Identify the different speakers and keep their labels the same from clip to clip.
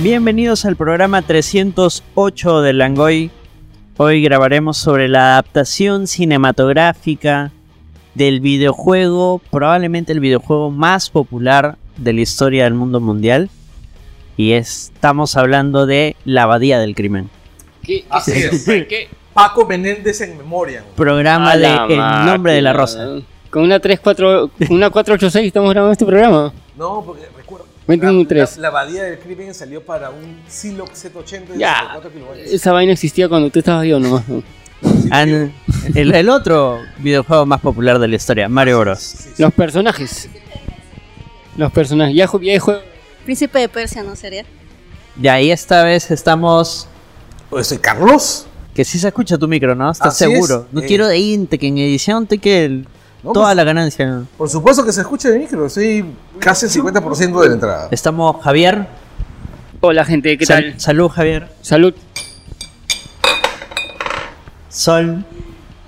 Speaker 1: Bienvenidos al programa 308 de Langoy. Hoy grabaremos sobre la adaptación cinematográfica del videojuego, probablemente el videojuego más popular de la historia del mundo mundial. Y estamos hablando de La Abadía del Crimen.
Speaker 2: ¿Qué, qué
Speaker 1: Ah,
Speaker 3: Así
Speaker 2: es
Speaker 3: es.
Speaker 2: eso? ¿Qué?
Speaker 3: Paco Menéndez en memoria. güey.
Speaker 1: Programa
Speaker 2: A
Speaker 1: de
Speaker 2: la
Speaker 1: El Nombre de la
Speaker 2: máquina.
Speaker 1: Rosa.
Speaker 4: Con una 3, 4, con una 486 estamos grabando este programa.
Speaker 3: No, porque recuerdo.
Speaker 4: 21
Speaker 3: la-
Speaker 4: tres.
Speaker 3: La, la abadía del crimen salió para un Silox 780 de
Speaker 2: Ya.
Speaker 3: 64 kilobytes.
Speaker 4: Esa vaina existía cuando tú estabas yo nomás. ¿no?
Speaker 1: An- el, el otro videojuego más popular de la historia, Mario Bros.
Speaker 3: Sí, sí.
Speaker 4: Los personajes. Los personajes. Ya, ju- ya hay juego.
Speaker 5: Príncipe de Persia, ¿no sería?
Speaker 1: Y ahí esta vez estamos...
Speaker 3: Pues soy Carlos.
Speaker 1: Que sí se escucha tu micro, ¿no? ¿Estás
Speaker 3: Así es,
Speaker 1: seguro? no
Speaker 3: eh.
Speaker 1: quiero de inte, que en edición te quede el-
Speaker 3: No,
Speaker 1: toda
Speaker 3: pues-
Speaker 1: la ganancia.
Speaker 3: Por supuesto que se escucha de micro. Soy casi el 50% de la entrada.
Speaker 1: Estamos Javier.
Speaker 4: Hola gente, ¿qué
Speaker 1: Sal-
Speaker 4: tal?
Speaker 1: salud, Javier.
Speaker 4: Salud.
Speaker 1: Sol.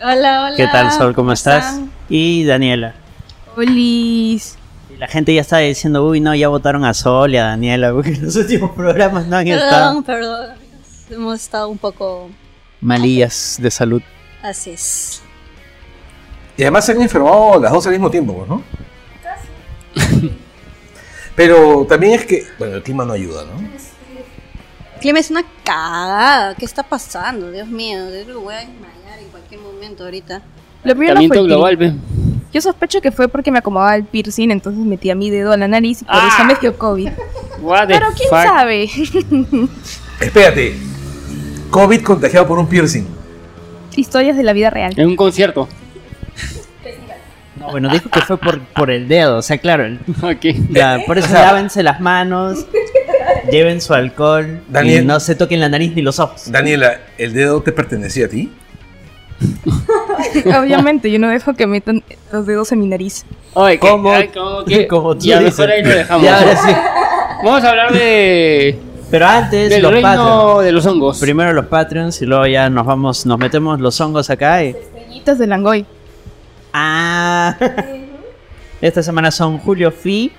Speaker 5: Hola, hola.
Speaker 1: ¿Qué tal, Sol? ¿Cómo estás?
Speaker 5: están?
Speaker 1: Y Daniela.
Speaker 5: Olis.
Speaker 1: Y la gente ya está diciendo, uy, no, ya votaron a Sol y a Daniela, porque en los últimos programas no han
Speaker 5: Perdón,
Speaker 1: estado.
Speaker 5: perdón. Hemos estado un poco
Speaker 1: Malillas de salud.
Speaker 5: así. es.
Speaker 3: Y además se han enfermado las dos al mismo tiempo, pues, ¿no? Pero también es que, bueno, el clima no ayuda, ¿no?
Speaker 5: Clem es una cagada. ¿Qué está pasando? Dios mío, yo lo voy a desmayar en cualquier momento ahorita.
Speaker 6: Lo primero no fue
Speaker 4: Tratamiento
Speaker 6: el
Speaker 4: global, ve.
Speaker 6: clín. Yo sospecho que fue porque me acomodaba el piercing, entonces metía mi dedo a la nariz y por
Speaker 4: Ah.
Speaker 6: eso me dio COVID.
Speaker 4: What the
Speaker 6: Pero quién
Speaker 4: fuck?
Speaker 6: sabe.
Speaker 3: Espérate. COVID contagiado por un piercing.
Speaker 6: Historias de la vida real.
Speaker 4: En un concierto.
Speaker 1: No, bueno, dijo que fue por, por el dedo, o sea, claro. el-
Speaker 4: Ok.
Speaker 1: ya, por eso lávense las manos, lleven su alcohol
Speaker 3: Daniel.
Speaker 1: y no se toquen la nariz ni los ojos.
Speaker 3: Daniela, ¿el dedo te pertenecía a ti?
Speaker 6: Obviamente, yo no dejo que metan los dedos en mi nariz.
Speaker 4: Ay, que-
Speaker 1: Como-
Speaker 4: ay, como que-
Speaker 1: como tú
Speaker 4: ya
Speaker 1: dices.
Speaker 4: mejor ahí lo dejamos.
Speaker 1: Ya, ahora sí.
Speaker 4: Vamos a hablar de
Speaker 1: Pero antes,
Speaker 4: del
Speaker 1: los
Speaker 4: reino
Speaker 1: Patreons.
Speaker 4: de los hongos.
Speaker 1: Primero los Patreons y luego ya nos vamos, nos metemos los hongos acá y...
Speaker 6: Niñitas de Langoy.
Speaker 1: Ah. Esta semana son Julio Fi,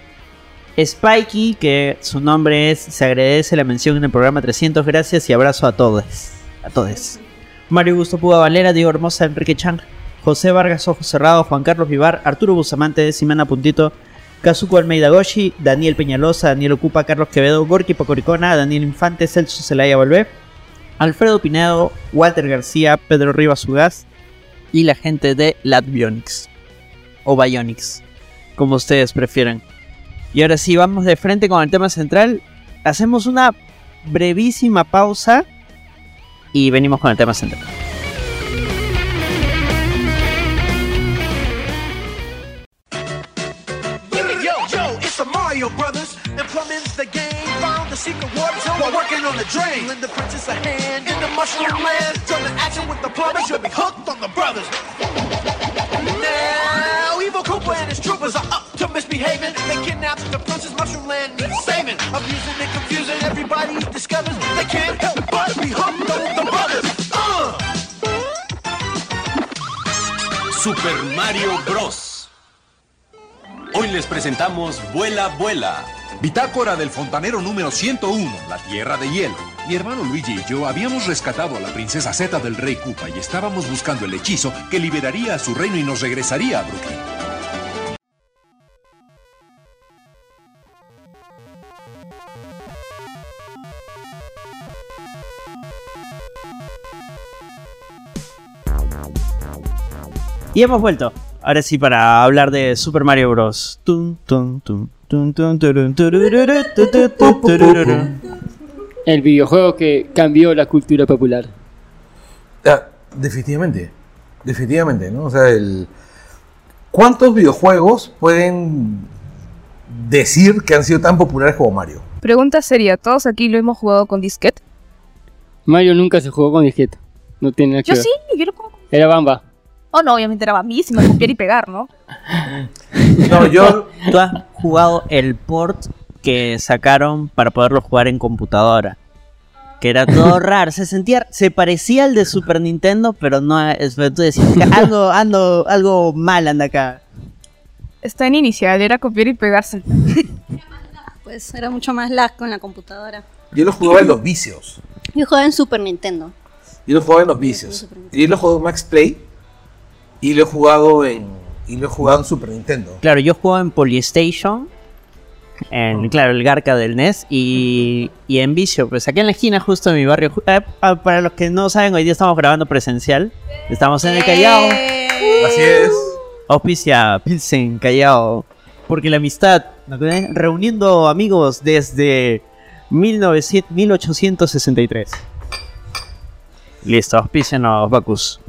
Speaker 1: Spikey, que su nombre es, se agradece la mención en el programa 300, gracias y abrazo a todos. A todos. Mario Gusto Puga Valera, Diego Hermosa, Enrique Chang, José Vargas Ojos Cerrados, Juan Carlos Vivar, Arturo Bustamante, Simana Puntito, Kazuko Almeida Goshi, Daniel Peñalosa, Daniel Ocupa, Carlos Quevedo, Gorky Pacoricona, Daniel Infante, Celso Celaya Volvé, Alfredo Pinedo, Walter García, Pedro Rivas Ugaz, y la gente de Latvionics o Bionics, como ustedes prefieran. Y ahora sí, vamos de frente con el tema central. Hacemos una brevísima pausa y venimos con el tema central.
Speaker 7: Yeah, yo, yo, it's the Mario Brothers, and plumbing's the game. Found the secret warp zone while working on the drain. Lend the princess a hand in the mushroom land. Join the action with the plumbers, you'll be hooked on the brothers. Now, Evil Koopa and his troopers are up to misbehaving. They kidnapped the princess, mushroom land needs saving. Abusing and confusing, everybody discovers they can't help but be hooked on the brothers. Uh!
Speaker 8: Super Mario Bros. Hoy les presentamos Vuela Vuela. Bitácora del fontanero número 101, la Tierra de Hielo. Mi hermano Luigi y yo habíamos rescatado a la princesa Zeta del rey Koopa y estábamos buscando el hechizo que liberaría a su reino y nos regresaría a Brooklyn.
Speaker 1: Y hemos vuelto. Ahora sí, para hablar de Super Mario Bros. Tun, tun, tun, tun, tun, turun, turururu, tu, tu, tu, turururu.
Speaker 4: El videojuego que cambió la cultura popular.
Speaker 3: Ah, definitivamente. Definitivamente, ¿no? O sea, el... ¿cuántos videojuegos pueden decir que han sido tan populares como Mario?
Speaker 6: Pregunta seria, ¿todos aquí lo hemos jugado con disquete?
Speaker 4: Mario nunca se jugó con disquete. No tiene nada que
Speaker 6: Yo
Speaker 4: ver.
Speaker 6: sí, yo lo juego.
Speaker 4: Era Bamba.
Speaker 6: Oh, no, obviamente era bambísima, copiar y pegar, ¿no?
Speaker 3: No, yo.
Speaker 1: Tú has jugado el port que sacaron para poderlo jugar en computadora. Que era todo raro, se sentía, se parecía al de Super Nintendo, pero no es, pero tú decías, algo, ando, algo mal anda acá.
Speaker 6: Está en inicial, era copiar y pegarse.
Speaker 5: Pues era mucho más lag con la computadora.
Speaker 3: Yo lo jugaba en los vicios.
Speaker 5: Yo jugaba en Super Nintendo.
Speaker 3: Yo lo jugaba en los vicios. Y lo he jugado en Max Play. Y lo he jugado en. Y lo he jugado en Super Nintendo.
Speaker 1: Claro, yo jugaba en Polystation. En, claro, el Garca del NES y, y en Vicio, pues aquí en la esquina justo de mi barrio. Ju- eh, pa- para los que no saben, hoy día estamos grabando presencial. Estamos en el Callao.
Speaker 5: Eh,
Speaker 3: Así es.
Speaker 1: Auspicia Pilsen Callao. Porque la amistad, ¿no crees? reuniendo amigos desde 1900 1863. Listo, auspicianos, Bacus.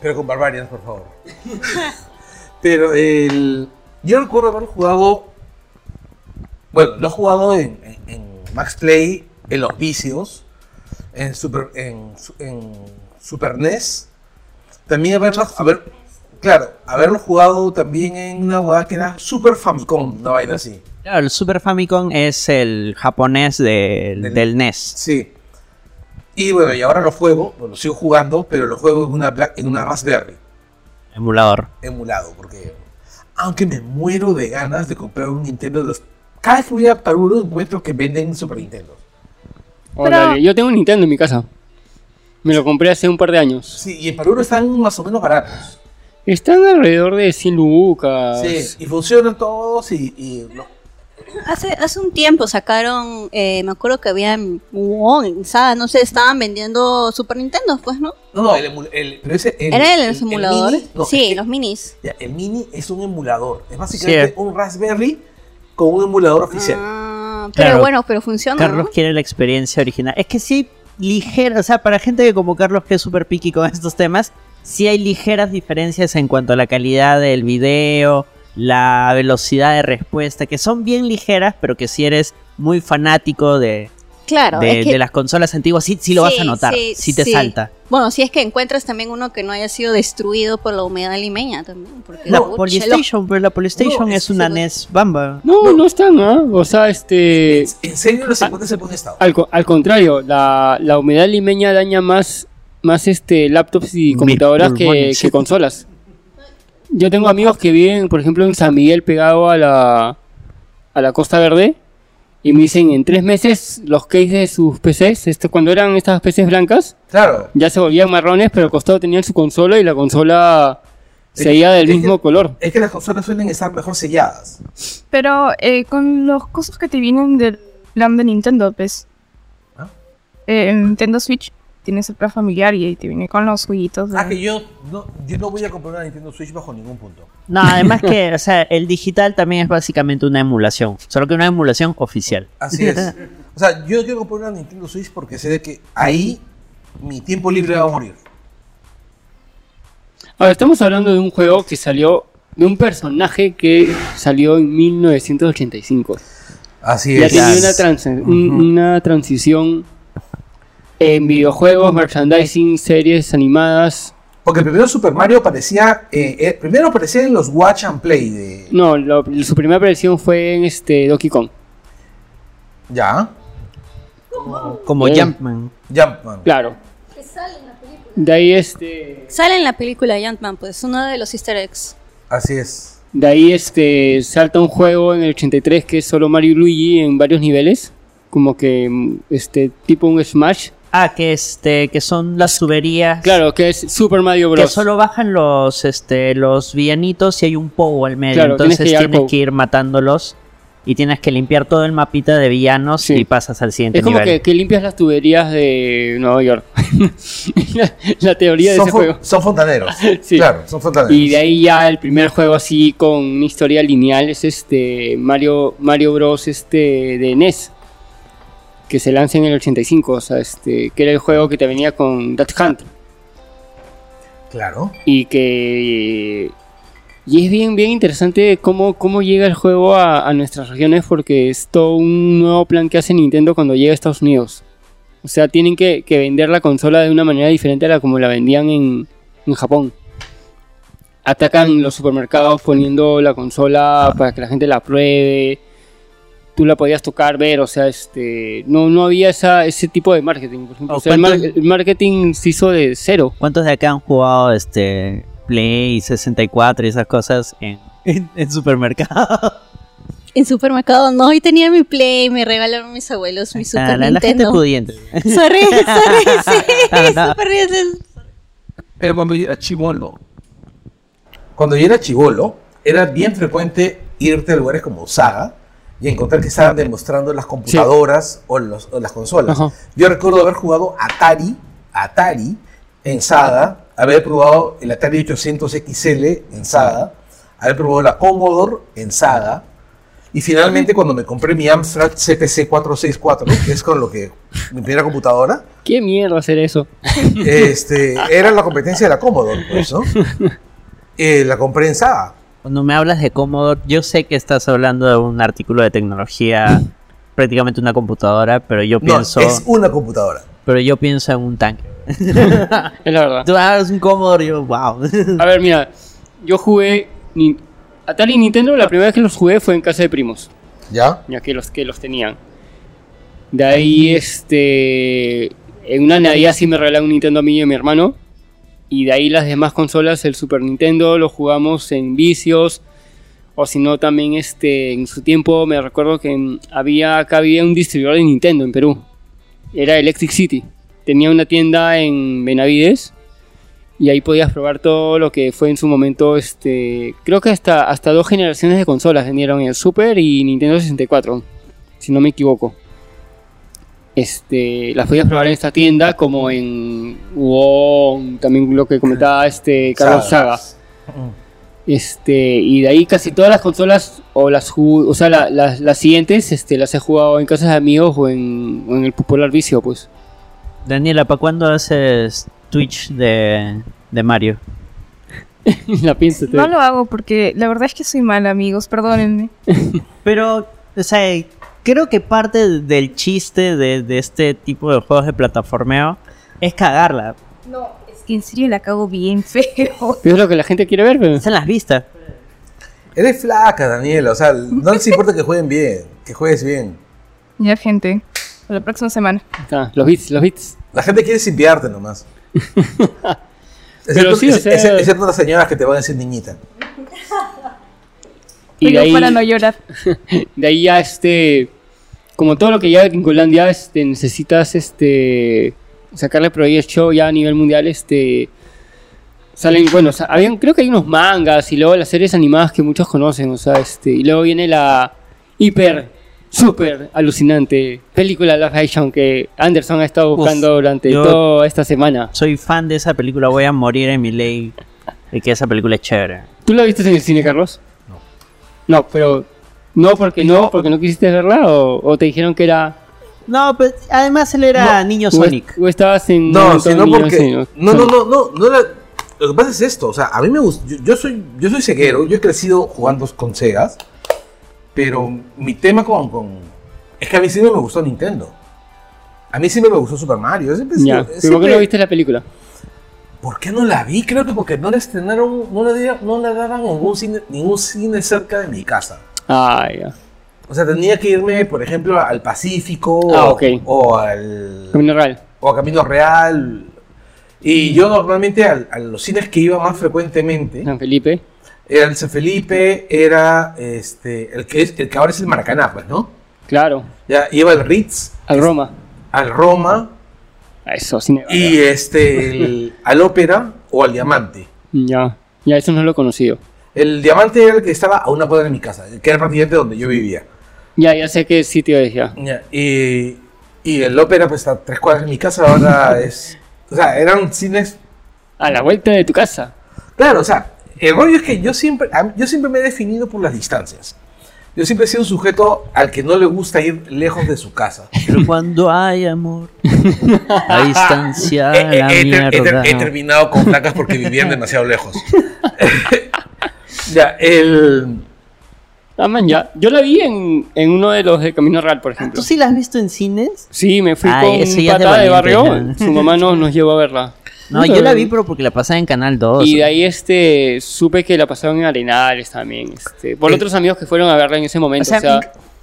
Speaker 3: Pero con Barbarians, por favor. Pero el. Yo recuerdo haberlo jugado. Bueno, lo he jugado en, en- en Max Play, en los vicios, en Super, en, su- en Super NES. También haberlo, haber, claro, haberlo jugado también en una jugada que era Super Famicom, una vaina así.
Speaker 1: Claro, el Super Famicom es el japonés del,
Speaker 3: Del-
Speaker 1: del E NES.
Speaker 3: Sí. Y bueno, y ahora lo juego, bueno, lo sigo jugando, pero lo juego en una, Black- en una Raspberry.
Speaker 1: Emulador.
Speaker 3: emulado, porque aunque me muero de ganas de comprar un Nintendo, los, cada vez que voy a Paruro encuentro que venden Super Nintendo.
Speaker 4: Oh,
Speaker 6: Pero-
Speaker 4: dale, Yo tengo un Nintendo en mi casa. Me lo compré hace un par de años.
Speaker 3: Sí, y en Paruro están más o menos baratos.
Speaker 4: Están alrededor de 100 lucas.
Speaker 3: Ah, Sí, y funcionan todos y... y lo-
Speaker 5: Hace, hace un tiempo sacaron, eh, me acuerdo que había en Wong, en Sada, no sé, estaban vendiendo Super Nintendo, pues, ¿no?
Speaker 3: no, no, el, emu- el, pero ese- el-
Speaker 5: ¿Era
Speaker 3: el-
Speaker 5: el
Speaker 3: el
Speaker 5: simulador?
Speaker 3: mini, no,
Speaker 5: sí,
Speaker 3: es que-
Speaker 5: los minis.
Speaker 3: ya, el mini es un emulador, es básicamente
Speaker 1: Sí.
Speaker 3: un Raspberry con un emulador oficial.
Speaker 5: Ah, pero
Speaker 1: Claro.
Speaker 5: bueno, pero funciona,
Speaker 1: Carlos
Speaker 5: ¿no?
Speaker 1: quiere la experiencia original. Es que sí, ligera, o sea, para gente que como Carlos que es súper piqui con estos temas, sí hay ligeras diferencias en cuanto a la calidad del video, la velocidad de respuesta, que son bien ligeras, pero que si eres muy fanático de,
Speaker 5: Claro,
Speaker 1: de,
Speaker 5: es que...
Speaker 1: de las consolas antiguas, sí, sí lo vas
Speaker 5: sí,
Speaker 1: a notar,
Speaker 5: sí,
Speaker 1: sí, te
Speaker 5: sí.
Speaker 1: salta.
Speaker 5: Bueno, si es que encuentras también uno que no haya sido destruido por la humedad limeña también. Porque
Speaker 1: La
Speaker 5: pucha,
Speaker 1: Polystation, pero la Polystation
Speaker 3: No,
Speaker 1: es
Speaker 5: sí,
Speaker 1: una
Speaker 5: sí.
Speaker 1: NES Bamba.
Speaker 4: No, no están, ¿ah? O sea, este.
Speaker 3: en serio los encuentras en buen estado.
Speaker 4: Al, co- al contrario, la, la humedad limeña daña más, más este, laptops y
Speaker 1: Mis
Speaker 4: computadoras que,
Speaker 1: pulmones.
Speaker 4: que consolas. Yo tengo amigos que viven, por ejemplo, en San Miguel pegado a la, a la Costa Verde y me dicen en tres meses los cases de sus PCs, este, cuando eran estas PCs blancas,
Speaker 3: Claro.
Speaker 4: ya se volvían marrones, pero al costado tenían su consola y la consola seguía del
Speaker 3: Es que-
Speaker 4: mismo color.
Speaker 3: Es que las consolas suelen estar mejor selladas.
Speaker 6: Pero eh, con los cosas que te vienen del plan de Nintendo, pues.
Speaker 3: ¿Ah?
Speaker 6: Eh, en Nintendo Switch tienes el plan familiar y ahí te viene con los jueguitos. de-
Speaker 3: Ah, que yo no, yo no voy a comprar una Nintendo Switch bajo ningún punto.
Speaker 1: No, además que, o sea, el digital también es básicamente una emulación, solo que una emulación oficial.
Speaker 3: Así es. O sea, yo quiero comprar una Nintendo Switch porque sé de que ahí mi tiempo libre va a morir.
Speaker 4: Ahora, estamos hablando de un juego que salió, de un personaje que salió en 1985.
Speaker 3: Así
Speaker 4: Ya tenía
Speaker 1: Yes.
Speaker 4: una, trans- un-
Speaker 3: Ujú.
Speaker 4: una transición en videojuegos, merchandising, series animadas.
Speaker 3: Porque primero Super Mario aparecía, eh, eh, primero aparecía en los Watch and Play de...
Speaker 4: No, lo- su primera aparición fue en este Donkey Kong.
Speaker 3: Ya,
Speaker 1: Como
Speaker 4: Bien.
Speaker 1: Jumpman.
Speaker 3: Jumpman.
Speaker 4: Claro. De ahí este,
Speaker 5: Sale en la película Ant-Man, pues, uno de los easter eggs.
Speaker 3: Así es.
Speaker 4: de ahí este salta un juego en el 83 que es solo Mario y Luigi en varios niveles, como que mm, este tipo un Smash.
Speaker 1: Ah, que este, que son las tuberías.
Speaker 4: Claro, que es Super Mario Bros.
Speaker 1: Que solo bajan los, este, los villanitos y hay un pogo al medio.
Speaker 4: Claro, tienes
Speaker 1: Entonces
Speaker 4: que
Speaker 1: tienes,
Speaker 4: llegar
Speaker 1: que,
Speaker 4: al pogo.
Speaker 1: ir matándolos y tienes que limpiar todo el mapita de villanos
Speaker 4: Sí.
Speaker 1: y pasas al siguiente
Speaker 4: Es como
Speaker 1: nivel.
Speaker 4: que, que limpias las tuberías de Nueva York. la, la teoría de
Speaker 3: Son,
Speaker 4: ese
Speaker 3: fo-
Speaker 4: juego.
Speaker 3: son fontaneros.
Speaker 4: Sí.
Speaker 3: Claro, son fontaneros.
Speaker 4: Y de ahí ya el primer juego así con una historia lineal es este Mario, Mario Bros. este de NES. Que se lanza en el 85, o sea, este, que era el juego que te venía con Death Hunt.
Speaker 3: Claro.
Speaker 4: Y que. Y es bien, bien interesante cómo, cómo llega el juego a, a nuestras regiones, porque es todo un nuevo plan que hace Nintendo cuando llega a Estados Unidos. O sea, tienen que, que vender la consola de una manera diferente a la como la vendían en, en Japón. Atacan los supermercados poniendo la consola para que la gente la pruebe. Tú la podías tocar, ver, o sea, este, no, no había esa, ese tipo de marketing. Por ejemplo,
Speaker 1: Oh,
Speaker 4: O sea, el, mar-
Speaker 1: ¿cuántos-
Speaker 4: el marketing se hizo de cero.
Speaker 1: ¿Cuántos de acá han jugado este Play 64 y esas cosas en, en, en supermercado?
Speaker 5: En supermercado no, y tenía mi Play, me regalaron mis abuelos mi Super
Speaker 1: Ah, la, la gente
Speaker 5: Nintendo.
Speaker 1: pudiente.
Speaker 5: sorry, sorry, sí,
Speaker 1: Ah, no.
Speaker 5: Super Nintendo.
Speaker 3: Pero cuando yo era chivolo. Cuando yo era chivolo, era bien frecuente irte a lugares como Saga y encontrar que estaban demostrando las computadoras o, los- o las consolas.
Speaker 4: Ajá.
Speaker 3: Yo recuerdo haber jugado Atari, Atari en Saga, haber probado el Atari 800 XL en Saga, haber probado la Commodore en Saga. Y finalmente cuando me compré mi Amstrad CPC 464, que es con lo que mi primera computadora,
Speaker 4: ¿Qué mierda hacer eso?
Speaker 3: este, era la competencia de la Commodore, pues, ¿no? Eh, la compré en Saga.
Speaker 1: Cuando me hablas de Commodore, yo sé que estás hablando de un artículo de tecnología, prácticamente una computadora, pero yo
Speaker 3: No,
Speaker 1: pienso,
Speaker 3: es una computadora.
Speaker 1: pero yo pienso en un tanque.
Speaker 4: Es la verdad.
Speaker 1: Tú hablas un Commodore, yo, wow.
Speaker 4: A ver, mira, yo jugué ni- Atari y Nintendo, la primera vez que los jugué fue en casa de primos,
Speaker 3: ¿Ya?
Speaker 4: ya que los que los tenían. De ahí, este, en una Navidad sí me regalaron un Nintendo a mí y a mi hermano. Y de ahí las demás consolas, el Super Nintendo, lo jugamos en vicios. O si no, también este, en su tiempo me recuerdo que en- había, acá había un distribuidor de Nintendo en Perú. Era Electric City. Tenía una tienda en Benavides y ahí podías probar todo lo que fue en su momento, este, creo que hasta, hasta dos generaciones de consolas vendieron el Super y Nintendo 64, si no me equivoco. Este, las podías probar en esta tienda como en Wong, también lo que comentaba este Carlos Saga. Este, y de ahí casi todas las consolas o las ju- o sea, la- las, las siguientes este, las he jugado en casas de amigos o en, o en el popular vicio, pues.
Speaker 1: Daniela, ¿para cuándo haces Twitch de, de Mario?
Speaker 4: la pienso.
Speaker 6: No lo hago porque la verdad es que soy mala, amigos, perdónenme.
Speaker 1: Pero, o sea, creo que parte del chiste de, de este tipo de juegos de plataformeo es cagarla.
Speaker 6: No, es que en serio la cago bien feo.
Speaker 4: Pero es lo que la gente quiere ver, pero-
Speaker 1: Están las vistas.
Speaker 3: Eres flaca, Daniela. O sea, no les importa que jueguen bien, que juegues bien.
Speaker 6: Ya, gente, hasta la próxima semana.
Speaker 4: Está, los bits, los bits.
Speaker 3: La gente quiere simpiarte nomás. Excepto,
Speaker 4: sí, o
Speaker 3: ex-
Speaker 4: sea-
Speaker 3: ex- excepto las señoras que te van a decir niñita.
Speaker 4: Y de
Speaker 6: Pero
Speaker 4: ahí,
Speaker 6: para no llorar.
Speaker 4: de ahí ya este, como todo lo que ya en Gringolandia este, necesitas este, sacarle provecho ya a nivel mundial, este, salen, bueno, o sea, habían, creo que hay unos mangas y luego las series animadas que muchos conocen, o sea, este, y luego viene la hiper, super alucinante película Love Action que Anderson ha estado
Speaker 1: Uf,
Speaker 4: buscando durante
Speaker 1: yo-
Speaker 4: toda esta semana.
Speaker 1: Soy fan de esa película, voy a morir en mi ley de que esa película es chévere.
Speaker 4: ¿Tú la viste en el cine, Carlos? No. No, pero, no porque no, porque no quisiste verla o, o te dijeron que era...
Speaker 1: No, pero además él era niño
Speaker 4: O
Speaker 1: Sonic.
Speaker 4: est- O estabas en.
Speaker 3: No,
Speaker 4: un
Speaker 3: sino
Speaker 4: tornillo,
Speaker 3: porque.
Speaker 4: sí,
Speaker 3: No, no,
Speaker 4: Sonic.
Speaker 3: no, no, no la- Lo que pasa es esto, o sea, a mí me gusta, yo, yo soy, yo soy ceguero, yo he crecido jugando con Segas, pero mi tema con, con- es que a mí siempre me gustó Nintendo, a mí siempre me gustó Super Mario, yo siempre,
Speaker 4: Ya,
Speaker 3: siempre-
Speaker 4: pero ¿por qué no viste la película?
Speaker 3: ¿por qué no la vi? Creo que porque no la estrenaron, no la, dieron- no la daban en ningún cine, ningún cine cerca de mi casa.
Speaker 4: Ah, ya.
Speaker 3: O sea, tenía que irme, por ejemplo, al Pacífico
Speaker 4: Ah,
Speaker 3: o-
Speaker 4: ok.
Speaker 3: o al
Speaker 4: Camino Real.
Speaker 3: o a Camino Real. Y yo normalmente al- a, los cines que iba más frecuentemente
Speaker 4: San Felipe.
Speaker 3: era el San Felipe, era este, el, que es, el que ahora es el Maracaná, pues, ¿no?
Speaker 4: Claro.
Speaker 3: Ya, iba al Ritz,
Speaker 4: Al Roma.
Speaker 3: al Roma
Speaker 4: A eso, cine.
Speaker 3: y este, el- al Ópera o al Diamante.
Speaker 4: Ya. Ya, eso no lo he conocido.
Speaker 3: El Diamante era el que estaba a una cuadra de mi casa, que era prácticamente donde yo vivía.
Speaker 4: Ya, ya sé qué sitio es, ya.
Speaker 3: Ya, Y, y el Ópera, pues, está a tres cuadras de mi casa, ahora es... O sea, eran cines
Speaker 4: A la vuelta de tu casa.
Speaker 3: Claro, o sea, el rollo es que yo siempre, a mí- yo siempre me he definido por las distancias. Yo siempre he sido un sujeto al que no le gusta ir lejos de su casa.
Speaker 1: Pero cuando hay amor, a distancia,
Speaker 3: Ah, He- he-
Speaker 1: la
Speaker 3: he ter- he ter-
Speaker 1: mierda.
Speaker 3: he terminado con placas porque vivían demasiado lejos. ya, el...
Speaker 4: Ah, man, ya. Yo la vi en, en uno de los de Camino Real, por ejemplo.
Speaker 3: Ah,
Speaker 1: ¿Tú sí la has visto en cines?
Speaker 4: Sí, me fui
Speaker 1: Ay,
Speaker 4: con
Speaker 1: Ah, eso
Speaker 4: un
Speaker 1: ya es de
Speaker 4: pata de,
Speaker 1: valientes,
Speaker 4: barrio.
Speaker 1: ¿no?
Speaker 4: Su mamá nos, nos llevó a verla.
Speaker 1: No, yo la vi, pero porque la pasaba en Canal 2.
Speaker 4: Y de ahí este supe que la pasaron en Arenales también, este, por
Speaker 3: Eh.
Speaker 4: otros amigos que fueron a verla en ese momento.
Speaker 1: o sea,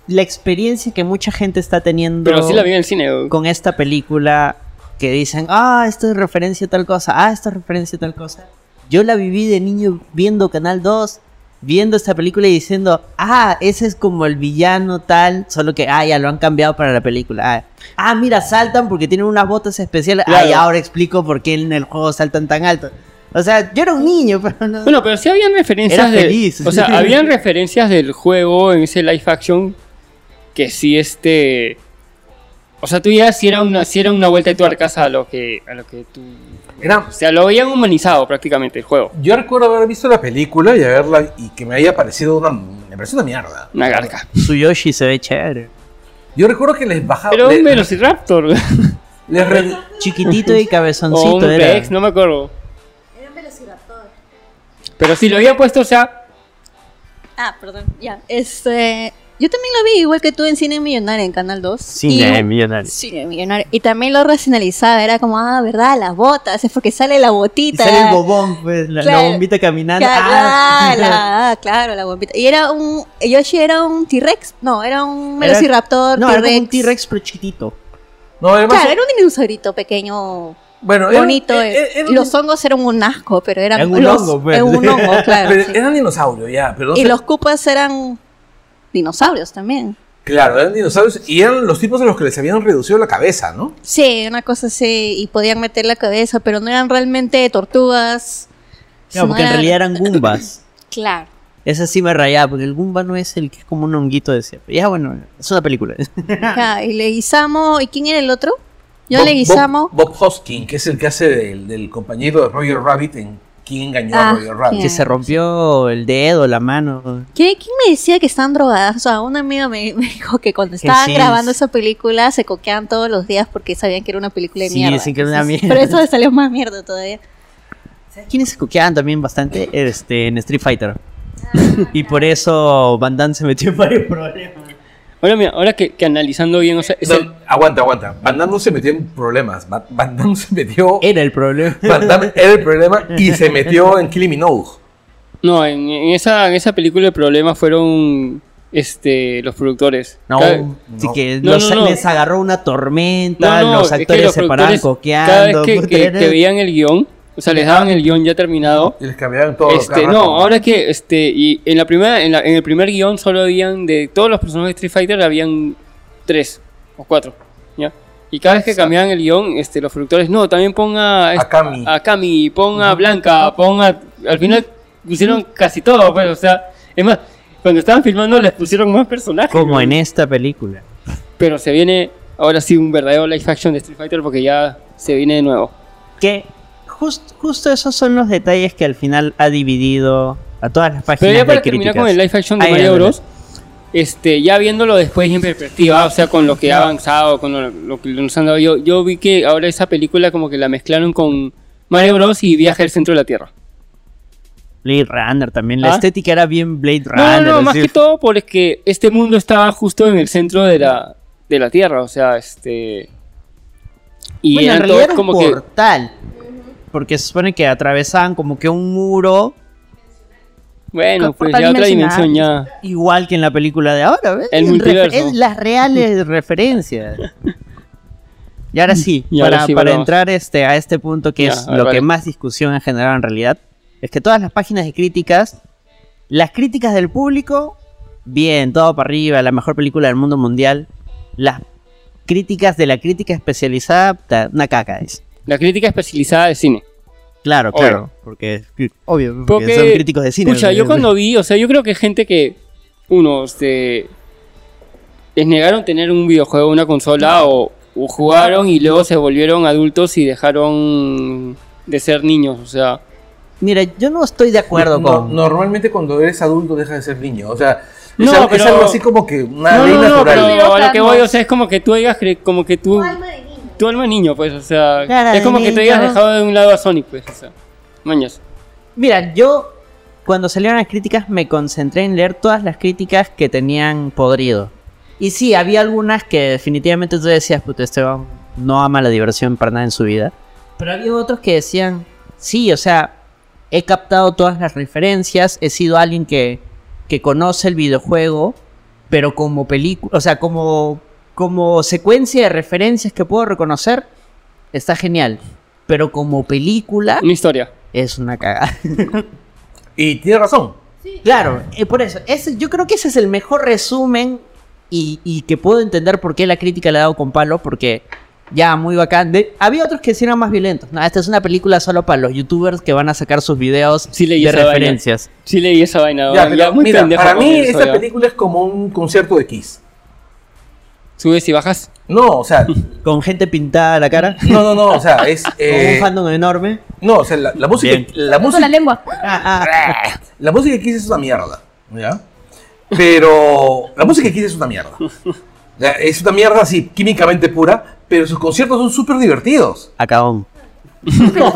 Speaker 1: la experiencia que mucha gente está teniendo
Speaker 4: pero sí la vi en el cine. ¿no?
Speaker 1: con esta película que dicen, ah, esto es referencia a tal cosa, ah, esto es referencia a tal cosa. Yo la viví de niño viendo Canal 2 viendo esta película y diciendo, ah, ese es como el villano tal, solo que, ah, ya lo han cambiado para la película. Ah, Ah, mira, saltan porque tienen unas botas especiales.
Speaker 4: Claro.
Speaker 1: Ay, ahora explico por qué en el juego saltan tan alto. O sea, yo era un niño, pero no...
Speaker 4: Bueno, pero sí habían referencias
Speaker 1: Era
Speaker 4: de-
Speaker 1: feliz.
Speaker 4: O sea, habían referencias del juego en ese live action que sí este o sea, tú ya si era una si era una vuelta de tuercas a lo que a lo que tú
Speaker 3: Era-
Speaker 4: o sea, lo habían humanizado prácticamente el juego.
Speaker 3: Yo recuerdo haber visto la película y haberla y que me haya parecido una me pareció una mierda.
Speaker 4: Una garca.
Speaker 1: Tsuyoshi se ve chévere.
Speaker 3: Yo recuerdo que les
Speaker 1: Ah,
Speaker 3: bajaba
Speaker 4: Pero un
Speaker 3: le-
Speaker 4: velociraptor
Speaker 3: les re-
Speaker 1: Chiquitito y
Speaker 4: o un
Speaker 1: cabezoncito era.
Speaker 4: rex, no me acuerdo.
Speaker 2: Era un velociraptor.
Speaker 4: Pero sí lo habían puesto, o sea,
Speaker 5: Ah, perdón, ya. Este, yo también lo vi igual que tú en Cine Millonario en Canal 2.
Speaker 9: Cine
Speaker 5: Y-
Speaker 9: millonario.
Speaker 5: Cine Millonario. Y también lo racionalizaba, era como, ah, ¿verdad? Las botas, es porque sale la
Speaker 1: Y
Speaker 5: botita.
Speaker 1: sale el bobón, pues, la, la
Speaker 5: Claro.
Speaker 1: bombita caminando.
Speaker 5: Claro,
Speaker 1: Ah.
Speaker 5: ah, la- ah, claro, la bombita. Y era un. Yoshi era un T-Rex. No, era un
Speaker 1: Era-
Speaker 5: velociraptor.
Speaker 1: No, era como un
Speaker 5: T-Rex.
Speaker 1: T-Rex pero chiquitito.
Speaker 3: no, era más-
Speaker 5: Claro, era un dinosaurito pequeño,
Speaker 3: bueno, era-
Speaker 5: bonito.
Speaker 3: era-
Speaker 5: eh.
Speaker 3: era-
Speaker 5: los hongos eran un asco, pero eran.
Speaker 1: Eran un
Speaker 5: los-
Speaker 1: hongo, pues.
Speaker 5: era un hongo, claro.
Speaker 3: pero
Speaker 5: sí.
Speaker 3: eran dinosaurios ya, pero no
Speaker 5: Y
Speaker 3: sé-
Speaker 5: los cupas eran dinosaurios también.
Speaker 3: claro, eran dinosaurios y eran los tipos a los que les habían reducido la cabeza, ¿no?
Speaker 5: Sí, una cosa así, y podían meter la cabeza, pero no eran realmente tortugas.
Speaker 1: No, porque en realidad eran Goombas.
Speaker 5: Claro.
Speaker 1: Esa sí me rayaba, porque el Goomba no es el que es como un honguito de siempre. Ya bueno, es una película.
Speaker 5: Ajá, y le guisamos. ¿Y quién era el otro? Yo
Speaker 3: Bob-
Speaker 5: le guisamos.
Speaker 3: Bob, Bob Hoskin, que es el que hace del, del compañero de Roger Rabbit en Quién engañó a
Speaker 5: Ah,
Speaker 3: Roger Rabbit.
Speaker 1: que se rompió el dedo, la mano.
Speaker 5: ¿Qué- ¿Quién me decía que están drogadas? O sea, una amiga me, me dijo que cuando estaban
Speaker 1: sí.
Speaker 5: grabando esa película se coqueaban todos los días porque sabían que era una película de
Speaker 1: Sí,
Speaker 5: mierda.
Speaker 1: dicen que era una
Speaker 5: Entonces,
Speaker 1: mierda.
Speaker 5: Por eso le salió más mierda todavía.
Speaker 1: ¿Quiénes se coqueaban también bastante este, en Street Fighter? y por eso Van Damme se metió en varios problemas.
Speaker 4: ahora mira, ahora que, que analizando bien, o sea, es
Speaker 3: No,
Speaker 4: el-
Speaker 3: Aguanta, aguanta. Van Damme no se metió en problemas. Van- Van Damme se metió.
Speaker 1: Era el problema.
Speaker 3: Van Damme era el problema y se metió en Killing Minogue.
Speaker 4: no, en, en esa en esa película el problema fueron este los productores.
Speaker 1: No,
Speaker 4: Cada-
Speaker 1: así
Speaker 3: no.
Speaker 1: que
Speaker 4: No,
Speaker 1: los-
Speaker 4: no, no.
Speaker 1: les agarró una tormenta,
Speaker 4: No, no,
Speaker 1: los
Speaker 4: es que
Speaker 1: actores
Speaker 4: los
Speaker 1: se paraban
Speaker 4: productores, Cada
Speaker 1: coqueando.
Speaker 4: vez que,
Speaker 1: puta,
Speaker 4: que-
Speaker 1: era-
Speaker 4: que veían el guión, o sea, les daban el guión ya terminado.
Speaker 3: Y les cambiaron todo.
Speaker 4: Este,
Speaker 3: cada
Speaker 4: no,
Speaker 3: rato.
Speaker 4: ahora que este, y en la primera, en, la- en el primer guión solo habían de todos los personajes de Street Fighter habían tres o cuatro, ¿ya? Y cada vez que cambiaban el guión, este, los productores, no, también ponga este,
Speaker 3: A Cami.
Speaker 4: a Cami, ponga a Blanca, ponga. Al final pusieron casi todo, pues, o sea, es más, cuando estaban filmando les pusieron más personajes.
Speaker 1: Como
Speaker 4: ¿no?
Speaker 1: en esta película.
Speaker 4: Pero se viene ahora sí un verdadero live action de Street Fighter porque ya se viene de nuevo.
Speaker 1: Que just- justo esos son los detalles que al final ha dividido a todas las páginas
Speaker 4: Pero ya para
Speaker 1: de
Speaker 4: terminar
Speaker 1: críticas.
Speaker 4: con el live action de
Speaker 1: Ay,
Speaker 4: Mario
Speaker 1: dale,
Speaker 4: Bros. Este, ya viéndolo después en perspectiva, o sea, con lo que ha avanzado, con lo, lo que nos han dado, yo, yo vi que ahora esa película como que la mezclaron con Mario Bros. y Viaje al Centro de la Tierra.
Speaker 1: Blade Runner también. La
Speaker 4: ¿Ah?
Speaker 1: estética era bien Blade
Speaker 4: No,
Speaker 1: Runner.
Speaker 4: no, no, más
Speaker 1: así.
Speaker 4: que todo porque este mundo estaba justo en el centro de la, de la Tierra, o sea, este... Y
Speaker 1: Bueno, en
Speaker 4: eran
Speaker 1: realidad
Speaker 4: todos
Speaker 1: era un
Speaker 4: como que...
Speaker 1: portal. Porque se supone que atravesaban como que un muro,
Speaker 4: Bueno, pues
Speaker 6: portal
Speaker 4: ya otra
Speaker 6: dimensional.
Speaker 4: dimensión ya...
Speaker 1: igual que en la película de ahora. ¿ves?
Speaker 4: El
Speaker 1: En
Speaker 4: multiverso.
Speaker 1: refer- es las reales referencias. Y ahora sí,
Speaker 4: Y ahora
Speaker 1: para,
Speaker 4: sí,
Speaker 1: para
Speaker 4: vamos.
Speaker 1: entrar este, a este punto que
Speaker 4: Ya,
Speaker 1: es
Speaker 4: a ver,
Speaker 1: lo
Speaker 4: vale.
Speaker 1: que más discusión ha generado en realidad, es que todas las páginas de críticas, las críticas del público, bien, todo para arriba, la mejor película del mundo mundial, las críticas de la crítica especializada, puta, una caca es.
Speaker 4: La crítica especializada de cine.
Speaker 1: Claro,
Speaker 4: Obvio.
Speaker 1: claro. Porque, obvio, porque,
Speaker 4: Porque,
Speaker 1: son críticos de cine.
Speaker 4: Pucha, yo cuando vi, o sea, yo creo que gente que, uno, este, les negaron tener un videojuego, una consola, o, o jugaron y luego se volvieron adultos y dejaron de ser niños, o sea,
Speaker 1: Mira, yo no estoy de acuerdo
Speaker 3: No,
Speaker 1: con.
Speaker 3: Normalmente cuando eres adulto deja de ser niño. O sea, es,
Speaker 4: No,
Speaker 3: algo, es
Speaker 4: pero-
Speaker 3: algo así como que una
Speaker 4: no,
Speaker 3: ley
Speaker 4: no, no,
Speaker 3: natural.
Speaker 4: pero a lo que
Speaker 6: Thanos.
Speaker 4: voy, o sea, es como que tú digas, cre- como que tú,
Speaker 2: Alma de niño.
Speaker 4: tu alma de niño, pues, o sea,
Speaker 1: Cara
Speaker 4: es
Speaker 1: de
Speaker 4: como que tú digas
Speaker 1: niño.
Speaker 4: dejado de un lado a Sonic, pues, o sea, mañas.
Speaker 1: Mira, yo cuando salieron las críticas me concentré en leer todas las críticas que tenían podrido. Y sí, había algunas que definitivamente tú decías, puta, Esteban no ama la diversión para nada en su vida. Pero había otros que decían, sí, o sea, he captado todas las referencias, he sido alguien que, que conoce el videojuego, pero como película, o sea, como, como secuencia de referencias que puedo reconocer, está genial.
Speaker 2: Ah.
Speaker 1: Pero como película,
Speaker 4: Una historia.
Speaker 1: es una cagada.
Speaker 3: Y tiene razón.
Speaker 1: Claro, eh, por eso. Ese- yo creo que ese es el mejor resumen y, y que puedo entender por qué la crítica le ha dado con palo, porque ya, muy bacán. De- había otros que sí eran más violentos. No, esta es una película solo para los youtubers que van a sacar sus videos
Speaker 4: Sí leí
Speaker 1: de
Speaker 4: esa vaina.
Speaker 1: referencias.
Speaker 4: Sí leí esa vaina.
Speaker 3: Ya,
Speaker 4: weón,
Speaker 3: pero
Speaker 4: ya, muy
Speaker 3: mira,
Speaker 4: pendejo
Speaker 3: para
Speaker 4: con
Speaker 3: mí
Speaker 4: eso,
Speaker 3: esta
Speaker 4: ya.
Speaker 3: película es como un concierto de Kiss.
Speaker 4: Subes y bajas.
Speaker 3: No, o sea,
Speaker 1: Con gente pintada la cara.
Speaker 3: no, no, no, o sea, es... eh,
Speaker 1: Con un fandom enorme.
Speaker 3: no, o sea, la, la música...
Speaker 1: Bien.
Speaker 3: La
Speaker 6: Con
Speaker 3: música,
Speaker 6: la lengua.
Speaker 3: la música de Kiss es una mierda, ¿ya? Pero la música de Kiss es una mierda. Ya, Es una mierda así, químicamente pura, pero sus conciertos son súper divertidos.
Speaker 1: Acabón.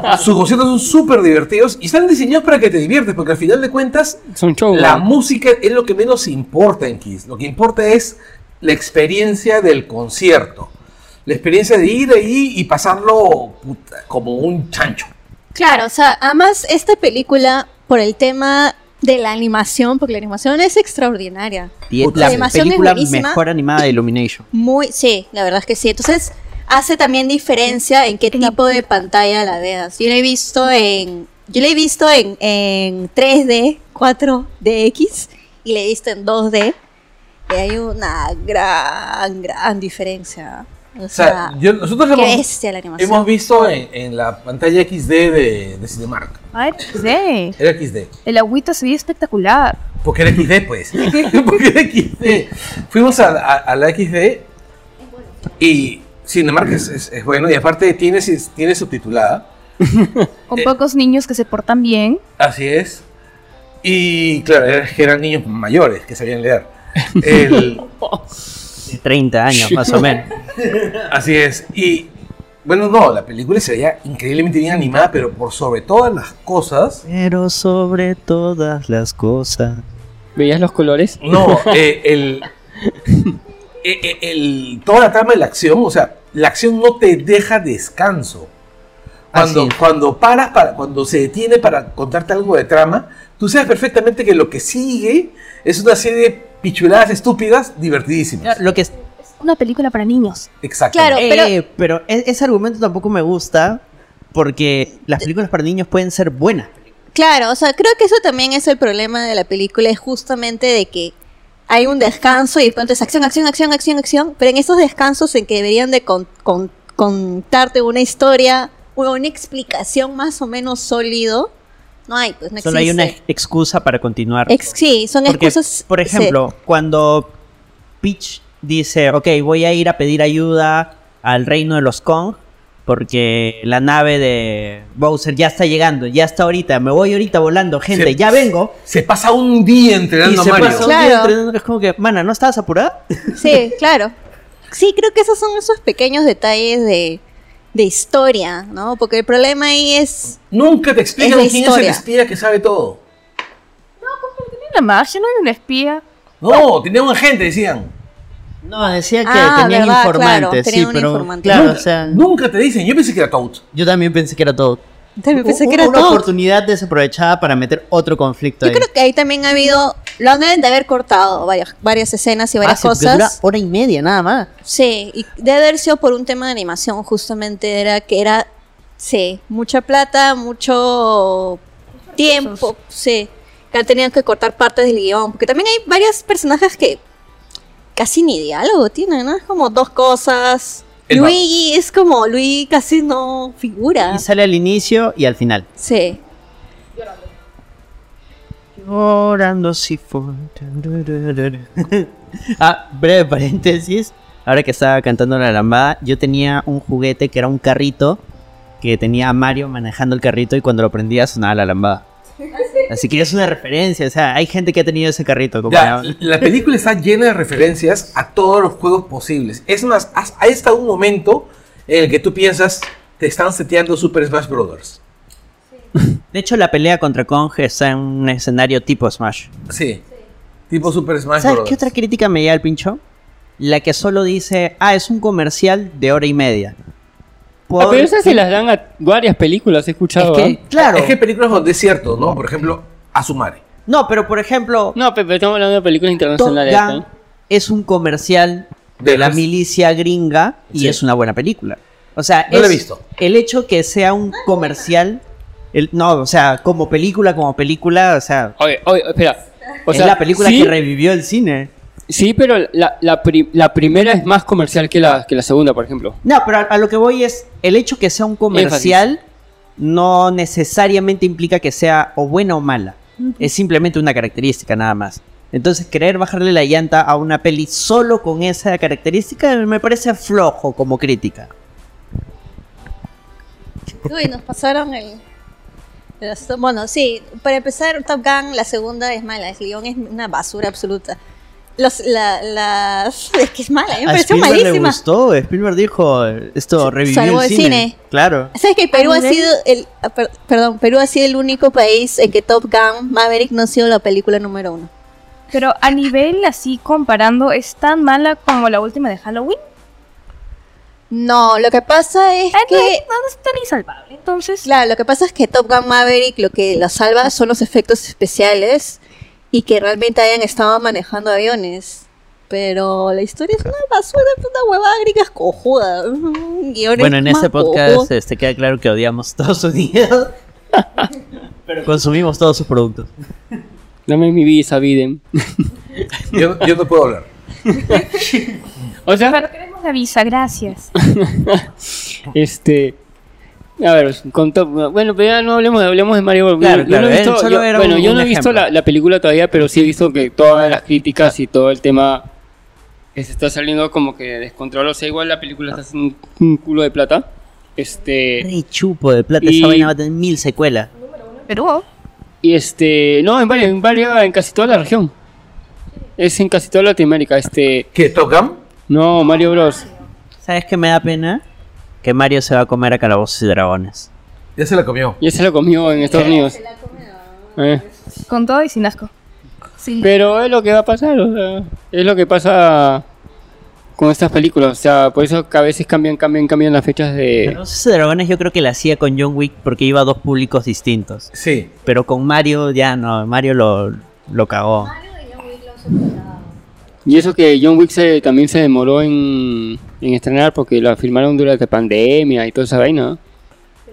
Speaker 1: Ah.
Speaker 3: Sus conciertos son súper divertidos y están diseñados para que te diviertes, porque al final de cuentas,
Speaker 4: Son show.
Speaker 3: la
Speaker 4: weón.
Speaker 3: música es lo que menos importa en Kiss. Lo que importa es la experiencia del concierto. La experiencia de ir ahí y pasarlo puta, como un chancho.
Speaker 5: Claro, o sea, además esta película por el tema de la animación, porque la animación es extraordinaria.
Speaker 1: Y es
Speaker 3: Puta,
Speaker 1: la
Speaker 5: la animación es
Speaker 1: película
Speaker 5: buenísima.
Speaker 1: mejor animada de Illumination.
Speaker 5: Muy, sí, la verdad es que sí. Entonces, hace también diferencia en qué tipo de pantalla la veas. Yo la he visto en. Yo la he visto en, en 3D, 4DX y la he visto en 2D. Y hay una gran, gran diferencia. O
Speaker 3: O sea,
Speaker 5: sea,
Speaker 3: yo- nosotros
Speaker 5: Ah, qué
Speaker 3: hemos,
Speaker 5: bestia la animación.
Speaker 3: hemos visto en, en la pantalla XD de, de Cinemark.
Speaker 6: Ay, sí.
Speaker 3: Era XD.
Speaker 6: pues, eh, El agüita se veía espectacular.
Speaker 3: Porque era XD, pues. Porque era XD. Fuimos a, a- a la XD y Cinemark es, es- es bueno. Y aparte tiene, sis- tiene subtitulada.
Speaker 6: Con
Speaker 3: Eh.
Speaker 6: pocos niños que se portan bien.
Speaker 3: Así es. Y claro, es que eran niños mayores que sabían leer. El-
Speaker 1: De 30 años, más o menos.
Speaker 3: así es. Y bueno, no, la película se veía increíblemente bien animada, pero por sobre todas las cosas.
Speaker 1: Pero sobre todas las cosas.
Speaker 4: ¿Veías los colores?
Speaker 3: No, eh, el, eh, eh, el- toda la trama de la acción, o sea, la acción no te deja descanso. Cuando,
Speaker 1: Así es.
Speaker 3: cuando paras, para, cuando se detiene para contarte algo de trama, tú sabes perfectamente que lo que sigue es una serie de pichuladas estúpidas divertidísimas.
Speaker 1: Lo que es-
Speaker 6: Una película para niños.
Speaker 3: Exacto.
Speaker 5: Claro,
Speaker 1: Eh,
Speaker 5: pero
Speaker 1: pero, e- ese argumento tampoco me gusta porque las películas para niños pueden ser buenas.
Speaker 5: Claro, o sea, creo que eso también es el problema de la película, es justamente de que hay un descanso y de pronto es acción, acción, acción, acción, acción, pero en esos descansos en que deberían de con- con- contarte una historia o una explicación más o menos sólido, no hay, pues no
Speaker 1: Solo hay
Speaker 5: existe.
Speaker 1: una ex- excusa para continuar.
Speaker 5: Ex- sí, son
Speaker 1: Porque,
Speaker 5: excusas.
Speaker 1: por
Speaker 5: sí.
Speaker 1: ejemplo, cuando Peach dice, ok, voy a ir a pedir ayuda al reino de los Kong porque la nave de Bowser ya está llegando, ya está ahorita, me voy ahorita volando, gente,
Speaker 3: Se-
Speaker 1: ya vengo.
Speaker 3: Se pasa un día
Speaker 1: Y
Speaker 3: entrenando a
Speaker 1: se
Speaker 3: Mario.
Speaker 1: pasa un
Speaker 5: Claro.
Speaker 1: día entrenando, es como que, mana, ¿no estabas apurada?
Speaker 5: Sí, claro. Sí, creo que esos son esos pequeños detalles de, de historia, ¿no? Porque el problema ahí es...
Speaker 3: Nunca te explican
Speaker 5: Es la
Speaker 3: quién
Speaker 5: historia.
Speaker 3: es el espía que sabe todo.
Speaker 6: Tiene una magia, no hay una espía.
Speaker 3: No, tenía un agente, decían.
Speaker 1: No, decía que
Speaker 5: Ah,
Speaker 1: tenían
Speaker 5: verdad,
Speaker 1: informantes,
Speaker 5: claro,
Speaker 1: sí,
Speaker 5: tenían un
Speaker 1: pero
Speaker 5: informante.
Speaker 1: claro, o
Speaker 3: nunca,
Speaker 1: sea,
Speaker 3: nunca te dicen. Yo pensé que era Toad.
Speaker 1: yo también pensé que era todo.
Speaker 5: Entonces, me pensé
Speaker 1: U-
Speaker 5: que era
Speaker 1: una
Speaker 5: todo.
Speaker 1: oportunidad desaprovechada para meter otro conflicto
Speaker 5: Yo
Speaker 1: ahí.
Speaker 5: creo que ahí también ha habido, lo han de haber cortado varias, varias escenas y
Speaker 1: Ah,
Speaker 5: varias
Speaker 1: sí, porque dura
Speaker 5: cosas.
Speaker 1: hora y media nada más.
Speaker 5: Sí, y de haber sido por un tema de animación, justamente era que era, sí, mucha plata, mucho tiempo, sí, que han tenido que cortar partes del guión, porque también hay varios personajes que casi ni diálogo tienen, ¿no? Es como dos cosas.
Speaker 3: El ba-
Speaker 5: Luigi es como, Luigi casi no figura.
Speaker 1: Y sale al inicio y al final.
Speaker 5: Sí.
Speaker 1: Llorando si fue. ah, breve paréntesis. Ahora que estaba cantando la lambada, yo tenía un juguete que era un carrito que tenía a Mario manejando el carrito y cuando lo prendía sonaba la lambada. Así que es una referencia, o sea, hay gente que ha tenido ese carrito. Como
Speaker 3: Ya,
Speaker 1: la-
Speaker 3: la película está llena de referencias a todos los juegos posibles. Es más, has- ha estado un momento en el que tú piensas te están seteando Super Smash Brothers.
Speaker 1: De hecho, la pelea contra Kong está en un escenario tipo Smash.
Speaker 3: Sí. Tipo Super Smash
Speaker 1: ¿Sabes
Speaker 3: Brothers.
Speaker 1: qué otra crítica me llega al pincho? La que solo dice, ah, es un comercial de hora y media.
Speaker 4: Ah, pero esas se
Speaker 1: Porque-
Speaker 4: las dan a varias películas, he
Speaker 1: es
Speaker 4: escuchado.
Speaker 1: que,
Speaker 4: ¿ah?
Speaker 1: claro.
Speaker 3: Es que hay películas donde es cierto, ¿no? Por ejemplo, Azumare.
Speaker 1: No, pero por ejemplo,
Speaker 4: No, pero pero estamos hablando de películas
Speaker 1: Top
Speaker 4: internacionales. ¿eh?
Speaker 1: Gun
Speaker 4: ¿no?
Speaker 1: es un comercial de
Speaker 3: De
Speaker 1: la
Speaker 3: los-
Speaker 1: milicia gringa y
Speaker 3: Sí.
Speaker 1: es una buena película. O sea,
Speaker 3: No la he
Speaker 1: es-
Speaker 3: visto.
Speaker 1: el hecho que sea un comercial El- no, o sea, como película, como película, o sea,
Speaker 4: Oye, oye, espera. O
Speaker 1: es
Speaker 4: sea,
Speaker 1: la película
Speaker 4: sí,
Speaker 1: que revivió el cine.
Speaker 4: Sí, pero la, la, pri- la primera es más comercial que la, que la segunda, por ejemplo.
Speaker 1: No, pero a, a lo que voy es, el hecho que sea un comercial no necesariamente implica que sea o buena o mala. Es simplemente una característica nada más. Entonces, querer bajarle la llanta a una peli solo con esa característica me parece flojo como crítica.
Speaker 5: Uy, nos pasaron el... el asunto. Bueno, sí, para empezar, Top Gun, la segunda es mala. El guión es una basura absoluta. Los, la, las... Es que es mala, me
Speaker 1: a
Speaker 5: pareció
Speaker 1: Spielberg le
Speaker 5: malísima.
Speaker 1: gustó, Spielberg dijo, esto revivió
Speaker 5: salvó
Speaker 1: el
Speaker 5: el
Speaker 1: cine.
Speaker 5: cine.
Speaker 1: Claro.
Speaker 5: ¿Sabes que Perú
Speaker 2: A
Speaker 5: ha
Speaker 2: nivel-
Speaker 5: sido el... ah, per- Perdón, Perú ha sido el único país en que Top Gun Maverick no ha sido la película número uno.
Speaker 6: Pero a nivel así, comparando, ¿es tan mala como la última de Halloween?
Speaker 5: No, lo que pasa es
Speaker 6: Ah, no,
Speaker 5: que...
Speaker 6: no, es tan insalvable. Entonces,
Speaker 5: Claro, lo que pasa es que Top Gun Maverick lo que la salva son los efectos especiales y que realmente hayan estado manejando aviones. Pero la historia es una basura, es una huevada gringas cojuda. Guiones
Speaker 1: Bueno, en
Speaker 5: más
Speaker 1: este
Speaker 5: cojudos.
Speaker 1: podcast este, queda claro que odiamos Estados Unidos, pero consumimos todos sus productos.
Speaker 4: Dame mi visa, Biden.
Speaker 3: Yo, yo no puedo hablar.
Speaker 4: O sea,
Speaker 6: pero queremos la visa, gracias.
Speaker 4: Este. A ver, con Top Gun- Bueno, pero ya no hablemos, de- hablemos de Mario Bros.
Speaker 1: Claro,
Speaker 4: yo,
Speaker 1: claro,
Speaker 4: no
Speaker 1: él
Speaker 4: he visto,
Speaker 1: solo
Speaker 4: yo-
Speaker 1: era
Speaker 4: bueno,
Speaker 1: un-
Speaker 4: yo
Speaker 1: un
Speaker 4: no he visto
Speaker 1: ejemplo.
Speaker 4: la, la película todavía, pero sí he visto que todas las críticas y todo el tema que se está saliendo como que descontrolado. O sea, igual la película está haciendo un, un culo de plata. Este.
Speaker 1: Re chupo de plata,
Speaker 4: Y-
Speaker 1: esa vaina va a tener mil secuelas.
Speaker 6: Perú.
Speaker 4: Y este. No, en varias, en varias, en casi toda la región. Es en casi toda Latinoamérica. Este.
Speaker 3: ¿Qué, tocan?
Speaker 4: No, Mario Bros.
Speaker 1: ¿Sabes qué me da pena? Que Mario se va a comer a Calabozos y Dragones.
Speaker 3: Ya se la comió.
Speaker 4: Ya se lo comió en Estados Unidos. Eh.
Speaker 6: Con todo y sin asco. Sí.
Speaker 4: Pero es lo que va a pasar, o sea, es lo que pasa con estas películas, o sea, por eso que a veces cambian, cambian, cambian las fechas de...
Speaker 1: Calabozos y Dragones yo creo que la hacía con John Wick porque iba a dos públicos distintos.
Speaker 3: Sí.
Speaker 1: Pero con Mario ya no, Mario lo, lo cagó.
Speaker 4: Y eso que John Wick se- también se demoró en, en estrenar porque la filmaron durante pandemia y toda esa vaina.
Speaker 1: Ah,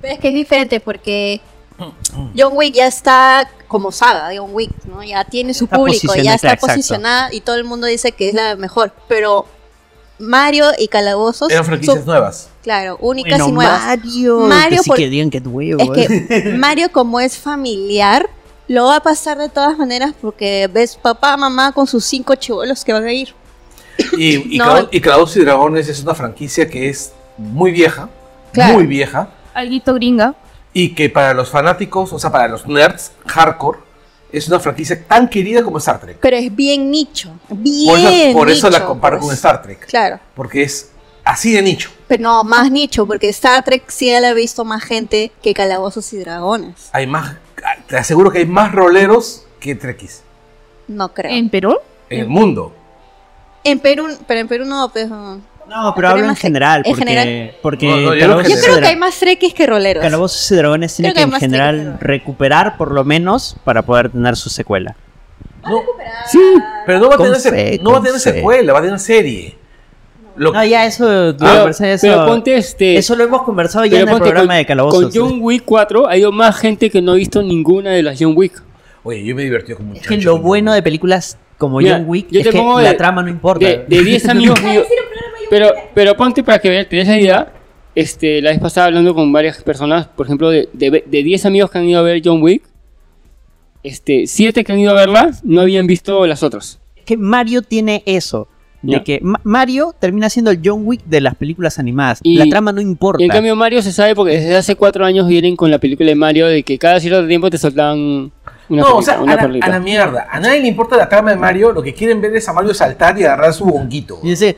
Speaker 5: Pero es que es diferente porque John Wick ya está como saga, John Wick, ¿no? Ya tiene su
Speaker 1: Está
Speaker 5: público,
Speaker 1: posicionada,
Speaker 5: ya está
Speaker 1: exacto.
Speaker 5: posicionada y todo el mundo dice que es la mejor. Pero Mario y Calabozos
Speaker 3: Eran franquicias
Speaker 5: son,
Speaker 3: nuevas.
Speaker 5: claro, únicas
Speaker 1: Bueno,
Speaker 5: y nuevas.
Speaker 1: Mario.
Speaker 5: Mario
Speaker 1: que sí
Speaker 5: por-
Speaker 1: que digan que es huevo. eh.
Speaker 5: Es que Mario como es familiar, lo va a pasar de todas maneras porque ves papá, mamá con sus cinco chivolos que van a ir.
Speaker 3: Y, y,
Speaker 5: No.
Speaker 3: Clavos- y Clavos y Dragones es una franquicia que es muy vieja.
Speaker 5: Claro.
Speaker 3: Muy vieja.
Speaker 6: Alguito gringa.
Speaker 3: Y que para los fanáticos, o sea, para los nerds hardcore, es una franquicia tan querida como Star Trek.
Speaker 5: Pero es bien nicho, bien
Speaker 3: Por eso, por eso la
Speaker 5: nicho,
Speaker 3: comparo
Speaker 5: pues.
Speaker 3: con Star Trek.
Speaker 5: Claro,
Speaker 3: Porque es así de nicho.
Speaker 5: pero no, más nicho, porque Star Trek sí la ha visto más gente que Calabozos y Dragones.
Speaker 3: Hay más, te aseguro que hay más roleros que trekkies
Speaker 5: No creo. En,
Speaker 6: ¿En Perú?
Speaker 3: en el mundo.
Speaker 5: Perú, pero en Perú no, pues, no.
Speaker 1: No, pero hablo en
Speaker 5: más-
Speaker 1: general.
Speaker 5: en
Speaker 1: Porque,
Speaker 5: general.
Speaker 1: porque
Speaker 3: No, no, yo creo
Speaker 1: Calabozos
Speaker 5: Yo
Speaker 1: y
Speaker 3: General.
Speaker 5: creo que
Speaker 1: Dra-
Speaker 5: hay más trequis que roleros.
Speaker 1: Calabozos y Dragones tiene
Speaker 5: Creo
Speaker 1: que,
Speaker 5: que
Speaker 1: en
Speaker 5: hay más que
Speaker 1: general
Speaker 5: Calabozos.
Speaker 1: recuperar por lo menos para poder tener su secuela.
Speaker 3: No, sí, pero no va, a
Speaker 1: Con
Speaker 3: tener, se-
Speaker 1: fe,
Speaker 3: no va a
Speaker 1: con
Speaker 3: tener
Speaker 1: fe.
Speaker 3: secuela, va a tener serie. Lo-
Speaker 1: No, ya eso, lo
Speaker 4: Pero,
Speaker 1: conversé, eso,
Speaker 4: Ah, pero ponte este...
Speaker 1: eso lo hemos conversado ya
Speaker 4: pero
Speaker 1: en el
Speaker 4: ponte
Speaker 1: programa
Speaker 4: con-
Speaker 1: de Calabozos.
Speaker 4: Con John Wick 4 ha ido más gente que no ha visto ninguna de las John Wick.
Speaker 3: Oye, yo me he divertido con
Speaker 1: Es
Speaker 3: muchachos.
Speaker 1: que lo bueno de películas como
Speaker 4: Mira,
Speaker 1: John Wick
Speaker 4: yo
Speaker 1: es
Speaker 4: te
Speaker 1: que
Speaker 4: pongo
Speaker 1: la
Speaker 4: de-
Speaker 1: trama no importa.
Speaker 4: De, de 10 amigos míos. Pero, pero ponte para que veas, tenés la idea. Este, la vez pasada hablando con varias personas, por ejemplo, de, de, ve- de 10 amigos que han ido a ver John Wick, este, 7 que han ido a verlas no habían visto las otras.
Speaker 1: Es que Mario tiene eso. De
Speaker 4: Ya.
Speaker 1: que Ma- Mario termina siendo el John Wick de las películas animadas.
Speaker 4: Y-
Speaker 1: la trama no importa.
Speaker 4: Y en cambio Mario se sabe porque desde hace 4 años vienen con la película de Mario de que cada cierto tiempo te soltaban una
Speaker 3: No,
Speaker 4: perlita,
Speaker 3: o sea,
Speaker 4: una
Speaker 3: a la,
Speaker 4: perlita.
Speaker 3: a la mierda. A nadie le importa la trama de Mario. Lo que quieren ver es a Mario saltar y agarrar su bonguito.
Speaker 1: Y dice,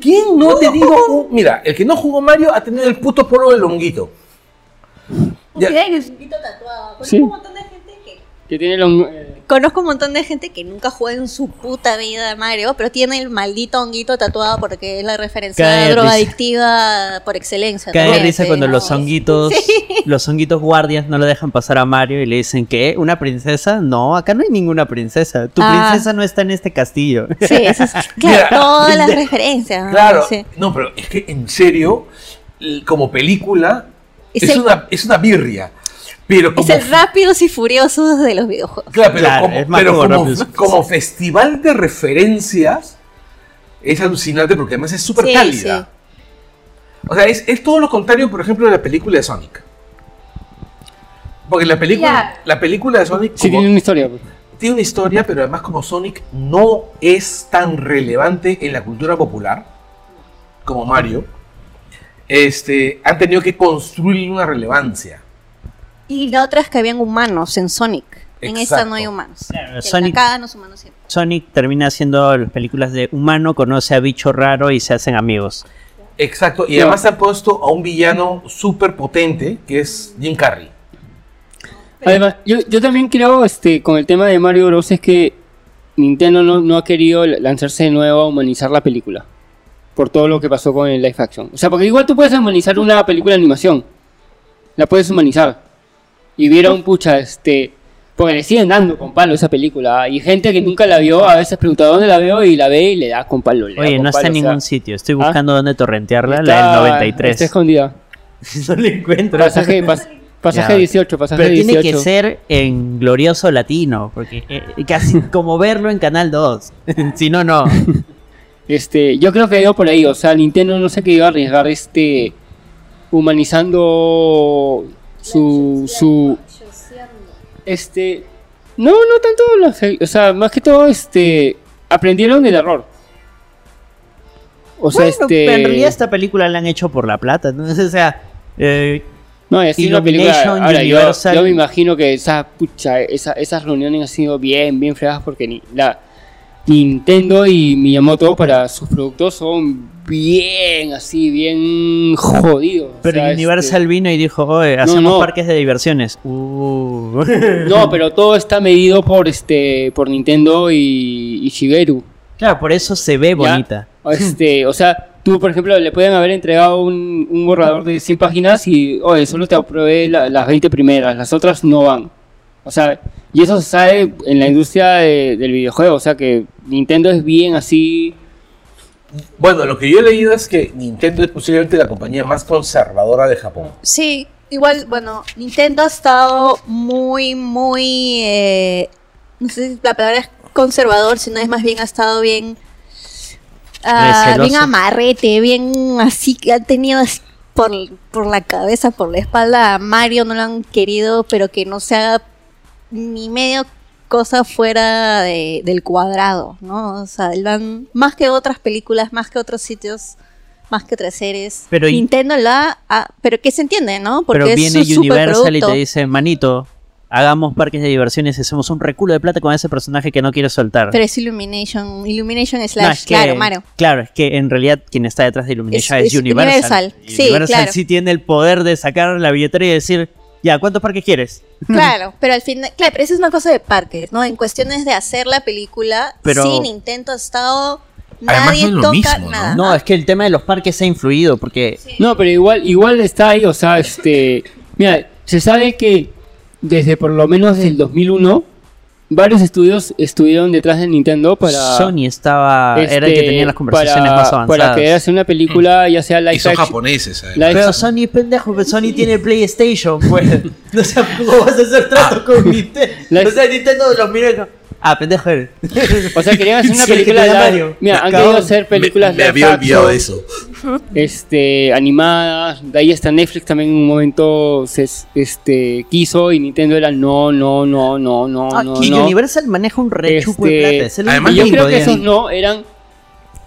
Speaker 3: ¿Quién no te digo? un- Mira, el que no jugó Mario ha tenido el puto polo del honguito. Ya,
Speaker 4: Sí. Que tiene los- eh,
Speaker 5: Conozco un montón de gente que nunca juega en su puta vida a Mario, pero tiene el maldito honguito tatuado porque es la referencia
Speaker 1: Cae de
Speaker 5: drogadictiva por excelencia.
Speaker 1: cae de
Speaker 5: también,
Speaker 1: risa
Speaker 5: sí,
Speaker 1: cuando
Speaker 5: ¿no?
Speaker 1: los honguitos, los honguitos guardias no lo dejan pasar a Mario y le dicen que una princesa, no, acá no hay ninguna princesa. Tu
Speaker 5: Ah.
Speaker 1: princesa no está en este castillo.
Speaker 5: Sí, eso es, claro,
Speaker 3: Mira,
Speaker 5: todas las
Speaker 3: de-
Speaker 5: referencias. ¿no?
Speaker 3: Claro.
Speaker 5: Ah, Sí.
Speaker 3: No, pero es que en serio, l- como película,
Speaker 5: Es,
Speaker 3: es,
Speaker 5: el,
Speaker 3: una, es una birria. Pero
Speaker 5: es
Speaker 3: como,
Speaker 5: el rápidos y furiosos de los videojuegos.
Speaker 3: Claro, pero
Speaker 1: Claro,
Speaker 3: como,
Speaker 1: es más
Speaker 3: pero
Speaker 1: como
Speaker 3: como-
Speaker 1: rápido.
Speaker 3: como festival de referencias es alucinante porque además es súper
Speaker 5: Sí,
Speaker 3: cálida.
Speaker 5: sí.
Speaker 3: O sea, es, es todo lo contrario, por ejemplo, de la película de Sonic. Porque la película,
Speaker 2: Ya.
Speaker 3: la película de Sonic
Speaker 4: Sí,
Speaker 3: como-
Speaker 4: tiene una historia. pues.
Speaker 3: tiene una historia, pero además como Sonic no es tan relevante en la cultura popular como Mario, este, han tenido que construir una relevancia.
Speaker 5: Y la otra es que habían humanos en Sonic. En esta
Speaker 3: Exacto.
Speaker 5: no hay humanos.
Speaker 1: Claro,
Speaker 5: En
Speaker 1: Sonic-
Speaker 5: la cagan los humanos siempre.
Speaker 1: Sonic termina haciendo las películas de humano, conoce a bicho raro y se hacen amigos.
Speaker 3: Exacto, y
Speaker 4: Claro.
Speaker 3: además han puesto a un villano súper potente que es Jim Carrey.
Speaker 4: Además, yo, yo también creo, este, con el tema de Mario Bros. es que Nintendo no, no ha querido lanzarse de nuevo a humanizar la película. Por todo lo que pasó con el live action. O sea, porque igual tú puedes humanizar una película de animación. La puedes humanizar. Y vieron, pucha, este. Porque le siguen dando con palo esa película. Y gente que nunca la vio, a veces pregunta dónde la veo y la ve y le da con palo. le da
Speaker 1: Oye,
Speaker 4: con
Speaker 1: no está
Speaker 4: palo,
Speaker 1: en
Speaker 4: o sea,
Speaker 1: ningún sitio. Estoy buscando dónde torrentearla,
Speaker 4: está-
Speaker 1: la del 93.
Speaker 4: Está escondida.
Speaker 1: no la encuentro.
Speaker 4: Pasaje, pas- pasaje
Speaker 1: Ya.
Speaker 4: 18, pasaje
Speaker 1: Pero
Speaker 4: 18.
Speaker 1: tiene que ser en glorioso latino, porque eh, casi como verlo en Canal 2. si no, no.
Speaker 4: Pues, Este, yo creo que ha ido por ahí, o sea, Nintendo no se ha querido arriesgar este humanizando su su este no, no tanto, lo sé, o sea, más que todo este aprendieron del error. O sea,
Speaker 1: Bueno,
Speaker 4: este
Speaker 1: En realidad esta película la han hecho por la plata, ¿no? O sea, eh,
Speaker 4: no, y así una película.
Speaker 1: Illumination,
Speaker 4: Ahora, yo,
Speaker 1: Universal.
Speaker 4: yo me imagino que esa pucha, esa- esas reuniones han sido bien, bien fregadas porque ni- la Nintendo y Miyamoto para sus productos son bien así, bien jodidos. O
Speaker 1: pero
Speaker 4: sea, este,
Speaker 1: Universal vino y dijo, oye, hacemos
Speaker 4: no.
Speaker 1: parques de diversiones. Uh.
Speaker 4: este, no, pero todo está medido por este, por Nintendo y, y Shigeru.
Speaker 1: claro, por eso se ve bonita.
Speaker 4: O Este, o sea, tú, por ejemplo, le pueden haber entregado un, un borrador de 100 páginas y, oye, solo te aprobé la- las 20 primeras, las otras no van. O sea, y eso se sabe en la industria de- del videojuego, o sea que Nintendo es bien así.
Speaker 3: Bueno, lo que yo he leído es que Nintendo es posiblemente la compañía más conservadora de Japón.
Speaker 5: Sí, igual, bueno, Nintendo ha estado muy, muy, eh, no sé si la palabra es conservador, sino es más bien ha estado bien, ah,
Speaker 1: Receloso.
Speaker 5: bien amarrete, bien así, que han tenido así por, por la cabeza, por la espalda a Mario, no lo han querido, pero que no se haga ni medio cosa fuera de- del cuadrado, ¿no? O sea, lo han, más que otras películas, más que otros sitios, más que otras series.
Speaker 1: Pero y-
Speaker 5: Nintendo la... ha- pero que se entiende, ¿no? Porque
Speaker 1: pero
Speaker 5: es
Speaker 1: viene
Speaker 5: su
Speaker 1: Universal y
Speaker 5: superproducto.
Speaker 1: te dice, manito, hagamos parques de diversiones y hacemos un reculo de plata con ese personaje que no quiere soltar.
Speaker 5: Pero es Illumination, Illumination slash,
Speaker 1: No, es que-
Speaker 5: claro, Mario.
Speaker 1: Claro, es que en realidad quien está detrás de Illumination es,
Speaker 5: Es- es
Speaker 1: Universal.
Speaker 5: Universal, sí, claro.
Speaker 1: sí tiene el poder de sacar la billetera y decir, ya, ¿cuántos parques quieres?
Speaker 5: Claro, pero al final, claro, pero eso es una cosa de parques, ¿no? En cuestiones de hacer la película,
Speaker 1: Pero-
Speaker 5: sí, Nintendo ha estado...
Speaker 3: Además,
Speaker 5: Nadie
Speaker 3: no es lo
Speaker 5: toca
Speaker 3: mismo, ¿no?
Speaker 5: nada.
Speaker 1: Ah. No, es que el tema de los parques ha influido porque...
Speaker 4: No, pero igual, igual está ahí, o sea, este. Mira, se sabe que desde por lo menos el 2001, varios estudios estuvieron detrás de Nintendo para.
Speaker 1: Sony estaba... era el que
Speaker 4: este,
Speaker 1: tenía las conversaciones
Speaker 4: para-
Speaker 1: más avanzadas.
Speaker 4: Para querer hacer una película, ya sea live
Speaker 3: Mm. Y son
Speaker 4: action-
Speaker 3: japoneses. eh. además.
Speaker 4: live
Speaker 1: Pero
Speaker 4: action-
Speaker 1: Sony es pendejo, pero Sony tiene PlayStation, pues. No sé cómo vas a hacer trato con Nintendo.
Speaker 4: Ah. La-
Speaker 1: O sea, Nintendo los mira y como, Ah, pendejo eres.
Speaker 4: O sea, querían hacer una
Speaker 1: Sí, el que
Speaker 4: película
Speaker 1: tenía
Speaker 4: live-
Speaker 1: Mario.
Speaker 4: Mira, han
Speaker 1: Cabrón.
Speaker 4: querido hacer películas
Speaker 3: me, me
Speaker 4: live
Speaker 3: había olvidado de
Speaker 4: action,
Speaker 3: eso.
Speaker 4: Este, animadas. De ahí está Netflix también en un momento se, este, quiso y Nintendo era no, no, no, no, no, no.
Speaker 1: Aquí
Speaker 4: no.
Speaker 1: Ah, Universal maneja un rechupo
Speaker 4: Este,
Speaker 1: de plata. Es el
Speaker 3: además,
Speaker 4: Y
Speaker 1: único
Speaker 4: yo creo que
Speaker 1: día.
Speaker 4: esos no eran.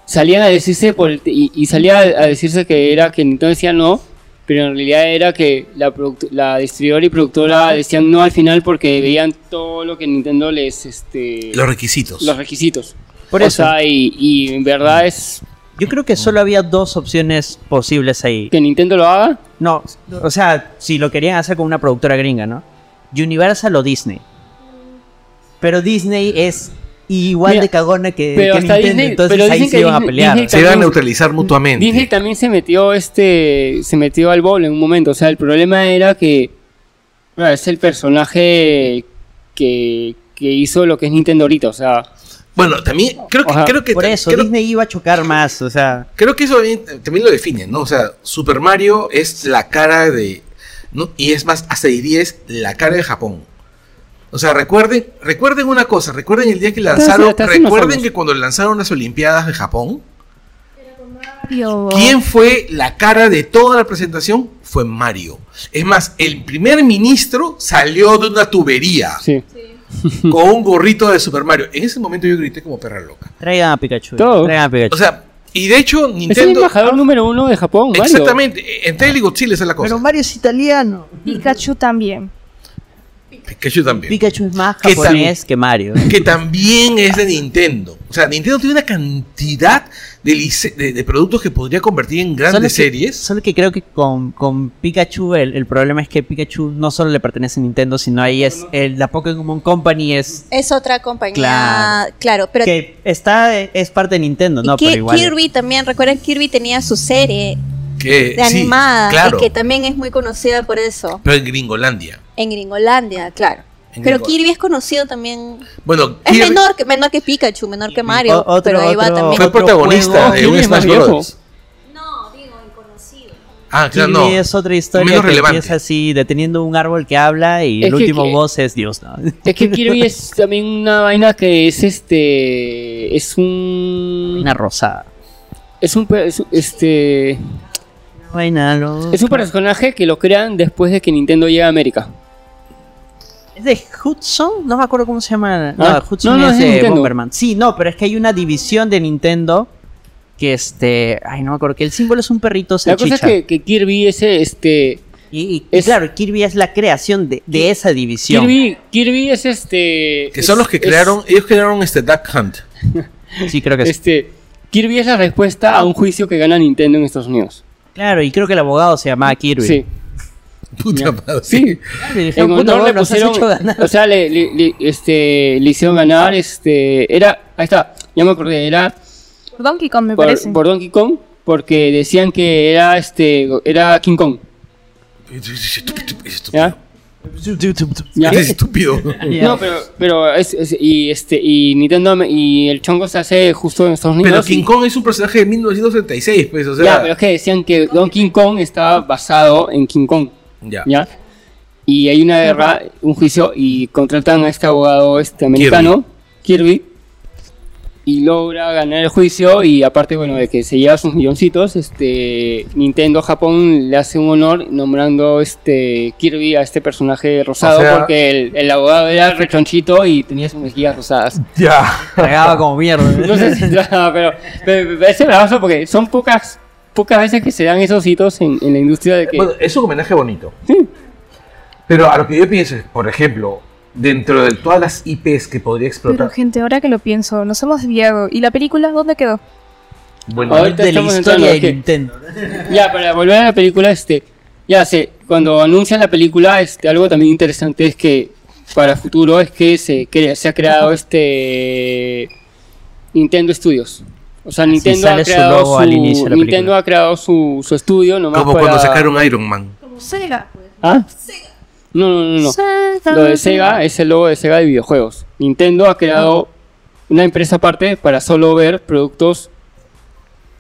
Speaker 4: Salían a decirse por el te- y, y salía a decirse que era que Nintendo decía no, pero en realidad era que la, product- la distribuidora y productora decían no al final porque veían todo lo que Nintendo les este
Speaker 3: Los requisitos.
Speaker 4: los requisitos.
Speaker 1: Por
Speaker 4: O
Speaker 1: eso.
Speaker 4: sea, y, y en verdad es
Speaker 1: Yo creo que solo había dos opciones posibles ahí.
Speaker 4: que Nintendo lo haga.
Speaker 1: No, o sea, si lo querían hacer con una productora gringa, ¿no? Universal o Disney. Pero Disney es igual
Speaker 4: Mira,
Speaker 1: de cagona que,
Speaker 4: pero
Speaker 1: que
Speaker 4: hasta
Speaker 1: Nintendo,
Speaker 4: Disney-
Speaker 1: entonces
Speaker 4: pero
Speaker 1: ahí
Speaker 4: dicen
Speaker 1: se
Speaker 4: que
Speaker 1: iban a
Speaker 4: Disney-
Speaker 1: pelear.
Speaker 4: Disney-
Speaker 3: Se iban a neutralizar mutuamente.
Speaker 4: Disney también se metió este se metió al bol en un momento, o sea, el problema era que bueno, es el personaje que, que hizo lo que es Nintendo ahorita, o sea,
Speaker 3: Bueno, también creo que,
Speaker 4: Ajá,
Speaker 3: creo que
Speaker 1: Por eso,
Speaker 3: creo-
Speaker 1: Disney iba a chocar más, o sea...
Speaker 3: Creo que eso bien- también lo define, ¿no? O sea, Super Mario es la cara de ¿no? Y es más, hasta diría es la cara de Japón. O sea, recuerden, recuerden una cosa, recuerden el día que
Speaker 4: hace-
Speaker 3: lanzaron,
Speaker 4: hasta hace unos
Speaker 3: recuerden
Speaker 4: años.
Speaker 3: que cuando lanzaron las Olimpiadas de Japón,
Speaker 6: Yo-
Speaker 3: ¿Quién fue la cara de toda la presentación? Fue Mario. Es más, el primer ministro salió de una tubería
Speaker 4: Sí.
Speaker 3: con un gorrito de Super Mario. En ese momento yo grité como perra loca.
Speaker 1: Traigan a Pikachu.
Speaker 4: Todo.
Speaker 1: Traigan a Pikachu.
Speaker 3: O sea, y de hecho
Speaker 4: Es el
Speaker 3: Nintendo...
Speaker 4: embajador número uno de Japón, Mario.
Speaker 3: Exactamente, entre él y Godzilla esa es la cosa.
Speaker 1: Pero Mario es italiano.
Speaker 6: Pikachu también.
Speaker 3: Pikachu también.
Speaker 1: Pikachu es más
Speaker 3: ¿Qué tal?
Speaker 1: japonés que Mario.
Speaker 3: que también es de Nintendo. O sea, Nintendo tiene una cantidad de, lice- de- de productos que podría convertir en grandes
Speaker 1: Solo que-
Speaker 3: series.
Speaker 1: Solo que creo que con, con Pikachu el, el problema es que Pikachu no solo le pertenece a Nintendo, sino ahí es el, la Pokémon Company es
Speaker 5: Es otra compañía.
Speaker 1: Claro.
Speaker 5: Claro, pero.
Speaker 1: que está es parte de Nintendo,
Speaker 5: y
Speaker 1: no,
Speaker 5: Ki-
Speaker 1: pero igual.
Speaker 5: Kirby también, recuerden Kirby tenía su serie
Speaker 3: Que,
Speaker 5: de
Speaker 3: Eh, sí,
Speaker 5: animada
Speaker 3: claro,
Speaker 5: y que también es muy conocida por eso.
Speaker 3: pero en Gringolandia.
Speaker 5: En Gringolandia, claro.
Speaker 3: En
Speaker 5: pero
Speaker 3: Gringolandia.
Speaker 5: Kirby es conocido también.
Speaker 3: Bueno,
Speaker 5: Es
Speaker 3: Kirby-
Speaker 5: menor que menor que Pikachu, menor que Mario,
Speaker 1: O- otro-
Speaker 5: pero ahí va
Speaker 1: otro-
Speaker 5: también.
Speaker 3: fue
Speaker 1: otro
Speaker 3: protagonista eh,
Speaker 1: juego.
Speaker 3: de un
Speaker 4: Kirby es más
Speaker 3: Smash
Speaker 4: viejo.
Speaker 3: Bros.
Speaker 2: No, digo, inconocido.
Speaker 3: Ah, claro,
Speaker 1: Kirby
Speaker 3: no.
Speaker 1: es otra historia
Speaker 3: Menos
Speaker 1: que
Speaker 3: relevante.
Speaker 1: empieza así deteniendo un árbol que habla y
Speaker 4: Es
Speaker 1: el
Speaker 4: que-
Speaker 1: último
Speaker 4: que-
Speaker 1: boss es Dios, ¿no?
Speaker 4: Es que Kirby es también una vaina que es este. Es un.
Speaker 1: Una rosada.
Speaker 4: Es un. pe- es- este.
Speaker 1: Una vaina loca.
Speaker 4: Es un personaje que lo crean después de que Nintendo llega a América.
Speaker 1: ¿Es de Hudson? No me acuerdo cómo se llama. No,
Speaker 4: Ah,
Speaker 1: Hudson
Speaker 4: no,
Speaker 1: es,
Speaker 4: no, es de
Speaker 1: de
Speaker 4: Nintendo.
Speaker 1: Bomberman. Sí, no, pero es que hay una división de Nintendo que este. Ay, no me acuerdo. Que el símbolo es un perrito
Speaker 4: La cosa
Speaker 1: salchicha.
Speaker 4: es que, que Kirby ese. Este.
Speaker 1: y, y- y
Speaker 4: es-
Speaker 1: claro, Kirby es la creación de, de esa división.
Speaker 4: Kirby, Kirby es este.
Speaker 3: Que son
Speaker 4: es-
Speaker 3: los que
Speaker 4: es-
Speaker 3: crearon, ellos crearon este Duck Hunt.
Speaker 1: Sí, creo que sí.
Speaker 4: Este. Kirby es la respuesta a un juicio que gana Nintendo en Estados Unidos.
Speaker 1: Claro, y creo que el abogado se llamaba Kirby.
Speaker 4: Sí.
Speaker 3: Puta
Speaker 4: Ya.
Speaker 3: madre.
Speaker 4: Sí.
Speaker 1: Claro, y dije,
Speaker 4: En
Speaker 1: "Puta,
Speaker 4: honor
Speaker 1: vos
Speaker 4: le
Speaker 1: nos has
Speaker 4: pusieron,
Speaker 1: hecho ganar".
Speaker 4: o sea, le, le- le- este, le hicieron ganar, este, era, ahí está, ya me acordé, era
Speaker 6: Por Donkey Kong, me parece.
Speaker 4: por, por Donkey Kong, porque decían que era, este, era King Kong,
Speaker 3: Es estúpido. Es estúpido.
Speaker 4: ¿ya? Ya.
Speaker 3: Es estúpido.
Speaker 1: Ya.
Speaker 4: No, pero, pero es, es- y este, y Nintendo, me- y el chongo se hace justo en Estados Unidos.
Speaker 3: Pero
Speaker 4: y-
Speaker 3: King Kong es un personaje de 1936, pues, o sea.
Speaker 4: Ya, pero es que decían que Donkey Kong estaba basado en King Kong,
Speaker 3: Ya.
Speaker 4: ¿ya? Y hay una guerra, un juicio, y contratan a este abogado este americano, Kirby, y logra ganar el juicio, y aparte, bueno, de que se lleva sus milloncitos, este, Nintendo Japón le hace un honor nombrando este Kirby a este personaje rosado,
Speaker 3: O sea-
Speaker 4: porque el, el abogado era rechonchito y tenía sus mejillas rosadas.
Speaker 3: Ya.
Speaker 1: Tragaba como mierda.
Speaker 4: No sé si no, pero me me parece bravazo porque son pocas pocas veces que se dan esos hitos en, en la industria de que
Speaker 3: Bueno, es un homenaje bonito. Pero a lo que yo pienso es, por ejemplo, dentro de todas las IPs que podría
Speaker 6: Pero
Speaker 3: explotar.
Speaker 6: gente, ahora que lo pienso, nos hemos desviado. ¿Y la película dónde quedó?
Speaker 3: Bueno,
Speaker 4: Ahorita
Speaker 1: de la
Speaker 4: estamos
Speaker 1: historia de
Speaker 4: entrando, ¿qué?
Speaker 1: Nintendo.
Speaker 4: ya para volver a la película este ya sé cuando anuncian la película este algo también interesante es que para futuro es que se crea- se ha creado este Nintendo Studios o sea Nintendo
Speaker 1: sale
Speaker 4: ha
Speaker 1: su
Speaker 4: creado
Speaker 1: logo
Speaker 4: su,
Speaker 1: al inicio de la
Speaker 4: Nintendo
Speaker 1: película.
Speaker 4: ha creado su, su estudio nomás
Speaker 3: como
Speaker 4: para-
Speaker 3: cuando sacaron Iron Man.
Speaker 4: ¿Ah? No, no, no, no. Lo de Sega es el logo de Sega de videojuegos. Nintendo ha creado una empresa aparte para solo ver productos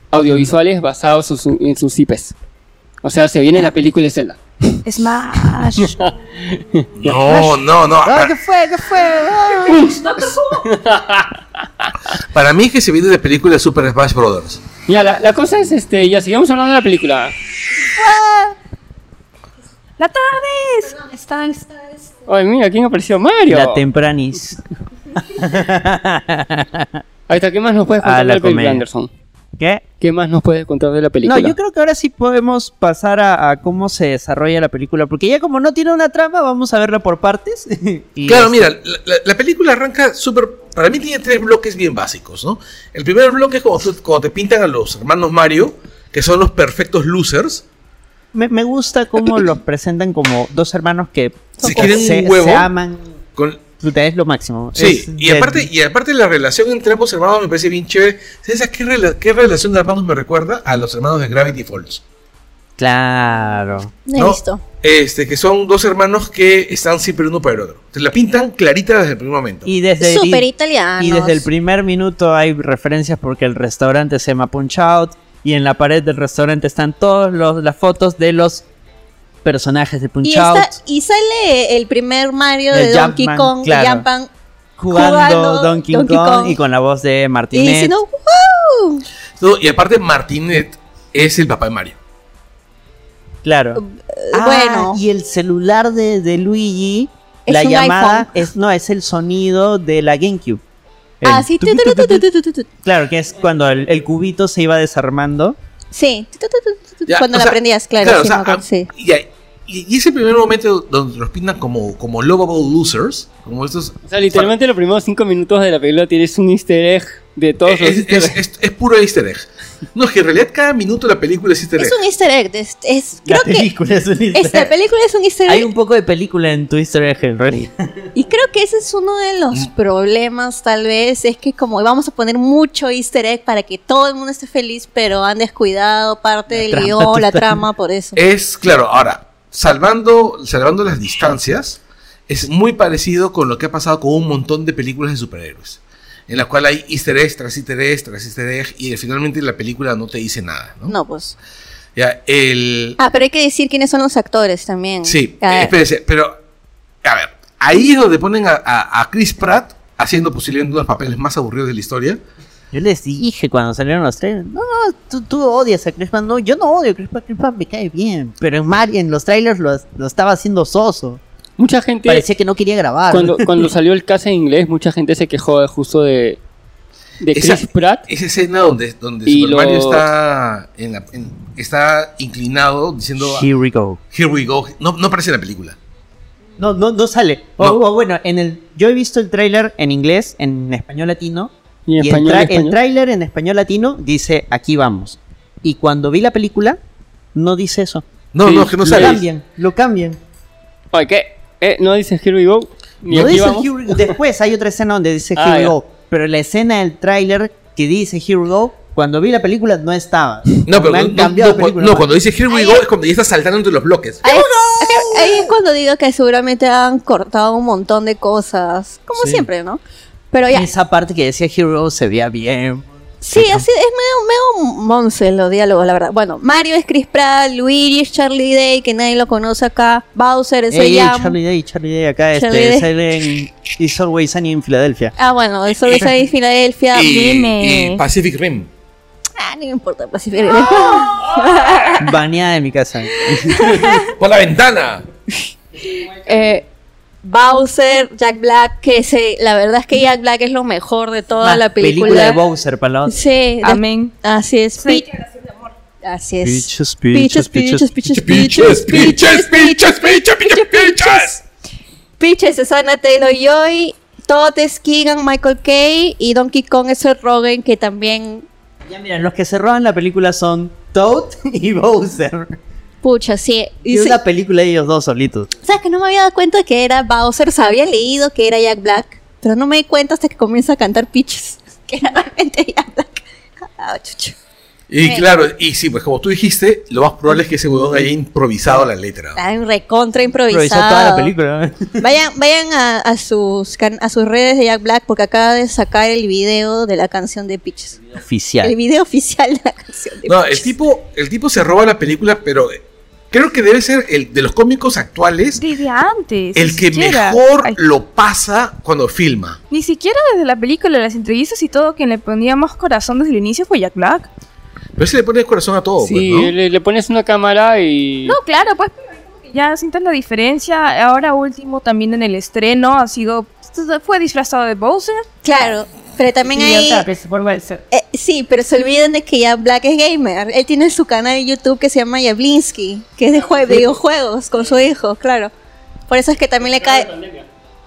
Speaker 4: audiovisuales basados en su- en sus IPs. O sea, se viene la película de Zelda.
Speaker 6: Smash.
Speaker 3: No, no, no. Para,
Speaker 6: fue? ¿Qué fue?
Speaker 3: para mí es que se viene de película de Super Smash Brothers.
Speaker 4: Ya, la, la cosa es, este, ya sigamos hablando de la película.
Speaker 6: ¡La tardes! Están.
Speaker 4: Ay, mira, ¿quién apareció? Mario.
Speaker 1: La tempranis.
Speaker 4: Ahí está, ¿qué más nos puedes
Speaker 1: Ah,
Speaker 4: contar
Speaker 1: la
Speaker 4: de la película,
Speaker 1: comedia.
Speaker 4: Anderson?
Speaker 1: ¿Qué?
Speaker 4: ¿Qué más nos puedes contar de la película?
Speaker 1: No, yo creo que ahora sí podemos pasar a, a cómo se desarrolla la película. Porque ya como no tiene una trama, vamos a verla por partes. Y
Speaker 3: Claro,
Speaker 1: es-
Speaker 3: mira, la, la- la película arranca súper. Para mí tiene tres bloques bien básicos, ¿no? El primer bloque es cuando, tú- cuando te pintan a los hermanos Mario, que son los perfectos losers.
Speaker 1: Me, me gusta cómo los presentan como dos hermanos que
Speaker 3: Se quieren un
Speaker 1: se,
Speaker 3: huevo.
Speaker 1: se aman.
Speaker 3: Con,
Speaker 1: Puta, es lo máximo.
Speaker 3: sí,
Speaker 1: Es
Speaker 3: y
Speaker 1: de-
Speaker 3: aparte, y aparte la relación entre ambos hermanos me parece bien chévere. ¿Sabes a qué, rela- qué relación de hermanos me recuerda? A los hermanos de Gravity Falls.
Speaker 1: Claro.
Speaker 5: No he
Speaker 3: ¿no?
Speaker 5: visto.
Speaker 3: Este, que son dos hermanos que están siempre uno para el otro. Te la pintan clarita desde el primer momento.
Speaker 1: Y desde,
Speaker 5: Súper
Speaker 1: y-
Speaker 5: italiano.
Speaker 1: y desde el primer minuto hay referencias porque el restaurante se llama Punch Out. Y en la pared del restaurante están todas los- las fotos de los personajes de Punch
Speaker 5: Y,
Speaker 1: Out
Speaker 5: esta- y sale el primer Mario
Speaker 1: El
Speaker 5: de Donkey
Speaker 1: Jumpman,
Speaker 5: Kong,
Speaker 1: claro.
Speaker 5: Jumpman,
Speaker 1: jugando,
Speaker 5: jugando
Speaker 1: Donkey,
Speaker 5: Donkey
Speaker 1: Kong,
Speaker 5: Kong.
Speaker 1: y con la voz de
Speaker 5: y
Speaker 1: Martinet.
Speaker 5: diciendo ¡Wow!
Speaker 3: No, y aparte, Martinet es el papá de Mario.
Speaker 1: Claro. Ah,
Speaker 5: eh, bueno.
Speaker 1: Y el celular de, de Luigi,
Speaker 5: Es
Speaker 1: la
Speaker 5: un
Speaker 1: llamada
Speaker 5: iPhone.
Speaker 1: es no es el sonido de la GameCube. El
Speaker 5: Así.
Speaker 1: tuc,
Speaker 5: Ah, tu,
Speaker 1: tuc,
Speaker 5: tu, tu,
Speaker 1: tuc, tuc.
Speaker 5: tu, tu, tu, tu, tu.
Speaker 1: Claro, que es cuando el, el cubito se iba desarmando.
Speaker 5: Sí. tu, tu, tu, tu, tu, tu,
Speaker 3: Ya,
Speaker 5: Cuando
Speaker 3: o
Speaker 5: la
Speaker 3: sea,
Speaker 5: aprendías, claro.
Speaker 3: Claro, o
Speaker 5: sí,
Speaker 3: sea, ah,
Speaker 5: me acuerdo,
Speaker 3: a-
Speaker 5: sí.
Speaker 3: y, y- y ese primer momento donde los pintan como, como lovable losers, como estos.
Speaker 4: O sea, literalmente los primeros cinco minutos de la película tienes un easter egg de todos los
Speaker 3: es, es-
Speaker 4: easter eggs.
Speaker 3: es- es puro easter egg. No, es que en realidad cada minuto de la película es easter egg.
Speaker 5: Es un easter egg. Es, es-
Speaker 1: La
Speaker 5: creo que
Speaker 1: película es un easter
Speaker 5: esta
Speaker 1: egg.
Speaker 5: película es un easter
Speaker 1: Hay
Speaker 5: egg.
Speaker 1: un poco de película en tu easter egg, en realidad.
Speaker 5: Y creo que ese es uno de los problemas, tal vez. Es que, como vamos a poner mucho easter egg para que todo el mundo esté feliz, pero han descuidado parte del
Speaker 1: trama,
Speaker 5: guión, la
Speaker 1: total.
Speaker 5: trama, por eso.
Speaker 3: Es, claro, ahora, salvando, salvando las distancias, es muy parecido con lo que ha pasado con un montón de películas de superhéroes, en la cual hay easter eggs tras easter eggs tras easter egg y eh, finalmente la película no te dice nada, ¿no?
Speaker 5: No, pues.
Speaker 3: Ya, el...
Speaker 5: Ah, pero hay que decir quiénes son los actores también.
Speaker 3: Sí,
Speaker 5: Ah,
Speaker 3: eh, espérense, pero, a ver, ahí es donde ponen a, a- a Chris Pratt haciendo posiblemente uno de los papeles más aburridos de la historia.
Speaker 1: Yo les dije cuando salieron los trailers, no, no, tú, tú odias a Chris Pratt. No, yo no odio a Chris Pratt, Chris Pratt me cae bien. Pero en, Mar- en los trailers lo, lo estaba haciendo soso.
Speaker 4: Mucha gente,
Speaker 1: Parecía que no quería grabar.
Speaker 4: cuando, cuando salió el caso en inglés, mucha gente se quejó de justo de, de Chris
Speaker 3: Esa-
Speaker 4: Pratt.
Speaker 3: Esa escena donde, donde
Speaker 4: Y
Speaker 3: Super Mario
Speaker 4: los-
Speaker 3: está, en la- en- está inclinado diciendo,
Speaker 1: Here we go.
Speaker 3: Here we go, no, no aparece en la película.
Speaker 1: No, no, no sale. O-
Speaker 3: No.
Speaker 1: o bueno, en el, yo he visto el tráiler en inglés, en español latino.
Speaker 4: Y en
Speaker 1: y el,
Speaker 4: español, en
Speaker 1: tra- el
Speaker 4: español.
Speaker 1: tráiler en español latino dice aquí vamos. Y cuando vi la película, no dice eso.
Speaker 3: No,
Speaker 4: Sí,
Speaker 3: no, que no
Speaker 1: Lo
Speaker 4: Claro.
Speaker 3: sale.
Speaker 1: cambian, lo cambian.
Speaker 4: Oye, ¿qué? Eh, ¿No dices Here We Go? Ni
Speaker 1: No
Speaker 4: aquí
Speaker 1: dice
Speaker 4: vamos.
Speaker 1: "Here we go". Después hay otra escena donde dice
Speaker 4: Ah,
Speaker 1: Here we
Speaker 4: ya.
Speaker 1: go. Pero la escena del tráiler que dice Here we go, cuando vi la película no estaba.
Speaker 3: No,
Speaker 1: Me
Speaker 3: pero no,
Speaker 1: han
Speaker 3: no,
Speaker 1: cambiado
Speaker 3: no,
Speaker 1: la película,
Speaker 3: no,
Speaker 1: man.
Speaker 3: cuando dice Here we
Speaker 5: Ahí
Speaker 3: go
Speaker 5: es-
Speaker 3: es cuando ya está saltando entre los bloques.
Speaker 5: Ahí, ahí es cuando digo que seguramente han cortado un montón de cosas, como
Speaker 1: Sí.
Speaker 5: siempre, ¿no? Pero ya,
Speaker 1: Esa parte que decía Here we go se veía bien.
Speaker 5: sí, así es medio, medio monce los diálogos, la verdad. Bueno, Mario es Chris Pratt, Luigi es Charlie Day, que nadie lo conoce acá, Bowser es
Speaker 1: Ey,
Speaker 5: el
Speaker 1: ey,
Speaker 5: Jam.
Speaker 1: Charlie Day, Charlie Day acá,
Speaker 5: Charlie
Speaker 1: este,
Speaker 5: Day.
Speaker 1: sale en It's Always Sunny en Filadelfia.
Speaker 5: Ah, bueno, eso es ahí Filadelfia.
Speaker 6: dime.
Speaker 3: y Pacific Rim.
Speaker 5: Ah, no me importa, pues, si-
Speaker 1: Baneada de mi casa.
Speaker 3: Por la ventana.
Speaker 5: Eh, Bowser, Jack Black, que se, la verdad es que Jack Black es lo mejor de toda
Speaker 1: Más
Speaker 5: la película.
Speaker 1: de Bowser para la otra.
Speaker 5: Sí, de-
Speaker 6: Amén.
Speaker 5: Así es.
Speaker 6: Sí.
Speaker 5: Pi- Así es.
Speaker 1: Peaches, peaches, peaches,
Speaker 5: peaches,
Speaker 3: Piches, piches, piches, piches, piches, piches.
Speaker 5: Peaches, Susana Taylor Joy, Todd es Keegan, Michael Kay y Donkey Kong es el Rogan, que también,
Speaker 1: Ya miren, los que se roban la película son Toad y Bowser.
Speaker 5: pucha, sí. Y
Speaker 1: Y es
Speaker 5: sí,
Speaker 1: una película de ellos dos solitos.
Speaker 5: ¿Sabes que no me había dado cuenta que era Bowser? O sea, había leído que era Jack Black, pero no me di cuenta hasta que comienza a cantar Peaches, que era realmente Jack Black. Ah, chucho.
Speaker 3: Y claro, y sí, pues como tú dijiste, lo más probable es que ese huevón haya improvisado la letra.
Speaker 5: Está en recontra
Speaker 1: Improvisó
Speaker 5: improvisado.
Speaker 1: toda la película.
Speaker 5: Vayan, vayan a, a sus can- a sus redes de Jack Black porque acaba de sacar el video de la canción de Peaches. El
Speaker 1: Oficial.
Speaker 5: video oficial de la canción de
Speaker 3: No, el
Speaker 5: Peaches.
Speaker 3: tipo, el tipo se roba la película, pero eh, creo que debe ser el de los cómicos actuales
Speaker 6: Desde antes.
Speaker 3: el
Speaker 6: ni
Speaker 3: que
Speaker 6: siquiera.
Speaker 3: mejor
Speaker 6: Ay,
Speaker 3: lo pasa cuando filma.
Speaker 6: Ni siquiera desde la película, las entrevistas y todo, quien le ponía más corazón desde el inicio fue Jack Black.
Speaker 3: Pero se le pone el corazón a todo, pues,
Speaker 4: Sí,
Speaker 3: ¿no?
Speaker 4: le, le pones una cámara y...
Speaker 6: No, claro, pues pero es como que ya sienten la diferencia. Ahora último también en el estreno ha sido fue disfrazado de Bowser.
Speaker 5: Claro, pero también hay eh, sí, pero se olviden de que Jack Black es gamer. Él tiene su canal de YouTube que se llama Jablinski, que es de jue- videojuegos con su hijo, claro. Por eso es que también le cae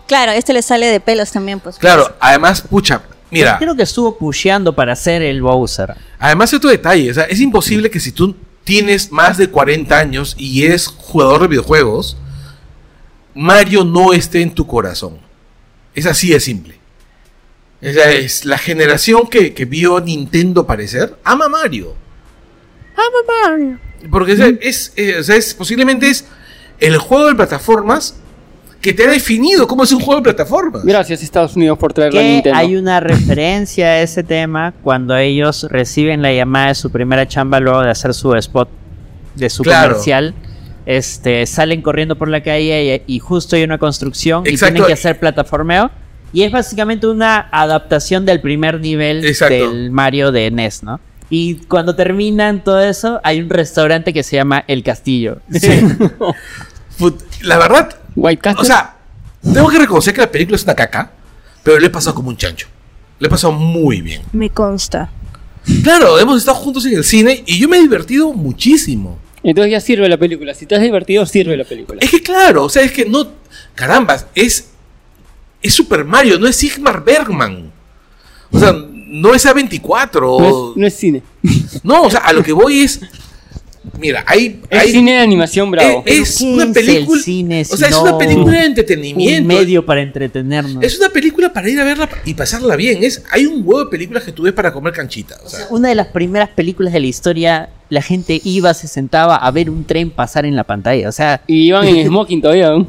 Speaker 5: Claro, este le sale de pelos también, pues.
Speaker 3: Claro, además, pucha, mira.
Speaker 1: Creo que estuvo pusheando para hacer el Bowser.
Speaker 3: Además, otro detalle, o sea, es imposible que si tú tienes más de 40 años y eres jugador de videojuegos, Mario no esté en tu corazón. Es así de simple. Esa es la generación que, que vio Nintendo aparecer, ama a Mario.
Speaker 6: Ama Mario. Mm.
Speaker 3: Porque o sea, es, eh, o sea, es- posiblemente es el juego de plataformas que te ha definido cómo es un juego de plataformas.
Speaker 4: Gracias Estados Unidos por traer la
Speaker 1: Que
Speaker 4: Nintendo.
Speaker 1: hay una referencia a ese tema cuando ellos reciben la llamada de su primera chamba luego de hacer su spot de su
Speaker 3: Claro.
Speaker 1: comercial. este, salen corriendo por la calle y, y justo hay una construcción y
Speaker 3: Exacto.
Speaker 1: tienen que hacer plataformeo. Y es básicamente una adaptación del primer nivel
Speaker 3: Exacto.
Speaker 1: del Mario de NES, ¿no? Y cuando terminan todo eso, hay un restaurante que se llama El Castillo.
Speaker 3: Fut- La verdad,
Speaker 4: White Castle.
Speaker 3: o sea, tengo que reconocer que la película es una caca, pero le he pasado como un chancho. Le he pasado muy bien.
Speaker 6: Me consta.
Speaker 3: Claro, hemos estado juntos en el cine y yo me he divertido muchísimo.
Speaker 4: Entonces ya sirve la película. Si te has divertido, sirve la película.
Speaker 3: Es que claro, o sea, es que no. Carambas, es. Es Super Mario, no es Sigmar Bergman. O sea, no es A24.
Speaker 4: No
Speaker 3: o-
Speaker 4: es, no es cine.
Speaker 3: No, o sea, a lo que voy es. Mira, hay.
Speaker 4: Es
Speaker 3: hay- Eh,
Speaker 4: cine de animación, bravo.
Speaker 1: ¿Pero
Speaker 3: Es, es
Speaker 1: qué
Speaker 3: una
Speaker 1: es el
Speaker 3: película.
Speaker 1: cine
Speaker 3: o sea, es
Speaker 1: si
Speaker 3: una
Speaker 1: no
Speaker 3: película de
Speaker 1: un
Speaker 3: entretenimiento.
Speaker 1: medio para entretenernos.
Speaker 3: Es una película para ir a verla y pasarla bien. Es, hay un huevo de películas que tú ves para comer canchita. O sea,
Speaker 1: Una de las primeras películas de la historia, la gente iba, se sentaba a ver un tren pasar en la pantalla. O sea,
Speaker 4: Y iban en smoking todavía. ¿no?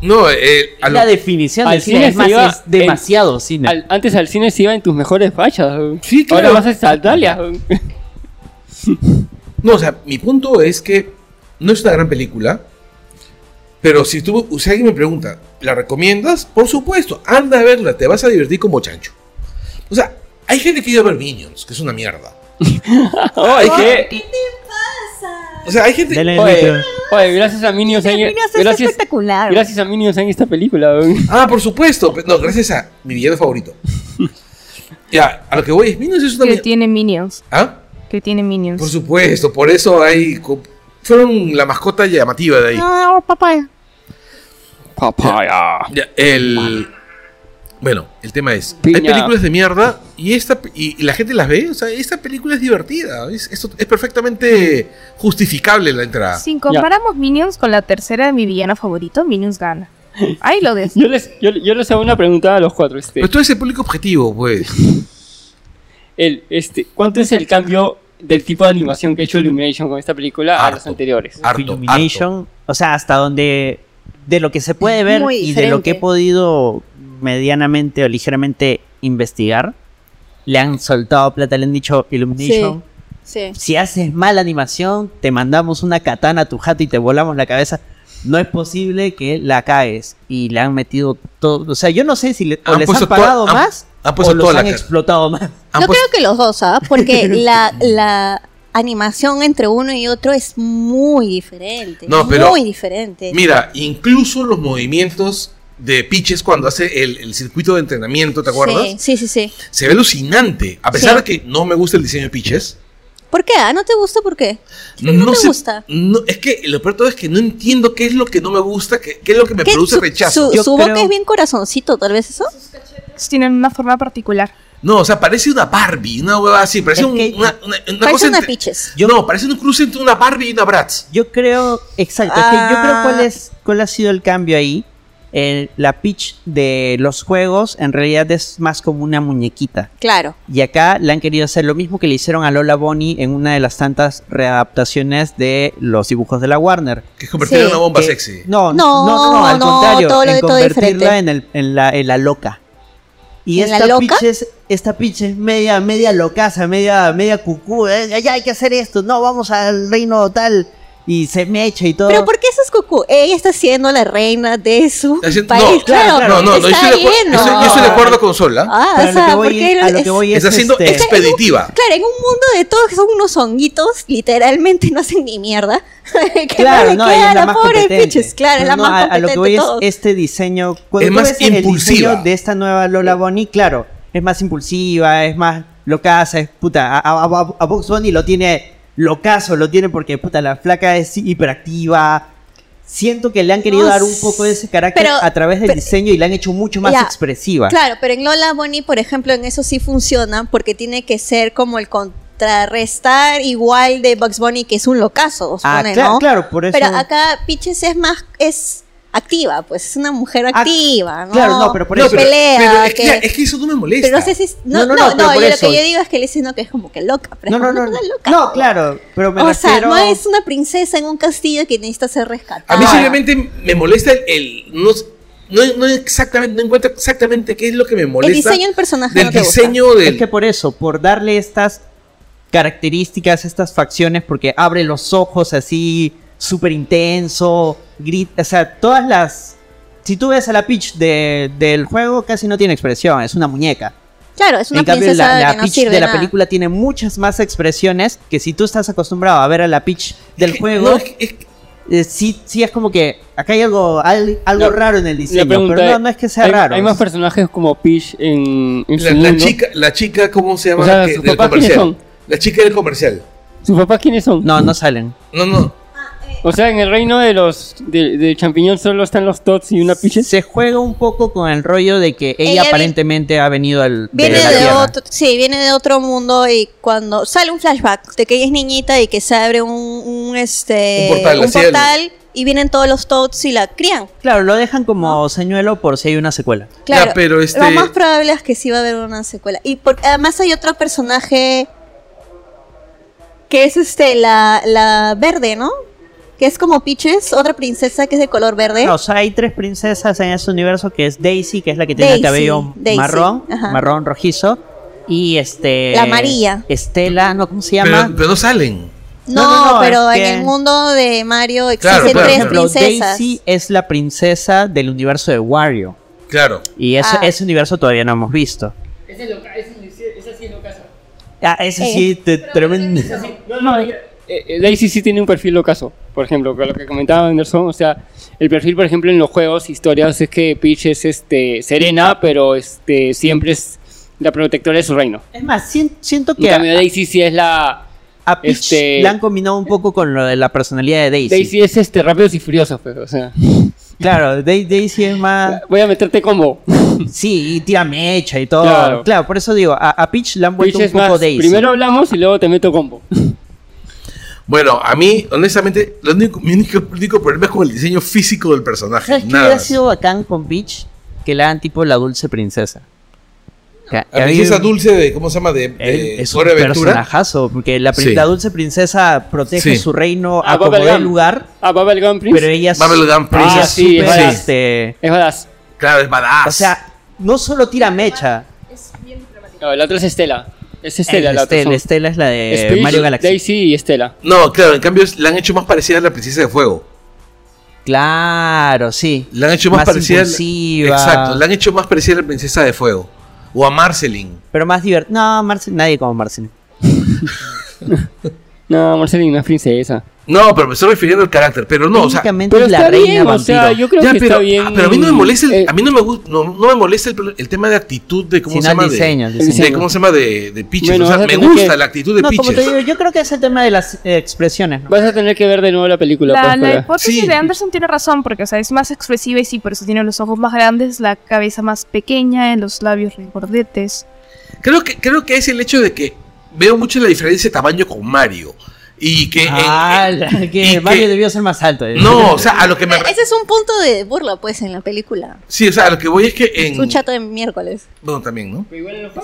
Speaker 3: no, eh, a lo-
Speaker 1: la definición
Speaker 4: al
Speaker 1: de cine,
Speaker 4: cine
Speaker 1: es
Speaker 4: se
Speaker 1: más,
Speaker 4: iba
Speaker 1: es demasiado cine.
Speaker 4: Al- antes al cine se iba en tus mejores fachas. ¿no?
Speaker 3: Sí, claro.
Speaker 4: Ahora vas a sandalias. ¿no?
Speaker 3: no, o sea, mi punto es que no es una gran película. Pero si tú, si alguien me pregunta, ¿la recomiendas? Por supuesto, anda a verla, te vas a divertir como chancho. O sea, hay gente que iba a ver Minions, que es una mierda.
Speaker 4: Oye, ¿qué?
Speaker 3: O sea, hay gente.
Speaker 1: Dale el
Speaker 4: Oye,
Speaker 1: micro.
Speaker 4: oye, gracias a Minions. hay- gracias,
Speaker 5: espectacular.
Speaker 4: gracias a Minions en esta película. ¿no?
Speaker 3: Ah, por supuesto. pe- No, gracias a mi villano favorito. ya, a lo que voy es, Minions es una
Speaker 6: Que
Speaker 3: mi-
Speaker 6: tiene minions.
Speaker 3: ¿Ah?
Speaker 6: Que tiene minions.
Speaker 3: Por supuesto, por eso hay. co- Fueron la mascota llamativa de ahí.
Speaker 5: oh,
Speaker 4: Papaya.
Speaker 3: Ya, el. Bueno, el tema es. Hay
Speaker 4: Piña.
Speaker 3: películas de mierda y esta pe- y, y la gente las ve. O sea, esta película es divertida. Es, es, es perfectamente justificable la entrada.
Speaker 6: Si comparamos Minions con la tercera de mi villana favorito, Minions gana. Ahí lo dejo.
Speaker 4: Yo les, yo, yo les hago una pregunta a los cuatro. Este,
Speaker 3: Pero
Speaker 1: Pues-
Speaker 3: tú eres el público objetivo, pues.
Speaker 4: el, este, ¿Cuánto es el cambio del tipo de animación que ha hecho Illumination con esta película a
Speaker 3: Harto.
Speaker 4: las anteriores?
Speaker 3: Harto, harto.
Speaker 1: Illumination, o sea, hasta donde de lo que se puede ver
Speaker 5: Muy
Speaker 1: y de lo que he
Speaker 5: diferente.
Speaker 1: podido medianamente o ligeramente investigar, le han soltado plata, le han dicho Illumination.
Speaker 5: Sí.
Speaker 1: Si haces mala animación, te mandamos una katana a tu jato y te volamos la cabeza. No es posible que la cagues. Y le han metido todo. O sea, yo no sé si le, o
Speaker 3: Han
Speaker 1: les
Speaker 3: puesto
Speaker 1: han pagado
Speaker 3: toda- han-
Speaker 1: más
Speaker 3: han
Speaker 1: o
Speaker 3: puesto
Speaker 1: los
Speaker 3: toda la
Speaker 1: han
Speaker 3: cara.
Speaker 1: explotado más.
Speaker 3: Han
Speaker 5: Yo
Speaker 3: puesto-
Speaker 5: creo que los dos, ¿ah? Porque la, la animación entre uno y otro es muy diferente.
Speaker 3: No, pero-
Speaker 5: muy diferente.
Speaker 3: Mira, incluso los movimientos de pitches cuando hace el, el circuito de entrenamiento, ¿te acuerdas?
Speaker 5: Sí, sí, sí. sí.
Speaker 3: Se ve alucinante. A pesar
Speaker 5: Sí.
Speaker 3: de que no me gusta el diseño de pitches.
Speaker 5: ¿Por qué? ah? ¿No te gusta por qué?
Speaker 3: No,
Speaker 5: no te
Speaker 3: sé-
Speaker 5: gusta?
Speaker 3: no, es que lo peor de todo es que no entiendo qué es lo que no me gusta, qué, qué es lo que me
Speaker 5: ¿Qué?
Speaker 3: produce
Speaker 5: Su-
Speaker 3: rechazo.
Speaker 5: Su,
Speaker 1: Yo
Speaker 5: su
Speaker 1: creo-
Speaker 5: boca es bien corazoncito, tal vez eso.
Speaker 6: Tienen una forma particular.
Speaker 3: No, o sea, parece una Barbie, una hueva así, parece
Speaker 1: Es
Speaker 3: un-
Speaker 1: que-
Speaker 3: una, una, una
Speaker 5: Parece
Speaker 3: cosa
Speaker 5: una
Speaker 3: entre-
Speaker 5: piches.
Speaker 3: Yo no, parece un cruce entre una Barbie y una Bratz.
Speaker 1: Yo creo, exacto, es que yo creo cuál es cuál ha sido el cambio ahí. El- la pitch de los juegos en realidad es más como una muñequita.
Speaker 5: Claro.
Speaker 1: Y acá le han querido hacer lo mismo que le hicieron a Lola Bonnie en una de las tantas readaptaciones de los dibujos de la Warner.
Speaker 3: Que es convertida en
Speaker 5: Sí.
Speaker 3: una bomba
Speaker 1: Que-
Speaker 3: sexy.
Speaker 1: No, no,
Speaker 5: No,
Speaker 1: no, no, al
Speaker 5: no,
Speaker 1: contrario,
Speaker 5: todo lo
Speaker 1: en
Speaker 5: de- todo
Speaker 1: convertirla
Speaker 5: diferente.
Speaker 1: en, el- en la, en la loca. Y
Speaker 5: ¿En la
Speaker 1: esta
Speaker 5: loca?
Speaker 1: pitch es, esta pitch es media, media locaza, media, media cucú, eh, ya hay que hacer esto, no, vamos al reino tal, y se me echa y todo.
Speaker 5: Pero ¿por qué eso es cucú? Ella está siendo la reina de su
Speaker 3: Está haciendo-
Speaker 5: país.
Speaker 3: no, no,
Speaker 5: claro,
Speaker 3: no, no, yo
Speaker 5: está
Speaker 3: estoy de acuerdo-
Speaker 5: bien, ¿no?
Speaker 3: estoy- yo estoy de acuerdo con Sola.
Speaker 5: Ah,
Speaker 1: Pero
Speaker 5: o
Speaker 1: a
Speaker 5: sea,
Speaker 1: lo que
Speaker 5: ¿por
Speaker 1: voy,
Speaker 5: qué
Speaker 1: a lo que voy
Speaker 3: Está
Speaker 1: es,
Speaker 3: siendo
Speaker 1: este,
Speaker 3: expeditiva.
Speaker 5: Claro, en un mundo de todos que son unos honguitos, literalmente no hacen ni mierda. que
Speaker 1: Claro,
Speaker 5: le
Speaker 1: no,
Speaker 5: queda
Speaker 1: ella
Speaker 5: a
Speaker 1: es la
Speaker 5: la
Speaker 1: más
Speaker 5: pobre
Speaker 1: competente.
Speaker 5: Piches, claro, es la
Speaker 1: No,
Speaker 5: más
Speaker 1: a-
Speaker 5: competente
Speaker 1: A lo que voy
Speaker 5: de
Speaker 1: es
Speaker 5: todos.
Speaker 1: este diseño. Cuando
Speaker 3: Es
Speaker 1: tú
Speaker 3: más
Speaker 1: ves el
Speaker 3: impulsiva.
Speaker 1: diseño de esta nueva Lola Bonnie, claro, es más impulsiva, es más locaza, es puta. A, a, a- a Bugs Bunny lo tiene locazo, lo tiene porque puta, la flaca es hiperactiva. Siento que le han querido
Speaker 5: No,
Speaker 1: dar un poco de ese carácter
Speaker 5: pero-
Speaker 1: a través del
Speaker 5: pero-
Speaker 1: diseño y la han hecho mucho más
Speaker 5: Ya,
Speaker 1: expresiva.
Speaker 5: Claro, pero en Lola Bonnie, por ejemplo, en eso sí funciona porque tiene que ser como el contrarrestar igual de Bugs Bunny, que es un locazo, os
Speaker 1: Ah,
Speaker 5: pone,
Speaker 1: cla-
Speaker 5: ¿no?
Speaker 1: claro, por eso-
Speaker 5: Pero acá Piches es más, es activa, pues es una mujer activa, ¿no?
Speaker 1: claro, no, pero por
Speaker 5: Que
Speaker 1: No, eso-
Speaker 5: pelea,
Speaker 3: pero es, que,
Speaker 5: que-
Speaker 3: ya, es que eso no me molesta.
Speaker 5: pero no sé si es-
Speaker 1: No, no,
Speaker 5: no, no,
Speaker 1: no,
Speaker 5: no,
Speaker 1: pero por
Speaker 5: yo lo
Speaker 1: eso-
Speaker 5: que yo digo es que le diciendo que es como que loca, pero
Speaker 1: No,
Speaker 5: es
Speaker 1: no, no,
Speaker 5: como
Speaker 1: no,
Speaker 5: una loca,
Speaker 1: no, claro, pero me
Speaker 5: o
Speaker 1: refiero...
Speaker 5: sea, no es una princesa en un castillo que necesita ser rescatada.
Speaker 3: A mí simplemente me molesta el. el- no, no, no exactamente, no encuentro exactamente qué es lo que me
Speaker 5: el
Speaker 3: molesta.
Speaker 5: diseño del personaje
Speaker 3: del
Speaker 5: no te gusta.
Speaker 3: diseño del.
Speaker 1: Es que por eso, por darle estas características, estas facciones, porque abre los ojos así, súper intenso, grita, o sea, todas las... Si tú ves a la Peach de- del juego, casi no tiene expresión, es una muñeca.
Speaker 5: Claro, es una
Speaker 1: en cambio,
Speaker 5: princesa
Speaker 1: la, la
Speaker 5: que no
Speaker 1: Peach
Speaker 5: sirve
Speaker 1: de la
Speaker 5: nada.
Speaker 1: película tiene muchas más expresiones que si tú estás acostumbrado a ver a la Peach del juego,
Speaker 3: No, es que- es que-
Speaker 1: eh, sí, sí es como que acá hay algo, al- algo
Speaker 4: La-
Speaker 1: raro en el
Speaker 4: La
Speaker 1: diseño,
Speaker 4: pregunta
Speaker 1: pero no,
Speaker 4: es,
Speaker 1: no es que sea
Speaker 4: ¿hay,
Speaker 1: raro.
Speaker 4: Hay más personajes como Peach en, en
Speaker 3: la,
Speaker 4: su
Speaker 3: la
Speaker 4: mundo?
Speaker 3: chica, la chica, ¿cómo se llama?
Speaker 4: O sea,
Speaker 3: Que-
Speaker 4: ¿sus
Speaker 3: del
Speaker 4: papás quiénes
Speaker 3: comercial. La chica del comercial.
Speaker 4: ¿Sus papás quiénes son?
Speaker 1: No, no salen.
Speaker 3: No, no.
Speaker 4: O sea, en el reino de los de, de champiñón solo están los Tots y una Peach.
Speaker 1: Se juega un poco con el rollo de que ella,
Speaker 5: Ella vi-
Speaker 1: aparentemente ha venido al,
Speaker 5: Viene
Speaker 1: la
Speaker 5: de
Speaker 1: Tierra.
Speaker 5: otro, sí, viene de otro mundo y cuando sale un flashback de que ella es niñita y que se abre un, un, este
Speaker 3: Un portal, así
Speaker 5: portal y vienen todos los Toads y la crían.
Speaker 1: Claro, lo dejan como señuelo por si hay una secuela.
Speaker 5: Claro,
Speaker 3: Ya, pero este-
Speaker 5: lo más probable es que sí va a haber una secuela. Y por- además hay otro personaje que es este la, la verde, ¿no? Que es como Peaches, otra princesa que es de color verde.
Speaker 1: No, o sea, hay tres princesas en ese universo que es Daisy, que es la que tiene el
Speaker 5: Daisy,
Speaker 1: cabello
Speaker 5: Daisy,
Speaker 1: marrón,
Speaker 5: ajá.
Speaker 1: marrón rojizo. Y este.
Speaker 5: La amarilla.
Speaker 1: Estela, ¿no? ¿Cómo se
Speaker 3: Pero,
Speaker 1: llama?
Speaker 3: pero no salen.
Speaker 5: no,
Speaker 1: no, no, no,
Speaker 5: pero
Speaker 1: es
Speaker 5: en
Speaker 1: que-
Speaker 5: el mundo de Mario existen
Speaker 3: Claro, claro,
Speaker 5: tres
Speaker 3: claro.
Speaker 1: Pero
Speaker 5: princesas.
Speaker 1: Daisy es la princesa del universo de Wario.
Speaker 3: Claro.
Speaker 1: Y ese,
Speaker 5: Ah.
Speaker 1: ese universo todavía no hemos visto.
Speaker 4: Esa sí lo casa.
Speaker 1: Ah, ese
Speaker 5: Eh.
Speaker 1: sí, te- tremendo.
Speaker 4: No, no, eh, eh, Daisy sí tiene un perfil locazo, por ejemplo, con lo que comentaba Anderson, o sea, el perfil, por ejemplo, en los juegos, historias, es que Peach es este, serena, pero este, siempre es la protectora de su reino.
Speaker 1: Es más, sien- siento
Speaker 4: En
Speaker 1: que
Speaker 4: cambio,
Speaker 1: a,
Speaker 4: Daisy sí es la...
Speaker 1: a Peach
Speaker 4: este-
Speaker 1: la han combinado un poco con lo de la personalidad de Daisy.
Speaker 4: Daisy es este, rápidos y furiosos, pero, o sea,
Speaker 1: Claro, Da- Daisy es más.
Speaker 4: voy a meterte como...
Speaker 1: Sí, y tira mecha y todo. Claro,
Speaker 4: Claro.
Speaker 1: por eso digo, a, a Peach la han
Speaker 4: Peach
Speaker 1: vuelto
Speaker 4: es
Speaker 1: un poco
Speaker 4: más,
Speaker 1: Daisy.
Speaker 4: primero hablamos y luego te meto combo.
Speaker 3: Bueno, a mí, honestamente, lo único, mi único, único problema es con el diseño físico del personaje.
Speaker 1: ¿Sabes qué
Speaker 3: nada
Speaker 1: hubiera
Speaker 3: más.
Speaker 1: sido bacán con Peach? Que la hagan tipo la dulce princesa. Que- que
Speaker 3: La
Speaker 1: ahí-
Speaker 3: princesa dulce de, ¿cómo se llama? De,
Speaker 1: él
Speaker 3: de
Speaker 1: es un
Speaker 3: Hora de Aventura.
Speaker 1: personajazo, porque la, prin-
Speaker 3: Sí.
Speaker 1: la dulce princesa protege
Speaker 3: Sí.
Speaker 1: su reino
Speaker 4: Ah,
Speaker 1: a como dé
Speaker 4: Bubblegum.
Speaker 1: lugar,
Speaker 4: Ah, Bubblegum Prince. Ah,
Speaker 1: pero ella es
Speaker 3: Bubblegum
Speaker 1: ella
Speaker 3: Princess.
Speaker 1: es
Speaker 4: sí,
Speaker 1: súper,
Speaker 4: sí.
Speaker 1: este,
Speaker 4: Es badass.
Speaker 3: Claro, es badass.
Speaker 1: o sea, no solo tira mecha,
Speaker 4: No, la otra es Estela. Es Estela
Speaker 1: Estela,
Speaker 4: la otra.
Speaker 1: Estela,
Speaker 4: son.
Speaker 1: Estela es la de
Speaker 4: Es Peach,
Speaker 1: Mario Galaxy.
Speaker 4: Daisy y Estela.
Speaker 3: no, claro, en cambio es- la han hecho más parecida a la princesa de fuego.
Speaker 1: Claro, sí.
Speaker 3: La han hecho más,
Speaker 1: Más
Speaker 3: parecida. a la-
Speaker 1: impulsiva.
Speaker 3: Exacto, la han hecho más parecida a la princesa de fuego. O a Marceline.
Speaker 1: Pero más divertido. No, Marcel, nadie como Marcel.
Speaker 4: No, Marcelina es princesa.
Speaker 3: No, pero me estoy refiriendo al carácter. Pero no, o sea.
Speaker 1: Técnicamente
Speaker 4: Pero
Speaker 1: es la
Speaker 4: está
Speaker 1: reina
Speaker 4: bien, o
Speaker 1: vampiro.
Speaker 4: sea, yo creo
Speaker 3: ya,
Speaker 4: que
Speaker 3: pero,
Speaker 4: está bien.
Speaker 3: ah, pero a mí no me molesta el,
Speaker 4: eh,
Speaker 3: a mí no me gusta, no, no me molesta el, el tema de actitud de cómo
Speaker 1: Sino
Speaker 3: se llama de-
Speaker 1: diseño, el
Speaker 3: de,
Speaker 1: diseño.
Speaker 3: cómo se llama de, de Peaches.
Speaker 4: Bueno,
Speaker 3: o sea,
Speaker 4: vas a
Speaker 3: me
Speaker 4: tener
Speaker 3: gusta
Speaker 4: que-
Speaker 3: la actitud de
Speaker 1: no, como
Speaker 3: Peaches.
Speaker 1: te digo, yo creo que es el tema de las eh, expresiones, ¿no?
Speaker 4: Vas a tener que ver de nuevo la película.
Speaker 6: La,
Speaker 4: pues,
Speaker 6: la
Speaker 4: para-
Speaker 6: hipótesis
Speaker 3: Sí.
Speaker 6: de Anderson tiene razón, porque o sea, es más expresiva y sí, por eso tiene los ojos más grandes, la cabeza más pequeña, los labios regordetes.
Speaker 3: Creo que, creo que es el hecho de que veo mucho la diferencia de tamaño con Mario. Y que. en-
Speaker 1: Ah,
Speaker 3: en-
Speaker 1: la-
Speaker 3: eh, y
Speaker 1: que Mario debió ser más alto. eh.
Speaker 3: No, o sea, a lo que me.
Speaker 5: E-, Ese es un punto de burla, pues, en la película.
Speaker 3: Sí, o sea, a lo que voy es que en.
Speaker 5: Es un chato de miércoles.
Speaker 3: Bueno, también, ¿no?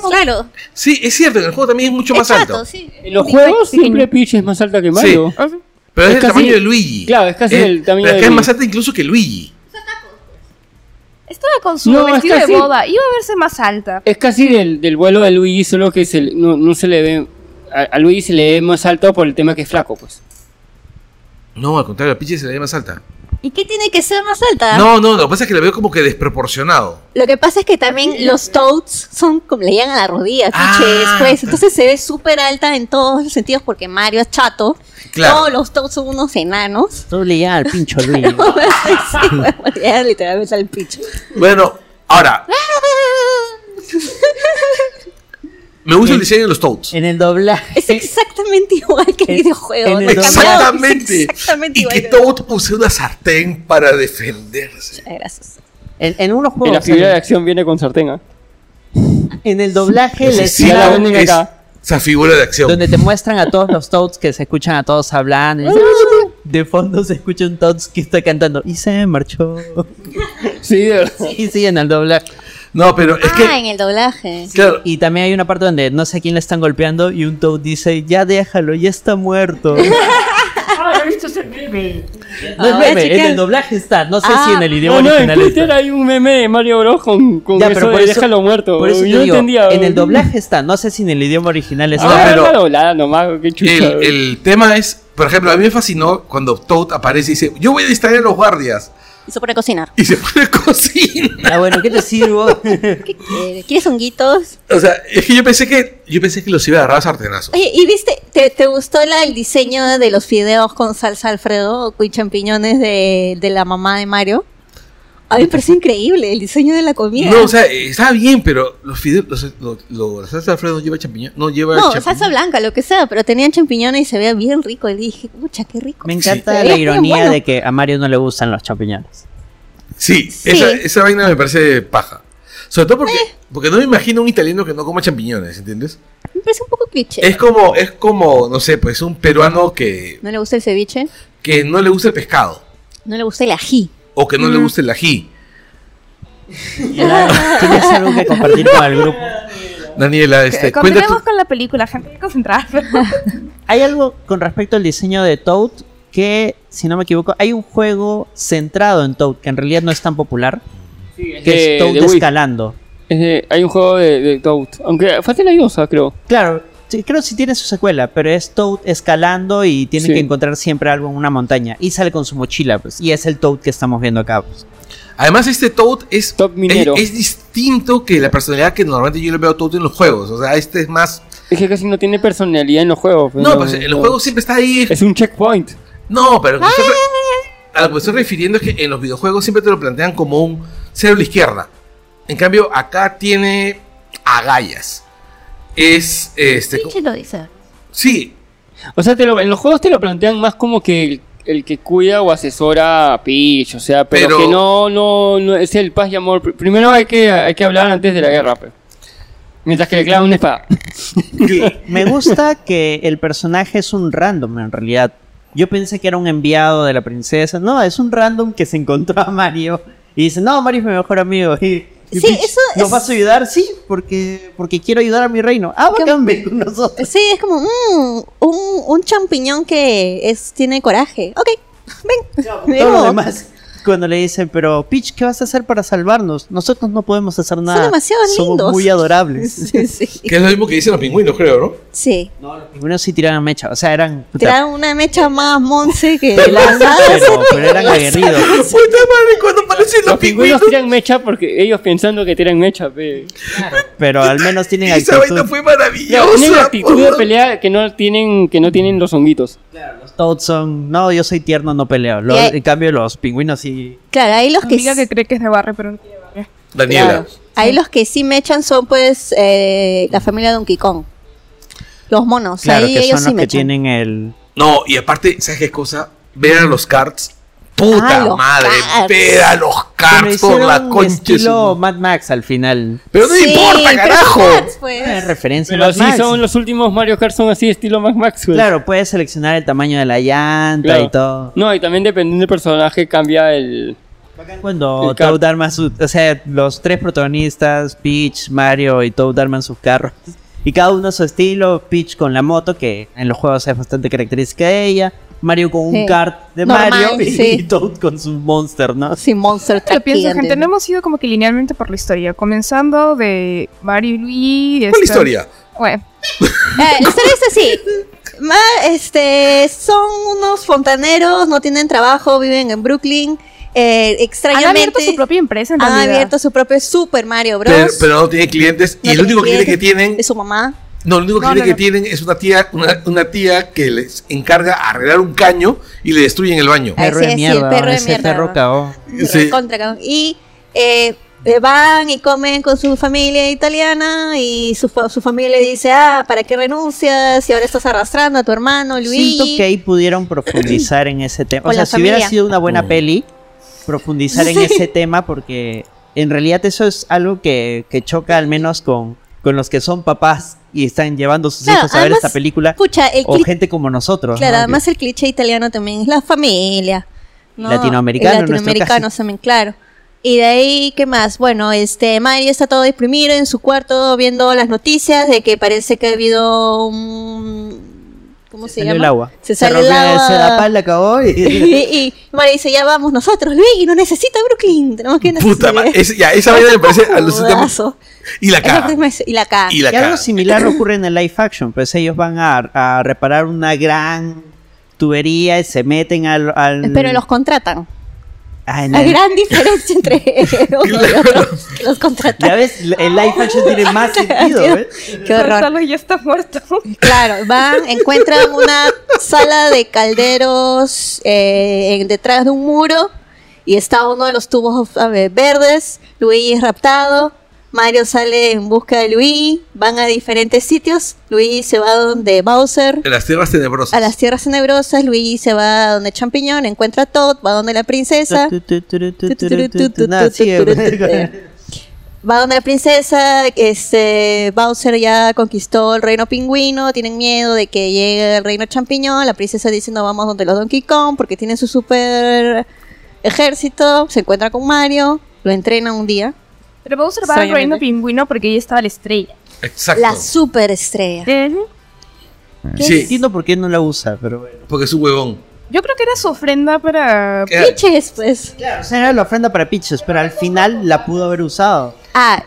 Speaker 5: Claro.
Speaker 3: Sí, es cierto, en el juego también es mucho más
Speaker 5: es
Speaker 3: alto.
Speaker 5: chato, sí.
Speaker 4: En los
Speaker 6: Sí,
Speaker 4: juegos
Speaker 6: pequeño.
Speaker 4: siempre Peach es más alta que Mario.
Speaker 3: Sí. Pero es,
Speaker 4: Es
Speaker 3: el
Speaker 4: casi-
Speaker 3: tamaño de Luigi.
Speaker 4: claro, es casi del tamaño
Speaker 3: pero
Speaker 4: de
Speaker 3: acá es
Speaker 4: Luigi.
Speaker 3: más alto incluso que Luigi.
Speaker 6: Estaba con su
Speaker 4: No,
Speaker 6: vestido
Speaker 4: es que
Speaker 6: de
Speaker 4: sí.
Speaker 6: boda, iba a verse más alta.
Speaker 4: Es casi del, del vuelo de Luigi, solo que se le- no, no se le ve. A, a Luigi se le ve más alto por el tema que es flaco, pues.
Speaker 3: No, al contrario, a Peaches se le ve más alta.
Speaker 5: ¿Y qué tiene que ser más alta?
Speaker 3: No, no, lo que pasa es que lo veo como que desproporcionado.
Speaker 5: Lo que pasa es que también los Toads son como le llegan a la rodilla,
Speaker 3: Ah.
Speaker 5: piches, pues. Entonces se ve súper alta en todos los sentidos porque Mario es chato.
Speaker 3: Claro.
Speaker 5: Todos los Toads son unos enanos.
Speaker 1: Tú le llegas al pincho Luigi.
Speaker 5: sí, bueno, ya literalmente al picho.
Speaker 3: Bueno, ahora, me gusta el diseño de los Toads.
Speaker 1: En el doblaje.
Speaker 5: Es exactamente igual que
Speaker 1: En-
Speaker 5: el videojuego.
Speaker 1: en
Speaker 5: no
Speaker 1: el
Speaker 5: he cambiado, es
Speaker 3: Exactamente.
Speaker 5: Exactamente
Speaker 3: Y
Speaker 5: igual.
Speaker 3: que Toad use una sartén para defenderse.
Speaker 5: Gracias.
Speaker 1: En, en unos
Speaker 4: Y la
Speaker 1: juegos.
Speaker 4: figura de
Speaker 1: En,
Speaker 4: acción viene con sartén, ¿ah?
Speaker 1: en el doblaje
Speaker 3: Entonces,
Speaker 1: la
Speaker 3: sí,
Speaker 4: la
Speaker 1: escena
Speaker 4: venden
Speaker 3: es
Speaker 4: acá.
Speaker 3: esa figura de acción.
Speaker 1: donde te muestran a todos los Toads que se escuchan a todos hablando. y dicen, "Ah". de fondo se escucha un Toads que está cantando. Y se marchó.
Speaker 4: Sí, de verdad.
Speaker 1: Y sí, en el doblaje.
Speaker 3: No, pero es
Speaker 5: ah,
Speaker 3: que,
Speaker 5: en el doblaje.
Speaker 3: claro,
Speaker 1: Y también hay una parte donde no sé a quién le están golpeando y un Toad dice, ya déjalo, ya está muerto. No es
Speaker 5: Ahora,
Speaker 1: meme, en
Speaker 5: chicas.
Speaker 1: el doblaje está, no sé si
Speaker 5: Ah.
Speaker 1: en el idioma
Speaker 4: Ah, No, no, en
Speaker 1: original está.
Speaker 4: Twitter hay un meme de Mario Bros con, con
Speaker 1: Ya,
Speaker 4: eso
Speaker 1: pero por
Speaker 4: de
Speaker 1: eso-
Speaker 4: déjalo muerto.
Speaker 1: Por eso te
Speaker 4: yo no
Speaker 1: digo,
Speaker 4: entendía.
Speaker 1: en el doblaje está, no sé si en el idioma original está.
Speaker 4: Ah,
Speaker 3: pero-
Speaker 4: la doblada nomás, qué chucha.
Speaker 3: el, el tema es por ejemplo, a mí me fascinó cuando Toad aparece y dice, yo voy a distraer a los guardias.
Speaker 5: Y se pone a cocinar.
Speaker 3: Y se pone a cocinar.
Speaker 1: Ah, bueno, ¿qué te sirvo?
Speaker 5: ¿Qué quiere? Eh, ¿Quieres honguitos?
Speaker 3: O sea, es que yo pensé que, yo pensé que los iba a agarrar a sartenazo.
Speaker 5: Oye, ¿y viste? ¿Te, te gustó la- el diseño de los fideos con salsa Alfredo y champiñones de, de la mamá de Mario? A mí me pareció increíble el diseño de la comida.
Speaker 3: No, o sea, eh, está bien, pero los fideos, los, lo- lo- la salsa de Alfredo no lleva champiñón, no lleva
Speaker 5: No,
Speaker 3: champiñón.
Speaker 5: salsa blanca, lo que sea, pero tenían champiñones y se veía bien rico. Y dije, pucha, qué rico.
Speaker 1: Me encanta
Speaker 5: Sí.
Speaker 1: la
Speaker 5: Es
Speaker 1: ironía
Speaker 5: bueno.
Speaker 1: de que a Mario no le gustan los champiñones.
Speaker 3: Sí,
Speaker 5: Sí.
Speaker 3: Esa, esa vaina me parece paja. Sobre todo porque, porque no me imagino un italiano que no coma champiñones, ¿entiendes?
Speaker 5: Me parece un poco cliché.
Speaker 3: Es como, es como, no sé, pues un peruano que,
Speaker 5: No le gusta el ceviche,
Speaker 3: que no le gusta el pescado
Speaker 5: no le gusta el ají.
Speaker 3: o que no le gusta el ají.
Speaker 1: Tienes algo que compartir con el grupo.
Speaker 3: Daniela, este, cuenta
Speaker 6: Eh, Continuemos
Speaker 3: tu-
Speaker 6: con la película, gente, hay que concentrarse.
Speaker 1: Hay algo con respecto al diseño de Toad que, si no me equivoco, hay un juego centrado en Toad que en realidad no es tan popular, que es Toad escalando.
Speaker 4: Es de- hay un juego de, de Toad. Aunque Fatal hay dos, ah, creo.
Speaker 1: Claro, sí, creo que sí tiene su secuela, pero es Toad escalando y tiene
Speaker 4: Sí.
Speaker 1: que encontrar siempre algo en una montaña. Y sale con su mochila, pues, y es el Toad que estamos viendo acá. pues.
Speaker 3: Además, este Toad es,
Speaker 4: Top
Speaker 3: es,
Speaker 4: minero.
Speaker 3: es distinto que la personalidad que normalmente yo le veo a Toad en los juegos. O sea, este es más.
Speaker 4: Es que casi no tiene personalidad en los juegos.
Speaker 3: No, pues en los
Speaker 4: no.
Speaker 3: juegos siempre está ahí.
Speaker 4: Es un checkpoint.
Speaker 3: No, pero lo que estoy re- a lo que me estoy refiriendo es que en los videojuegos siempre te lo plantean como un cero a la izquierda. En cambio, acá tiene agallas. Es este. co-
Speaker 5: Pinche lo dice.
Speaker 3: Sí,
Speaker 4: O sea, te lo- en los juegos te lo plantean más como que el, el que cuida o asesora a Peach, o sea, pero,
Speaker 3: Pero-
Speaker 4: que no, no, no es el paz y amor. Pr- Primero hay que, hay que hablar antes de la guerra, pe. Mientras que le clavan una espada.
Speaker 1: Me gusta que el personaje es un random en realidad. Yo pensé que era un enviado de la princesa. No, es un random que se encontró a Mario y dice, no, Mario es mi mejor amigo. Y, y
Speaker 5: Sí,
Speaker 1: Peach,
Speaker 5: eso
Speaker 1: ¿Nos
Speaker 5: es-
Speaker 1: vas a ayudar? Sí, porque, porque quiero ayudar a mi reino. Ah,
Speaker 5: Qué-
Speaker 1: bacán, ven con nosotros.
Speaker 5: Sí, es como mm, un, un champiñón que es, tiene coraje. Ok, ven.
Speaker 1: Todo lo
Speaker 5: Digo,
Speaker 1: demás. Cuando le dicen, pero Peach, ¿qué vas a hacer para salvarnos? Nosotros no podemos hacer nada.
Speaker 5: demasiado
Speaker 1: Somos
Speaker 5: lindos".
Speaker 1: muy adorables.
Speaker 5: Sí, sí.
Speaker 3: que es lo mismo que dicen los pingüinos, creo, ¿no?
Speaker 5: Sí.
Speaker 1: Primero sí tiraban mecha, o sea, eran... puta,
Speaker 5: Tiraron una mecha más monce que
Speaker 1: pelazos,
Speaker 5: la
Speaker 1: pero, pero eran aguerridos.
Speaker 3: Puta madre, cuando aparecen los,
Speaker 4: Los pingüinos
Speaker 3: pingüinos.
Speaker 4: tiran mecha porque ellos pensando que tiran mecha, pe.
Speaker 1: Pero al menos tienen
Speaker 3: Esa vaina
Speaker 1: actitud.
Speaker 3: fue
Speaker 4: Claro, tienen
Speaker 3: maravillosa.
Speaker 4: actitud de
Speaker 3: por-
Speaker 4: pelea que no tienen, que no tienen los honguitos.
Speaker 1: Toads son, no, yo soy tierno, no peleo. Los-
Speaker 5: Y hay-
Speaker 1: en cambio, los pingüinos sí.
Speaker 5: Claro, ahí los que,
Speaker 6: Amiga que cree que es de barrio, pero no tiene barrio.
Speaker 3: Daniela.
Speaker 5: claro, ahí los que sí mechan son pues eh, la familia Donkey Kong. Los monos,
Speaker 1: Claro,
Speaker 5: ahí
Speaker 1: que
Speaker 5: ellos
Speaker 1: son
Speaker 5: sí
Speaker 1: los que
Speaker 5: mechan.
Speaker 1: tienen el.
Speaker 3: No, y aparte, ¿sabes qué cosa? Ver a los carts. Puta
Speaker 5: Ah, los
Speaker 3: madre,
Speaker 5: Cards.
Speaker 3: ver a los
Speaker 1: Pero
Speaker 3: carts por
Speaker 1: hicieron
Speaker 3: la concha. de su-
Speaker 1: estilo Mad Max al final.
Speaker 3: Pero no
Speaker 5: Sí,
Speaker 3: importa,
Speaker 5: pero
Speaker 3: carajo.
Speaker 5: son cards, pues.
Speaker 1: Una referencia a
Speaker 4: Pero
Speaker 1: Mad
Speaker 4: sí,
Speaker 1: Max.
Speaker 4: son los últimos Mario Kart son así, estilo Max Maxwell.
Speaker 1: Claro, puedes seleccionar el tamaño de la llanta
Speaker 4: Claro.
Speaker 1: y todo.
Speaker 4: No, y también dependiendo del personaje cambia el...
Speaker 1: Cuando
Speaker 4: El car-
Speaker 1: Toad arma su. O sea, los tres protagonistas, Peach, Mario y Toad arman sus carros. Y cada uno a su estilo. Peach con la moto, que en los juegos es bastante característica de ella. Mario con un
Speaker 5: Sí.
Speaker 1: kart de
Speaker 5: Normal,
Speaker 1: Mario y,
Speaker 5: sí.
Speaker 1: y Toad con su monster, ¿no?
Speaker 5: Sí, Monster
Speaker 6: Lo
Speaker 5: Truck
Speaker 6: pienso,
Speaker 5: gigante.
Speaker 6: gente, no hemos ido como que linealmente por la historia, comenzando de Mario y Luigi.
Speaker 3: ¿Cuál
Speaker 6: esta-
Speaker 3: historia?
Speaker 6: Bueno,
Speaker 5: Eh, la historia es así. Ma- este, son unos fontaneros, no tienen trabajo, viven en Brooklyn. Eh,
Speaker 6: han
Speaker 5: extrañamente
Speaker 6: abierto su propia empresa en
Speaker 5: han
Speaker 6: realidad.
Speaker 5: abierto su propio Super Mario Bros.
Speaker 3: Pero, pero no tiene clientes.
Speaker 5: No
Speaker 3: y el único
Speaker 5: tienen
Speaker 3: cliente que tienen.
Speaker 5: es su mamá.
Speaker 3: No, el único
Speaker 6: No,
Speaker 3: cliente
Speaker 6: no,
Speaker 3: que
Speaker 6: no.
Speaker 3: tienen es una tía, una, una tía que les encarga arreglar un caño y le destruyen el baño.
Speaker 5: Ay,
Speaker 1: Perro
Speaker 5: sí,
Speaker 1: de
Speaker 5: sí,
Speaker 1: mierda,
Speaker 5: perro de
Speaker 1: ese
Speaker 5: mierda.
Speaker 1: perro cagó.
Speaker 3: Sí.
Speaker 5: Recontra, cabrón. y eh, eh, van y comen con su familia italiana y su, fa- su familia le dice, ah, ¿para qué renuncias? Y ahora estás arrastrando a tu hermano Luigi.
Speaker 1: Siento que ahí pudieron profundizar en ese tema. O
Speaker 5: Con
Speaker 1: sea,
Speaker 5: la
Speaker 1: si hubiera
Speaker 5: familia.
Speaker 1: sido una buena
Speaker 3: Mm.
Speaker 1: peli, profundizar en
Speaker 5: Sí.
Speaker 1: ese tema porque en realidad eso es algo que, que choca al menos con, con los que son papás y están llevando a sus
Speaker 5: Claro,
Speaker 1: hijos a ver
Speaker 5: además,
Speaker 1: esta película
Speaker 5: Pucha, el
Speaker 1: o
Speaker 5: cliché-
Speaker 1: gente como nosotros.
Speaker 5: Claro,
Speaker 1: ¿no?
Speaker 5: además el cliché italiano también es la familia. ¿no?
Speaker 1: Latinoamericano, en nuestro
Speaker 5: Latinoamericanos también, claro. Y de ahí, ¿qué más? Bueno, este, Mario está todo deprimido en su cuarto viendo las noticias de que parece que ha habido un... ¿Cómo se,
Speaker 1: salió
Speaker 5: llama?
Speaker 1: el agua.
Speaker 5: Se sale el
Speaker 1: rompió
Speaker 5: agua.
Speaker 1: Se da pal, acabó
Speaker 5: Y,
Speaker 1: y...
Speaker 5: y Mario dice, ya vamos nosotros, Luigi, no necesita Brooklyn, tenemos que
Speaker 3: Puta madre.
Speaker 5: madre,
Speaker 3: ya, esa vaina me parece alucinante.
Speaker 5: Judazo.
Speaker 3: Y la
Speaker 5: Esa
Speaker 3: cara.
Speaker 5: prima es- Y la cara.
Speaker 3: Y
Speaker 1: Y
Speaker 3: la cara.
Speaker 1: algo similar ocurre en el live action, pues ellos van a, a reparar una gran tubería y se meten al... al-
Speaker 5: Eh, Pero los contratan.
Speaker 1: al-
Speaker 5: La gran diferencia entre uno y otro que los contratan.
Speaker 1: Ya ves, el live action tiene más sentido, ¿ves?
Speaker 5: Qué horror.
Speaker 6: Gonzalo ya está muerto.
Speaker 5: Claro, van, encuentran una sala de calderos eh, en- detrás de un muro y está uno de los tubos a ver, verdes. Luigi es raptado. Mario sale en busca de Luigi. Van a diferentes sitios. Luigi se va donde Bowser.
Speaker 3: En las tierras
Speaker 5: A
Speaker 3: tenebrosas.
Speaker 5: las tierras tenebrosas, Luigi se va donde Champiñón, encuentra a Todd, va donde la princesa.
Speaker 1: Tu, tu, tu, tu, tu, tu, tu, tu. Nada, sigue.
Speaker 5: Eh, Va donde la princesa, este, Bowser ya conquistó el reino pingüino, tienen miedo de que llegue el reino champiñón, la princesa dice no vamos donde los Donkey Kong porque tienen su super ejército, se encuentra con Mario, lo entrena un día,
Speaker 6: Pero Bowser va al reino
Speaker 5: Extrañamente.
Speaker 6: pingüino porque ahí estaba la estrella.
Speaker 3: Exacto.
Speaker 5: la super estrella.
Speaker 6: Ujú.
Speaker 1: No
Speaker 3: Sí,
Speaker 1: entiendo por qué no la usa, pero bueno.
Speaker 3: porque es un huevón.
Speaker 6: Yo creo que era su ofrenda para...
Speaker 3: Claro.
Speaker 5: Piches, pues.
Speaker 1: Claro, o sea, era la ofrenda para Pitches, pero al final la pudo haber usado.
Speaker 5: Ah,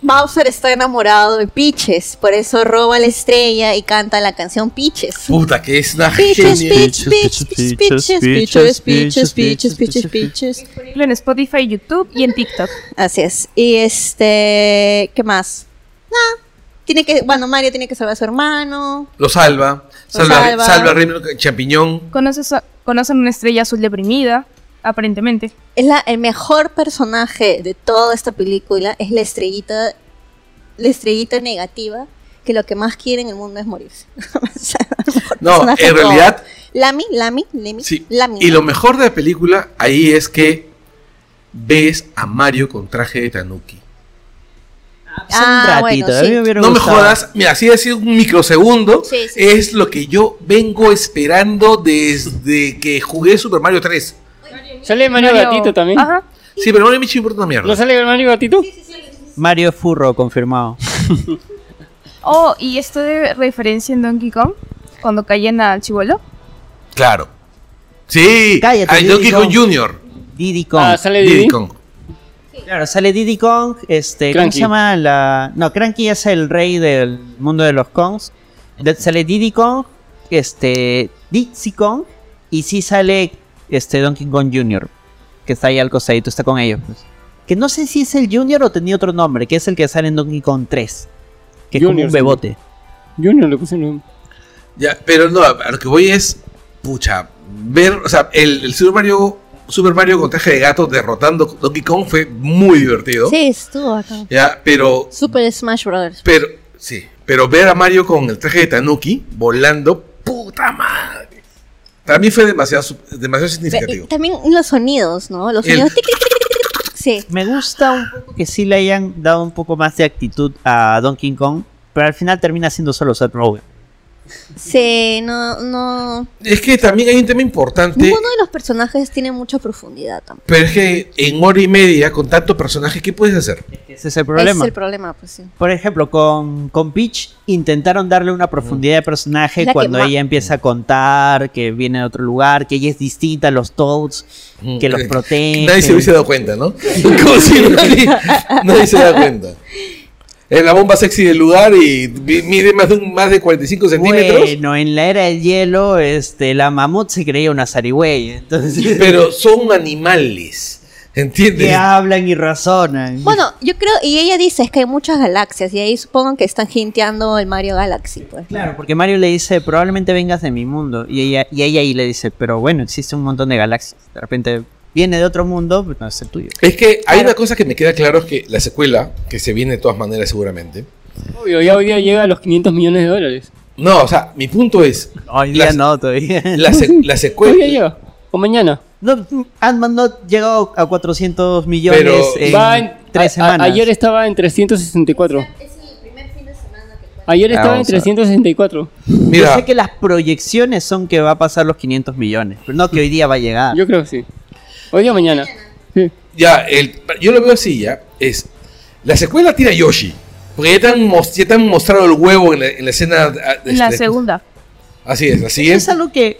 Speaker 5: Bowser está enamorado de Piches, por eso roba la estrella y canta la canción Piches.
Speaker 3: Puta, que es una
Speaker 5: Peaches,
Speaker 3: genia.
Speaker 5: peach, peach, peach, peaches, peaches, peaches, peaches, peaches, peaches.
Speaker 6: En Spotify, YouTube y en TikTok.
Speaker 5: Así es. Y este, ¿qué más? Nada. Tiene que, bueno, Mario tiene que salvar a su hermano.
Speaker 3: Lo salva. Salva, salva.
Speaker 5: salva.
Speaker 3: al reino champiñón.
Speaker 6: Conoces a- conocen una estrella azul deprimida, aparentemente.
Speaker 5: Es la, el mejor personaje de toda esta película es la estrellita, la estrellita negativa, que lo que más quiere en el mundo es morirse. O sea, el mejor
Speaker 3: No,
Speaker 5: personaje
Speaker 3: en
Speaker 5: de todo.
Speaker 3: realidad,
Speaker 5: Lami, Lami, Lemi,
Speaker 3: sí.
Speaker 5: Lami.
Speaker 3: Y lo mejor de la película ahí es que ves a Mario con traje de Tanuki.
Speaker 5: Ah, bueno,
Speaker 1: a
Speaker 5: sí.
Speaker 1: mí me hubiera
Speaker 3: No me
Speaker 1: gustado.
Speaker 3: jodas, mira, si ha sido un microsegundo,
Speaker 5: Sí, sí,
Speaker 3: es lo que yo vengo esperando desde que jugué Super Mario 3.
Speaker 4: Sale Mario, Gatito también.
Speaker 6: Ajá.
Speaker 3: Sí, pero no le me importa una mierda.
Speaker 4: ¿No sale Mario Gatito?
Speaker 1: Mario Furro, confirmado.
Speaker 6: Oh, y esto de referencia en Donkey Kong, cuando caían al chivolo.
Speaker 3: Claro. Sí,
Speaker 1: Cállate,
Speaker 3: hay Donkey
Speaker 1: Diddy Kong.
Speaker 3: Kong Jr.
Speaker 1: Diddy Kong.
Speaker 4: Ah, sale
Speaker 3: Diddy
Speaker 4: Diddy.
Speaker 3: Kong.
Speaker 1: Claro, sale Diddy Kong, este, ¿cómo
Speaker 4: Cranky.
Speaker 1: se llama? La... No, Cranky es el rey del mundo de los Kongs. De- Sale Diddy Kong, este, Dixie Kong, y sí sale este Donkey Kong Jr., que está ahí al costadito, está con ellos. pues. Que no sé si es el Jr. o tenía otro nombre, que es el que sale en Donkey Kong 3, que es como
Speaker 4: Junior,
Speaker 1: un
Speaker 4: sí.
Speaker 1: bebote.
Speaker 4: Junior le puse el nombre.
Speaker 3: Ya, pero no, a lo que voy es, pucha, ver, o sea, el, el Super Mario Super Mario con traje de gato derrotando a Donkey Kong fue muy divertido.
Speaker 5: Sí, estuvo acá.
Speaker 3: Ya, pero,
Speaker 5: Super Smash Brothers.
Speaker 3: pero, sí, pero ver a Mario con el traje de Tanuki volando, puta madre. Para mí fue demasiado, su- demasiado significativo.
Speaker 5: También los sonidos, ¿no? Los
Speaker 3: El-
Speaker 5: sonidos. tic, tic, tic, tic, tic, tic. Sí.
Speaker 1: Me gusta un poco que sí le hayan dado un poco más de actitud a Donkey Kong, pero al final termina siendo solo Seth Rogen.
Speaker 5: Sí, no, no.
Speaker 3: Es que también hay un tema importante,
Speaker 5: Ninguno de los personajes tiene mucha profundidad tampoco.
Speaker 3: pero es que en hora y media, con tanto personaje, ¿qué puedes hacer?
Speaker 1: Ese es el problema.
Speaker 5: Ese es el problema, pues sí.
Speaker 1: Por ejemplo, con, con Peach intentaron darle una profundidad de personaje
Speaker 5: La que
Speaker 1: cuando
Speaker 5: ma-
Speaker 1: ella empieza a contar que viene de otro lugar, que ella es distinta a los Toads, que los
Speaker 3: Eh,
Speaker 1: protege.
Speaker 3: Nadie se hubiese dado cuenta, ¿no? Como si nadie, nadie se da cuenta. Es la bomba sexy del lugar y vi- mide más de, un- más de 45 centímetros.
Speaker 1: Bueno, en la era del hielo, este, la mamut se creía una zarigüey, entonces
Speaker 3: Pero son animales. ¿Entiendes?
Speaker 1: que hablan y razonan.
Speaker 5: Bueno, yo creo, y ella dice, es que hay muchas galaxias, y ahí supongo que están hinteando el Mario Galaxy, pues.
Speaker 1: Claro, porque Mario le dice, probablemente vengas de mi mundo. Y ella, y ella ahí le dice, pero bueno, existe un montón de galaxias. De repente viene de otro mundo, pero no es el tuyo.
Speaker 3: Es que hay una cosa que me queda claro: es que la secuela, que se viene de todas maneras seguramente.
Speaker 4: Obvio, ya hoy día llega a los 500 millones de dólares.
Speaker 3: No, o sea, mi punto es:
Speaker 1: Hoy día
Speaker 3: Las-
Speaker 1: no, todavía.
Speaker 3: la, se- la
Speaker 4: Hoy día
Speaker 3: secuela.
Speaker 4: llega. O mañana.
Speaker 1: No, Ant-Man no llegó a 400 millones
Speaker 3: Pero-
Speaker 1: en
Speaker 4: Va en-
Speaker 1: tres
Speaker 4: a- a-
Speaker 1: semanas.
Speaker 4: ayer estaba en 364. Ayer
Speaker 1: Ah,
Speaker 4: estaba en
Speaker 1: vamos a ver.
Speaker 4: 364.
Speaker 1: Yo
Speaker 3: Mira,
Speaker 1: sé que las proyecciones son que va a pasar los 500 millones, pero no que hoy día va a llegar.
Speaker 4: Yo creo que sí. Hoy día o mañana. Sí.
Speaker 3: ya, el- yo lo veo así: ya, es. La secuela tira a Yoshi. Porque ya te han, mos- ya te han mostrado el huevo en la, en la escena. ah,
Speaker 6: En la
Speaker 3: este,
Speaker 6: segunda.
Speaker 3: Así es, así
Speaker 1: es
Speaker 3: es.
Speaker 1: algo que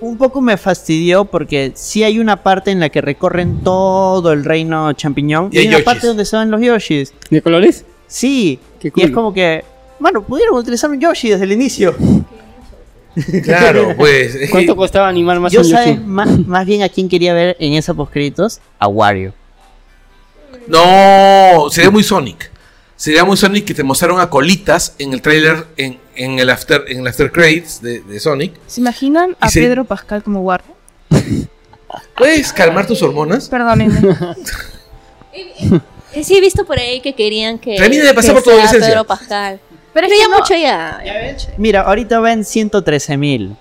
Speaker 1: un poco me fastidió porque sí hay una parte en la que recorren todo el reino champiñón
Speaker 3: Y
Speaker 1: y,
Speaker 3: hay
Speaker 1: hay una
Speaker 3: Yoshis.
Speaker 1: parte donde se van los Yoshis.
Speaker 4: ¿De colores?
Speaker 1: Sí,
Speaker 4: Qué
Speaker 1: y es
Speaker 4: cool.
Speaker 1: como que, bueno, pudieron utilizar un Yoshi desde el inicio.
Speaker 3: Claro, pues. es que-
Speaker 4: ¿Cuánto costaba animar más
Speaker 1: Yo
Speaker 4: en
Speaker 1: sabes
Speaker 4: YouTube?
Speaker 1: más, más bien a quién quería ver en esa postcritos a Wario.
Speaker 3: No, sería muy Sonic. Sería muy Sonic que te mostraron a colitas en el trailer, en, en el after, en el after credits de, de Sonic.
Speaker 6: ¿Se imaginan a
Speaker 3: Y se-
Speaker 6: Pedro Pascal como Wario?
Speaker 3: ¿Puedes calmar tus hormonas?
Speaker 6: Perdónenme.
Speaker 5: Sí, he visto por ahí que querían que.
Speaker 3: Termina de pasar
Speaker 5: que
Speaker 3: por tu
Speaker 5: sea
Speaker 3: adolescencia.
Speaker 5: Pedro Pascal.
Speaker 6: Pero
Speaker 5: Pero
Speaker 6: es que
Speaker 5: ya
Speaker 6: no-
Speaker 5: mucho ya.
Speaker 1: Mira, ahorita va en 113 mil.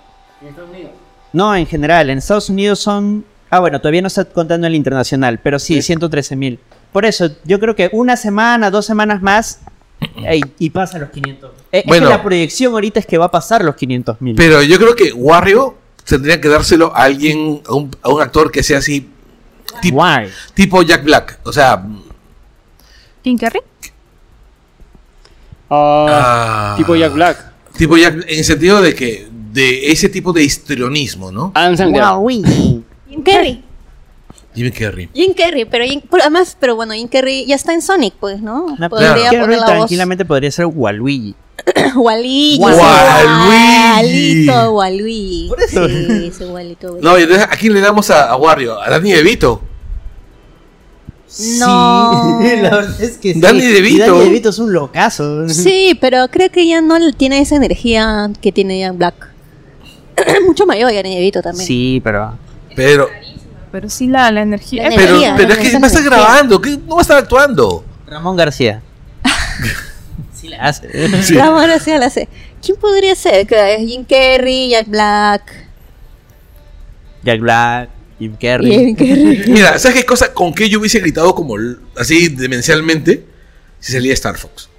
Speaker 1: No, en general, en Estados Unidos son... Ah, bueno, todavía no está contando el internacional, pero sí, 113 mil. Por eso, yo creo que una semana, dos semanas más eh, y, y pasa los 500. Eh,
Speaker 3: Bueno.
Speaker 1: es que la proyección ahorita es que va a pasar los 500 mil.
Speaker 3: Pero yo creo que Wario tendría que dárselo a alguien, a un, a un actor que sea así, tip-
Speaker 1: Guay.
Speaker 3: tipo Jack Black. O sea,
Speaker 6: Tim Curry.
Speaker 4: Ah,
Speaker 3: ah,
Speaker 4: tipo Jack Black.
Speaker 3: Tipo Jack, en el sentido de que, de ese tipo de histrionismo, ¿no?
Speaker 4: Adam Sandler.
Speaker 1: Guau.
Speaker 5: Jim Carrey.
Speaker 3: Jim Carrey.
Speaker 5: Jim Carrey, pero Jim- pero además, pero bueno, Jim Carrey ya está en Sonic, pues, ¿no?
Speaker 1: Una-
Speaker 5: Podría
Speaker 1: Carrey
Speaker 5: poner la voz.
Speaker 1: tranquilamente podría ser Waluigi.
Speaker 5: Waluigi.
Speaker 3: Waluigi.
Speaker 5: Igualito, Waluigi.
Speaker 1: Por eso.
Speaker 5: Sí, es igualito. Waluigi.
Speaker 3: No, y entonces aquí le damos a, a Wario, a Danny DeVito.
Speaker 5: No.
Speaker 1: Sí, la verdad es que sí.
Speaker 3: Danny DeVito.
Speaker 1: Y Danny DeVito es un locazo.
Speaker 5: Sí, pero creo que ya no tiene esa energía que tiene Ian Black. Mucho mayor Danny DeVito también.
Speaker 1: Sí, pero...
Speaker 3: Pero,
Speaker 6: Pero sí la, la energía.
Speaker 5: La
Speaker 6: Eh,
Speaker 3: pero,
Speaker 5: Debería,
Speaker 3: pero
Speaker 5: ¿no?
Speaker 3: es que
Speaker 5: Esa
Speaker 3: va a estar
Speaker 5: energía.
Speaker 3: grabando, que no va a estar actuando.
Speaker 1: Ramón García. sí la hace.
Speaker 5: La madre sea la sé. ¿Quién podría ser? Que Jim Carrey, Jack Black.
Speaker 1: Jack Black, Jim Carrey.
Speaker 5: Jim Carrey.
Speaker 3: Mira, ¿sabes qué cosa? ¿Con qué yo hubiese gritado como l- así demencialmente? Si salía Star Fox.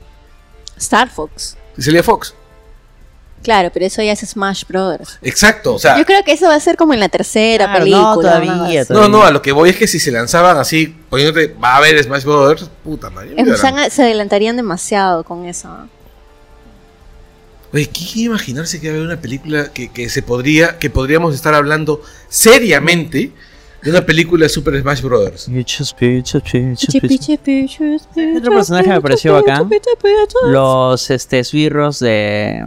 Speaker 5: Star Fox.
Speaker 3: Si salía Fox.
Speaker 5: Claro, pero eso ya es Smash Brothers.
Speaker 3: Exacto, o sea.
Speaker 5: Yo creo que eso va a ser como en la tercera
Speaker 1: Claro,
Speaker 5: película.
Speaker 1: no, todavía,
Speaker 5: una cosa así.
Speaker 3: No, no, a lo que voy es que si se lanzaban así, poniéndote, va a haber Smash Brothers, puta madre.
Speaker 5: Es-
Speaker 3: lloran.
Speaker 5: se han- se adelantarían demasiado con eso.
Speaker 3: Oye, ¿quién quiere imaginarse que va a haber una película que, que se podría, que podríamos estar hablando seriamente de una película de Super Smash Brothers?
Speaker 5: Pichi, pichi, pichus, pichus,
Speaker 1: Otro personaje me pareció
Speaker 5: pichus,
Speaker 1: bacán.
Speaker 5: pichus, pichus.
Speaker 1: Los este, esbirros de,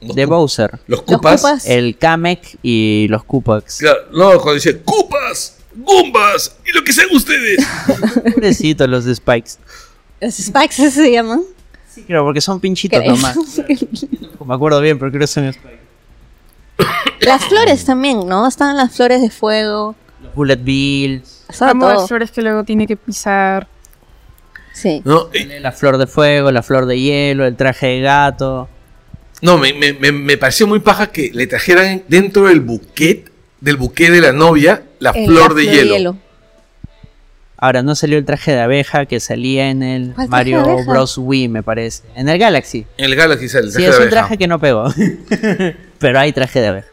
Speaker 3: Los,
Speaker 1: de
Speaker 3: cu-
Speaker 1: Bowser.
Speaker 3: los
Speaker 5: Los
Speaker 3: Cupas.
Speaker 5: Koopas.
Speaker 1: El Kamek y los Koopas.
Speaker 3: No, cuando dice Cupas, Gumbas y lo que sean ustedes.
Speaker 1: Pobrecitos los de Spikes.
Speaker 5: Los Spikes así se llaman.
Speaker 1: Sí, claro, porque son pinchitos
Speaker 5: Creo.
Speaker 1: nomás. Me acuerdo bien, pero creo que son Spikes.
Speaker 5: Las flores también, ¿no? Estaban las flores de fuego.
Speaker 1: Los Bullet Bills,
Speaker 5: Estaba
Speaker 6: amo las
Speaker 5: todo.
Speaker 6: flores que luego tiene que pisar.
Speaker 5: Sí.
Speaker 3: No, eh,
Speaker 1: la flor de fuego, la flor de hielo, el traje de gato.
Speaker 3: no me, me- me- me pareció muy paja que le trajeran dentro del buquet, del buquet de la novia, la
Speaker 5: Eh,
Speaker 3: flor de hielo.
Speaker 1: Ahora, no salió el traje de abeja que salía en el
Speaker 5: ¿Cuál traje
Speaker 1: Mario
Speaker 5: de abeja?
Speaker 1: Bros. Wii, me parece. En el Galaxy.
Speaker 3: En el Galaxy sale el
Speaker 1: Sí,
Speaker 3: traje
Speaker 1: es
Speaker 3: de
Speaker 1: un
Speaker 3: abeja.
Speaker 1: traje que no pegó. pero hay traje de abeja.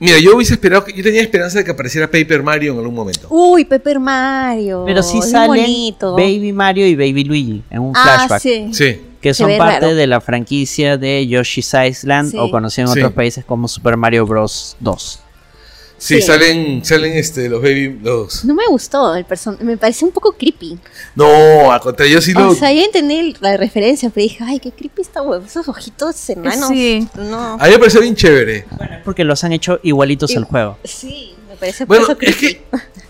Speaker 3: Mira, yo hubiese esperado, que, yo tenía esperanza de que apareciera Paper Mario en algún momento.
Speaker 5: Uy, Pepper Mario.
Speaker 1: Pero sí
Speaker 5: es
Speaker 1: salen
Speaker 5: bonito.
Speaker 1: Baby Mario y Baby Luigi en un
Speaker 5: ah,
Speaker 1: flashback.
Speaker 5: sí.
Speaker 3: Sí.
Speaker 1: Que
Speaker 5: Se
Speaker 1: son
Speaker 5: ve
Speaker 1: parte
Speaker 5: raro.
Speaker 1: de la franquicia de Yoshi's Island
Speaker 5: Sí.
Speaker 1: o conocida en
Speaker 3: Sí.
Speaker 1: otros países como Super Mario Bros. 2.
Speaker 3: Sí,
Speaker 5: Sí.
Speaker 3: salen, salen este, los baby, los...
Speaker 5: No me gustó el personaje. Me pareció un poco creepy.
Speaker 3: No, al contrario, yo sí lo...
Speaker 5: O sea, yo entendí el- la referencia, pero dije, ay, qué creepy está, huevo. Esos ojitos enanos.
Speaker 6: Sí.
Speaker 5: No.
Speaker 3: A mí me pareció bien chévere.
Speaker 1: Bueno, es porque los han hecho igualitos
Speaker 5: Y-
Speaker 1: al juego.
Speaker 5: Sí, me parece por
Speaker 3: Bueno,
Speaker 5: eso
Speaker 3: es
Speaker 5: creepy.
Speaker 3: que,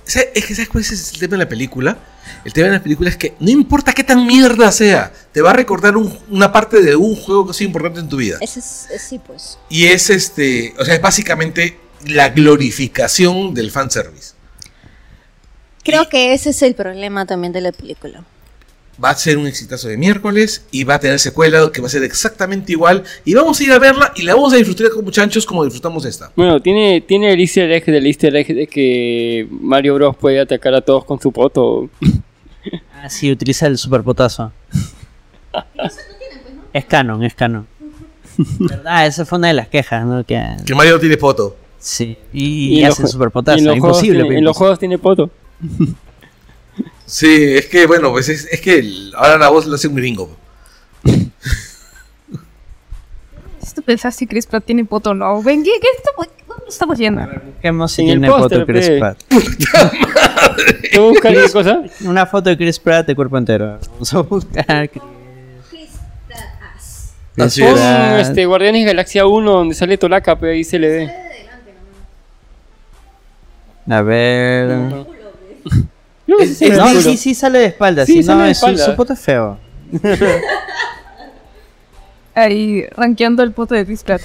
Speaker 3: ¿sabes- es que ¿sabes cuál es el tema de la película? El tema de la película es que no importa qué tan mierda sea, te va a recordar un- una parte de un juego que ha sido importante en tu vida.
Speaker 5: Ese es, es- sí, pues.
Speaker 3: Y es este, o sea, es básicamente la glorificación del fanservice.
Speaker 5: Creo que ese es el problema también de la película.
Speaker 3: Va a ser un exitazo de miércoles y va a tener secuela que va a ser exactamente igual. Y vamos a ir a verla y la vamos a disfrutar con muchachos como disfrutamos esta.
Speaker 4: Bueno, tiene, tiene el easter egg del easter egg de que Mario Bros puede atacar a todos con su poto.
Speaker 1: Ah, sí, utiliza el superpotazo. es canon, es canon. ¿Verdad? Esa fue una de las quejas, ¿no? Que,
Speaker 3: Que Mario no tiene foto.
Speaker 1: sí. Y,
Speaker 4: en los
Speaker 1: hacen
Speaker 4: jue-
Speaker 1: superpotazo.
Speaker 4: y en los juegos
Speaker 1: Imposible. pues.
Speaker 4: tiene-
Speaker 1: pero
Speaker 4: en los juegos tiene poto.
Speaker 3: Sí, es que bueno, pues es, es que el- ahora la voz lo hace un gringo.
Speaker 6: Si tú pensaste que Chris Pratt tiene poto o no. Ven, ¿qué, qué estamos, ¿dónde estamos yendo?
Speaker 1: Busquemos si
Speaker 4: En el
Speaker 1: tiene foto de
Speaker 4: póster,
Speaker 1: Chris
Speaker 4: pe.
Speaker 1: Pratt.
Speaker 4: ¿Tú buscas alguna cosa?
Speaker 1: Una foto de Chris Pratt de cuerpo entero. Vamos a buscar.
Speaker 2: Chris Pratt as.
Speaker 1: La
Speaker 4: Pon, este, Guardianes Galaxia 1, donde sale Tolaca, pero ahí se le ve.
Speaker 1: A ver.
Speaker 4: No, sí se ve
Speaker 1: No,
Speaker 4: el culo.
Speaker 1: sí, sí sale de espalda.
Speaker 4: Sí,
Speaker 1: si no,
Speaker 4: sale de
Speaker 1: es- su,
Speaker 4: espalda.
Speaker 1: su foto es feo.
Speaker 6: Ahí, rankeando el puto de Discord.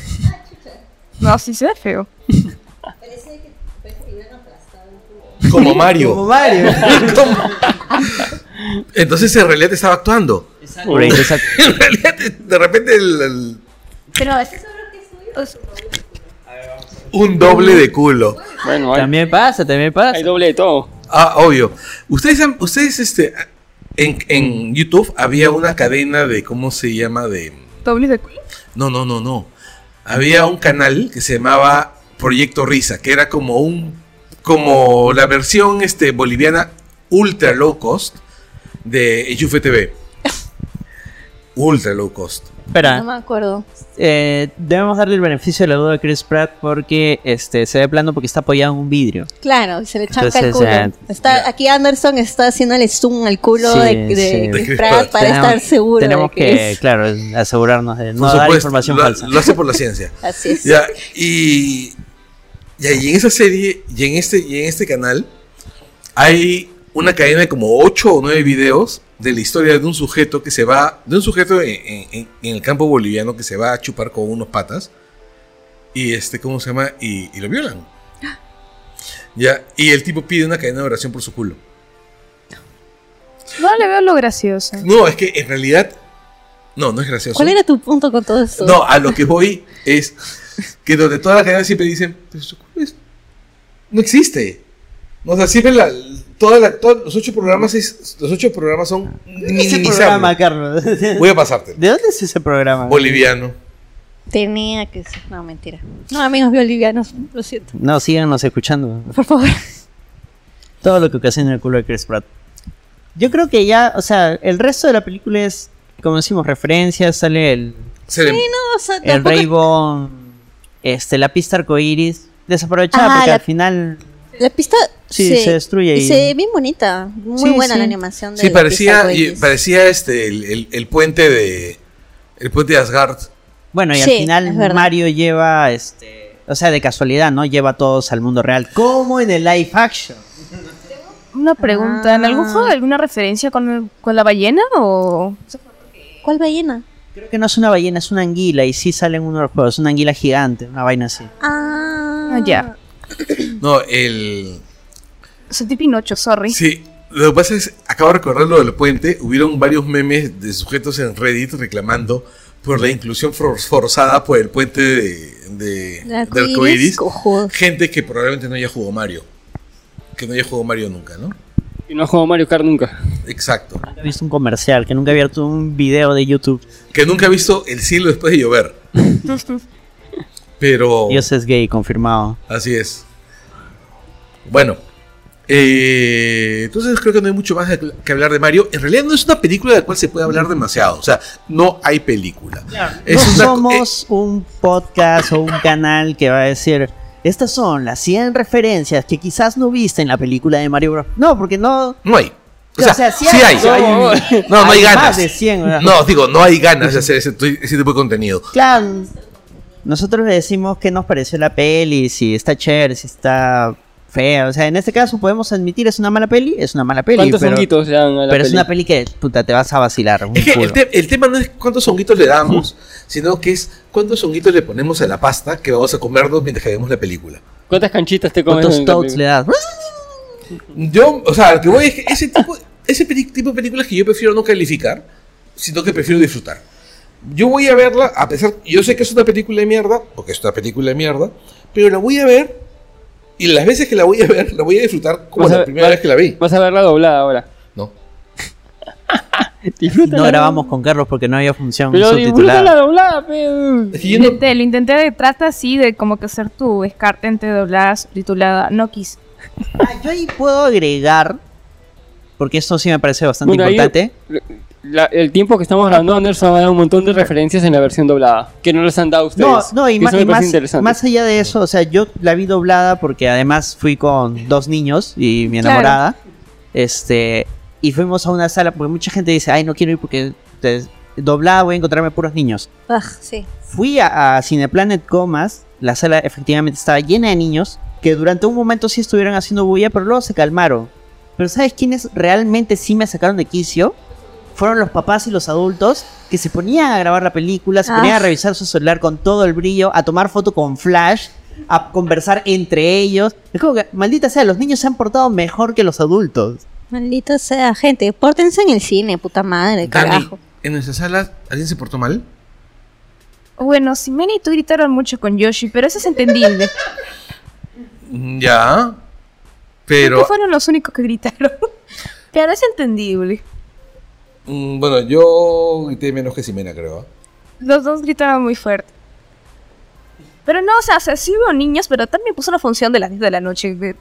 Speaker 6: No, sí se ve feo.
Speaker 3: Como
Speaker 1: Como
Speaker 3: Mario.
Speaker 1: Mario.
Speaker 3: Entonces en realidad estaba actuando.
Speaker 1: Por ahí, exacto.
Speaker 3: En realidad, de repente el- el-
Speaker 5: Pero es- os-
Speaker 3: un doble de culo.
Speaker 4: Bueno, hay,
Speaker 1: También pasa, también pasa.
Speaker 4: hay doble de todo.
Speaker 3: Ah, obvio. Ustedes han- ustedes este en, en YouTube había una cadena de ¿cómo se llama? de
Speaker 6: Doble de culo.
Speaker 3: No, no, no, no. Había un canal que se llamaba Proyecto Risa, que era como un como la versión este boliviana ultra low cost de Enchufe TV. Ultra low cost.
Speaker 5: no
Speaker 1: Espera,
Speaker 5: me acuerdo.
Speaker 1: eh, debemos darle el beneficio de la duda a Chris Pratt porque este, se ve plano porque está apoyado en un vidrio.
Speaker 5: Claro, se le chanca el
Speaker 1: Entonces,
Speaker 5: culo.
Speaker 1: ya.
Speaker 5: Está, Aquí Anderson está haciéndole zoom al culo
Speaker 1: Sí,
Speaker 5: de, de,
Speaker 1: sí.
Speaker 3: De
Speaker 5: Chris
Speaker 3: Chris
Speaker 5: Pratt
Speaker 3: Pratt.
Speaker 5: para estar seguro.
Speaker 1: Tenemos
Speaker 5: de
Speaker 1: que,
Speaker 5: es-
Speaker 1: claro, asegurarnos de no
Speaker 3: Por
Speaker 1: dar
Speaker 3: supuesto,
Speaker 1: información
Speaker 3: lo-
Speaker 1: falsa.
Speaker 3: Lo hace por la ciencia.
Speaker 5: Así es.
Speaker 3: Ya, y, ya, y en esa serie, y en este, y en este canal, hay una cadena de como 8 o 9 videos de la historia de un sujeto que se va, de un sujeto en, en- en- en el campo boliviano que se va a chupar con unos patas. Y este, ¿cómo se llama? Y, y lo violan. Ya, y el tipo pide una cadena de oración por su culo.
Speaker 6: No le veo lo gracioso.
Speaker 3: No, es que en realidad, no, no es gracioso.
Speaker 5: ¿Cuál era tu punto con todo esto?
Speaker 3: No, a lo que voy es que donde toda la cadena siempre dicen, "Pero su culo es- no existe. O sea, siempre la, toda la- todos los ocho programas es- los ocho programas son
Speaker 1: ese
Speaker 3: minimizables.
Speaker 1: programa, Ah. Carlos? ¿De
Speaker 3: Voy a pasarte.
Speaker 1: dónde es ese programa?
Speaker 3: Boliviano.
Speaker 5: Tenía que ser. No, mentira. No, amigos bolivianos, lo siento.
Speaker 1: No, síganos escuchando.
Speaker 5: Por favor.
Speaker 1: Todo lo que ocasiona el culo de Chris Pratt. Yo creo que ya, o sea, el resto de la película es, como decimos, referencias, sale el,
Speaker 3: Se le-
Speaker 5: O sea,
Speaker 1: el
Speaker 5: tampoco-
Speaker 1: Rainbow, este, la pista arcoiris, desaprovechada
Speaker 5: Ah,
Speaker 1: porque
Speaker 5: la-
Speaker 1: al final
Speaker 5: La pista
Speaker 1: sí, se, destruye
Speaker 5: y
Speaker 1: y,
Speaker 5: se ve bien bonita. Muy
Speaker 1: Sí,
Speaker 5: buena
Speaker 1: sí.
Speaker 5: la animación de
Speaker 3: sí,
Speaker 5: la
Speaker 3: parecía,
Speaker 5: pista
Speaker 3: y-
Speaker 5: arcoíris.
Speaker 3: parecía este el, el- el puente de. El puente de Asgard.
Speaker 1: bueno, y al
Speaker 5: Sí,
Speaker 1: final
Speaker 5: es verdad.
Speaker 1: Mario lleva, este, o sea, de casualidad, ¿no? Lleva a todos al mundo real, como en el live action.
Speaker 6: Una pregunta, ¿en algún
Speaker 5: Ah.
Speaker 6: juego hay alguna referencia con, el- con la ballena o...?
Speaker 5: ¿Cuál ballena?
Speaker 1: Creo que no es una ballena, es una anguila, y sí sale en uno de los juegos, una anguila gigante, una vaina así.
Speaker 5: Ah,
Speaker 6: Ah, ya.
Speaker 3: No, el.
Speaker 6: Sentí Pinocho, sorry.
Speaker 3: Sí, lo que pasa es, acabo de recordar lo del puente, hubieron varios memes de sujetos en Reddit reclamando por la inclusión for- forzada por el puente de, de,
Speaker 5: La
Speaker 3: de
Speaker 5: arcoíris,
Speaker 3: arcoíris.
Speaker 5: cojudo.
Speaker 3: Gente que probablemente no haya jugado Mario. Que no haya jugado Mario nunca, ¿no?
Speaker 4: Y no ha jugado Mario Kart nunca.
Speaker 3: Exacto.
Speaker 1: Nunca he visto un comercial, que nunca he abierto un video de YouTube.
Speaker 3: Que nunca ha visto el cielo después de llover. Pero...
Speaker 1: Dios es gay, confirmado.
Speaker 3: Así es. Bueno. eh, entonces creo que no hay mucho más de- que hablar de Mario. En realidad no es una película de la cual se puede hablar demasiado. O sea, no hay película.
Speaker 1: no
Speaker 3: Es una- eh,
Speaker 1: somos un podcast o un canal que va a decir, estas son las 100 referencias que quizás no viste en la película de Mario Bros. No, porque no...
Speaker 3: No hay. O sea, sí
Speaker 1: sí
Speaker 3: hay.
Speaker 1: ¿no?
Speaker 3: No, no hay
Speaker 1: Más
Speaker 3: ganas.
Speaker 1: de 100. ¿verdad?
Speaker 3: No, digo, no hay ganas de hacer ese, ese tipo de contenido.
Speaker 1: Claro. Nosotros le decimos qué nos pareció la peli, si está chévere, si está fea. O sea, en este caso podemos admitir, es una mala peli, es una mala peli.
Speaker 4: ¿Cuántos
Speaker 1: Pero,
Speaker 4: honguitos le dan a la
Speaker 1: pero es
Speaker 4: peli?
Speaker 1: una peli que, puta, te vas a vacilar. un
Speaker 3: Es que el,
Speaker 1: culo.
Speaker 3: te- el tema no es cuántos honguitos le damos, sino que es cuántos honguitos le ponemos a la pasta que vamos a comernos mientras que vemos la película.
Speaker 4: ¿Cuántas canchitas te comes?
Speaker 1: ¿Cuántos
Speaker 4: en la
Speaker 1: toads le
Speaker 4: película?
Speaker 1: das?
Speaker 3: Yo, o sea, lo que voy es que ese tipo, ese peli- tipo de películas que yo prefiero no calificar, sino que prefiero disfrutar. Yo voy a verla, a pesar, yo sé que es una película de mierda, porque es una película de mierda, pero la voy a ver y las veces que la voy a ver, la voy a disfrutar como
Speaker 4: Vas a
Speaker 3: la
Speaker 4: ver-
Speaker 3: primera
Speaker 4: vas-
Speaker 3: vez que la vi.
Speaker 4: Vas a verla doblada ahora.
Speaker 3: No.
Speaker 4: Disfrútala.
Speaker 1: No grabamos con Carlos porque no había función
Speaker 4: Pero disfrútala
Speaker 1: subtitulada.
Speaker 4: doblada, pues. pe.
Speaker 3: Es que yo no-
Speaker 6: Intenté, lo intenté de trata así de como que hacer tu descarte entre doblada, subtitulada, no quise.
Speaker 1: Ah, yo ahí puedo agregar, porque esto sí me parece bastante
Speaker 4: Bueno, ahí-
Speaker 1: importante.
Speaker 4: La- el tiempo que estamos grabando, Anderson va a dar un montón de referencias en la versión doblada, que no les han dado ustedes.
Speaker 1: No, no, y,
Speaker 4: Que
Speaker 1: ma-
Speaker 4: eso me
Speaker 1: y
Speaker 4: parece
Speaker 1: más,
Speaker 4: interesante.
Speaker 1: más allá de eso, o sea, yo la vi doblada porque además fui con dos niños y mi
Speaker 6: Claro.
Speaker 1: enamorada. Este, y fuimos a una sala, porque mucha gente dice, ay, no quiero ir porque te- doblada voy a encontrarme puros niños.
Speaker 5: Ugh, ah, sí.
Speaker 1: Fui a, a Cineplanet Comas, la sala efectivamente estaba llena de niños, que durante un momento sí estuvieron haciendo bulla, pero luego se calmaron. Pero ¿sabes quiénes realmente sí me sacaron de quicio? Fueron los papás y los adultos que se ponían a grabar la película, se ponían
Speaker 5: Ah.
Speaker 1: a revisar su celular con todo el brillo, a tomar foto con flash, a conversar entre ellos. Es como que, maldita sea, los niños se han portado mejor que los adultos.
Speaker 5: Maldito sea, gente. Pórtense en el cine, puta madre,
Speaker 3: Dani,
Speaker 5: carajo.
Speaker 3: ¿en nuestra sala alguien se portó mal?
Speaker 6: Bueno, Simena y tú gritaron mucho con Yoshi, pero eso es entendible.
Speaker 3: Mm, Ya.
Speaker 6: Porque
Speaker 3: Pero,
Speaker 6: fueron los únicos que gritaron. Pero es entendible.
Speaker 3: mm, bueno, yo grité menos que Simena, creo. ¿ah?
Speaker 6: Los dos gritaban muy fuerte. Pero no, o sea, se sí hubo niños, pero también puso la función de las 10 de la noche. de-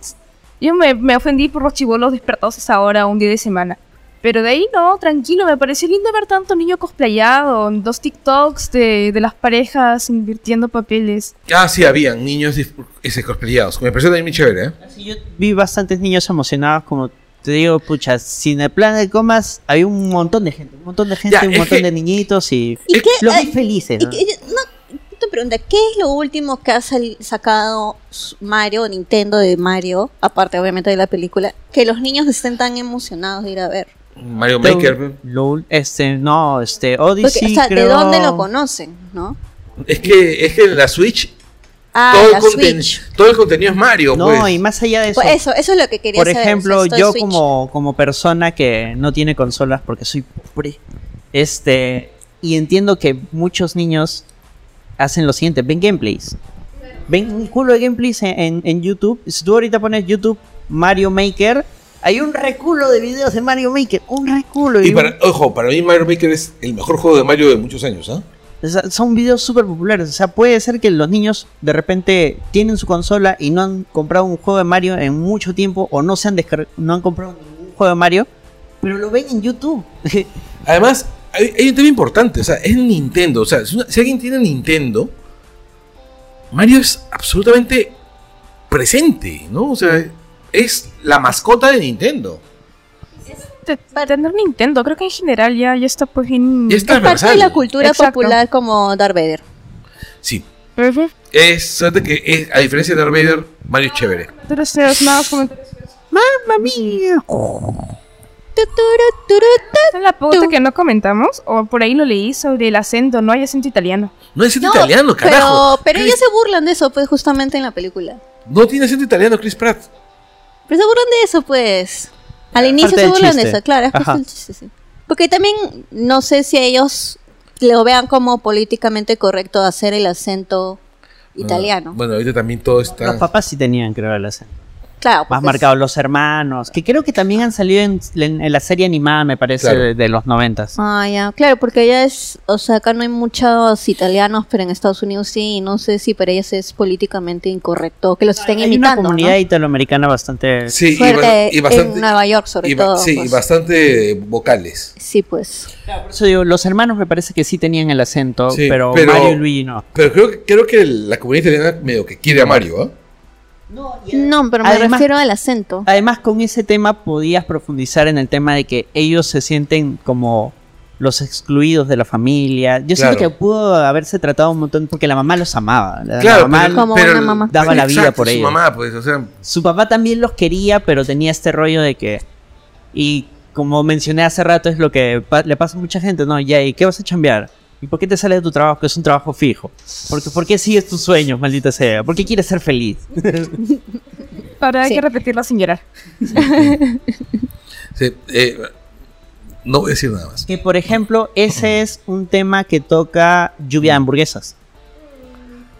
Speaker 6: Yo me, me ofendí por los chibolos despertados a esa hora, un día de semana. Pero de ahí no, tranquilo, me pareció lindo ver tanto niño cosplayado, dos TikToks de, de las parejas invirtiendo papeles.
Speaker 3: Ah, sí, habían niños dis- ese, cosplayados. Me pareció también muy chévere, ¿eh?
Speaker 1: Sí, yo vi bastantes niños emocionados, como te digo, pucha, sin el plan de comas hay un montón de gente, un montón de gente,
Speaker 3: Ya,
Speaker 1: un
Speaker 3: es
Speaker 1: montón
Speaker 3: que-
Speaker 1: de niñitos y
Speaker 5: ¿Y qué?
Speaker 1: los vi
Speaker 5: eh,
Speaker 1: felices.
Speaker 5: y
Speaker 1: ¿no?
Speaker 5: qué- no, te pregunta, ¿qué es lo último que ha sali- sacado s- Mario, o Nintendo de Mario, aparte obviamente de la película, que los niños estén tan emocionados de ir a ver?
Speaker 3: Mario
Speaker 1: Pero,
Speaker 3: Maker.
Speaker 1: lo- este, no, este,
Speaker 5: Porque,
Speaker 1: Odyssey.
Speaker 5: o sea, ¿de
Speaker 1: creo-
Speaker 5: dónde lo conocen, no?
Speaker 3: Es que, es que la Switch,
Speaker 5: Ah,
Speaker 3: todo,
Speaker 5: la
Speaker 3: el conten-
Speaker 5: Switch.
Speaker 3: todo el contenido es Mario,
Speaker 1: No,
Speaker 3: pues.
Speaker 1: y más allá de eso.
Speaker 5: Pues eso, eso es lo que quería
Speaker 1: por
Speaker 5: saber. o sea,
Speaker 1: ejemplo,
Speaker 5: esto de
Speaker 1: yo
Speaker 5: Switch.
Speaker 1: como, como persona que no tiene consolas porque soy pobre, este, y entiendo que muchos niños hacen lo siguiente, ven gameplays. Ven un culo de gameplays en, en- en YouTube. Si tú ahorita pones YouTube Mario Maker, hay un reculo de videos de Mario Maker, un reculo. y
Speaker 3: Y
Speaker 1: un-
Speaker 3: para, ojo, para mí Mario Maker es el mejor juego de Mario de muchos años, ¿ah?
Speaker 1: o sea, son videos súper populares. O sea, puede ser que los niños de repente tienen su consola y no han comprado un juego de Mario en mucho tiempo o no se han descarg- no han comprado ningún juego de Mario, pero lo ven en YouTube.
Speaker 3: Además, hay, hay un tema importante, o sea, es Nintendo. O sea, si, una- si alguien tiene Nintendo, Mario es absolutamente presente, ¿no? O sea, es la mascota de Nintendo.
Speaker 6: Te- Tener Nintendo, creo que en general ya, ya está pues bien...
Speaker 3: Ya está.
Speaker 5: Es parte de
Speaker 3: Transversal.
Speaker 5: la cultura
Speaker 6: Exacto.
Speaker 5: popular como Darth Vader.
Speaker 3: Sí,
Speaker 6: Ujú.
Speaker 3: es suerte que es- a diferencia de Darth Vader, Mario es chévere.
Speaker 6: Pero si es nada, comentarios.
Speaker 1: ¡Mamma mía!
Speaker 5: Tu, turu, turu, tu.
Speaker 6: ¿Es la pauta que no comentamos? O por ahí lo leí sobre el acento, no hay acento italiano.
Speaker 3: No es acento
Speaker 5: No,
Speaker 3: italiano, carajo.
Speaker 5: Pero, pero ellos se burlan de eso, pues, justamente en la película.
Speaker 3: No tiene acento italiano Chris Pratt.
Speaker 5: Pero se burlan de eso, pues. Al inicio
Speaker 1: parte
Speaker 5: se
Speaker 1: del
Speaker 5: burlan de
Speaker 1: chiste.
Speaker 5: eso, claro. es parte
Speaker 1: Ajá.
Speaker 5: del chiste, sí. Porque también no sé si ellos lo vean como políticamente correcto hacer el acento italiano.
Speaker 3: Ah, bueno, ahorita también todo está...
Speaker 1: Los papás sí tenían, creo, el acento.
Speaker 5: claro,
Speaker 1: Más
Speaker 5: porque
Speaker 1: marcado, los hermanos, que creo que también han salido en, en la serie animada, me parece,
Speaker 3: Claro.
Speaker 1: de, de los noventas.
Speaker 5: es- Ah, ya, claro, porque allá es, o sea, acá no hay muchos italianos, pero en Estados Unidos sí, y no sé si para ellos es políticamente incorrecto que los estén
Speaker 1: Hay una
Speaker 5: imitando.
Speaker 1: comunidad
Speaker 5: ¿no?
Speaker 1: italoamericana bastante...
Speaker 3: Sí, y
Speaker 5: Fuerte
Speaker 3: bas- y, bastante...
Speaker 5: en Nueva York, sobre
Speaker 3: y ba-
Speaker 5: todo.
Speaker 3: sí, y
Speaker 5: pues.
Speaker 3: bastante vocales.
Speaker 5: Sí, pues.
Speaker 1: Por eso digo, los hermanos me parece que sí tenían el acento,
Speaker 3: Sí,
Speaker 1: pero,
Speaker 3: pero-
Speaker 1: Mario y Luigi no.
Speaker 3: Pero creo que, creo que la comunidad italiana medio que quiere a Mario, ¿ah?
Speaker 5: No, pero me
Speaker 1: Además-
Speaker 5: refiero al acento.
Speaker 1: Además, con ese tema podías profundizar en el tema de que ellos se sienten como los excluidos de la familia. Yo siento
Speaker 3: Claro.
Speaker 1: que pudo haberse tratado un montón porque la mamá los amaba. La, la mamá-
Speaker 5: pero- Como una mamá.
Speaker 1: Daba la vida por
Speaker 3: su
Speaker 1: ello.
Speaker 3: mamá, pues, o sea,
Speaker 1: Su papá también los quería, pero tenía este rollo de que... Y como mencioné hace rato, es lo que pa- le pasa a mucha gente, ¿no? Ya, ¿y qué vas a chambear? ¿Y por qué te sales de tu trabajo, que es un trabajo fijo? Porque, ¿Por qué sigues tus sueños, maldita sea? ¿Por qué quieres ser feliz?
Speaker 6: Ahora hay
Speaker 5: Sí.
Speaker 6: que repetirla sin llorar.
Speaker 3: se- eh, no voy a decir nada más.
Speaker 1: Que por ejemplo, ese es un tema que toca lluvia de hamburguesas.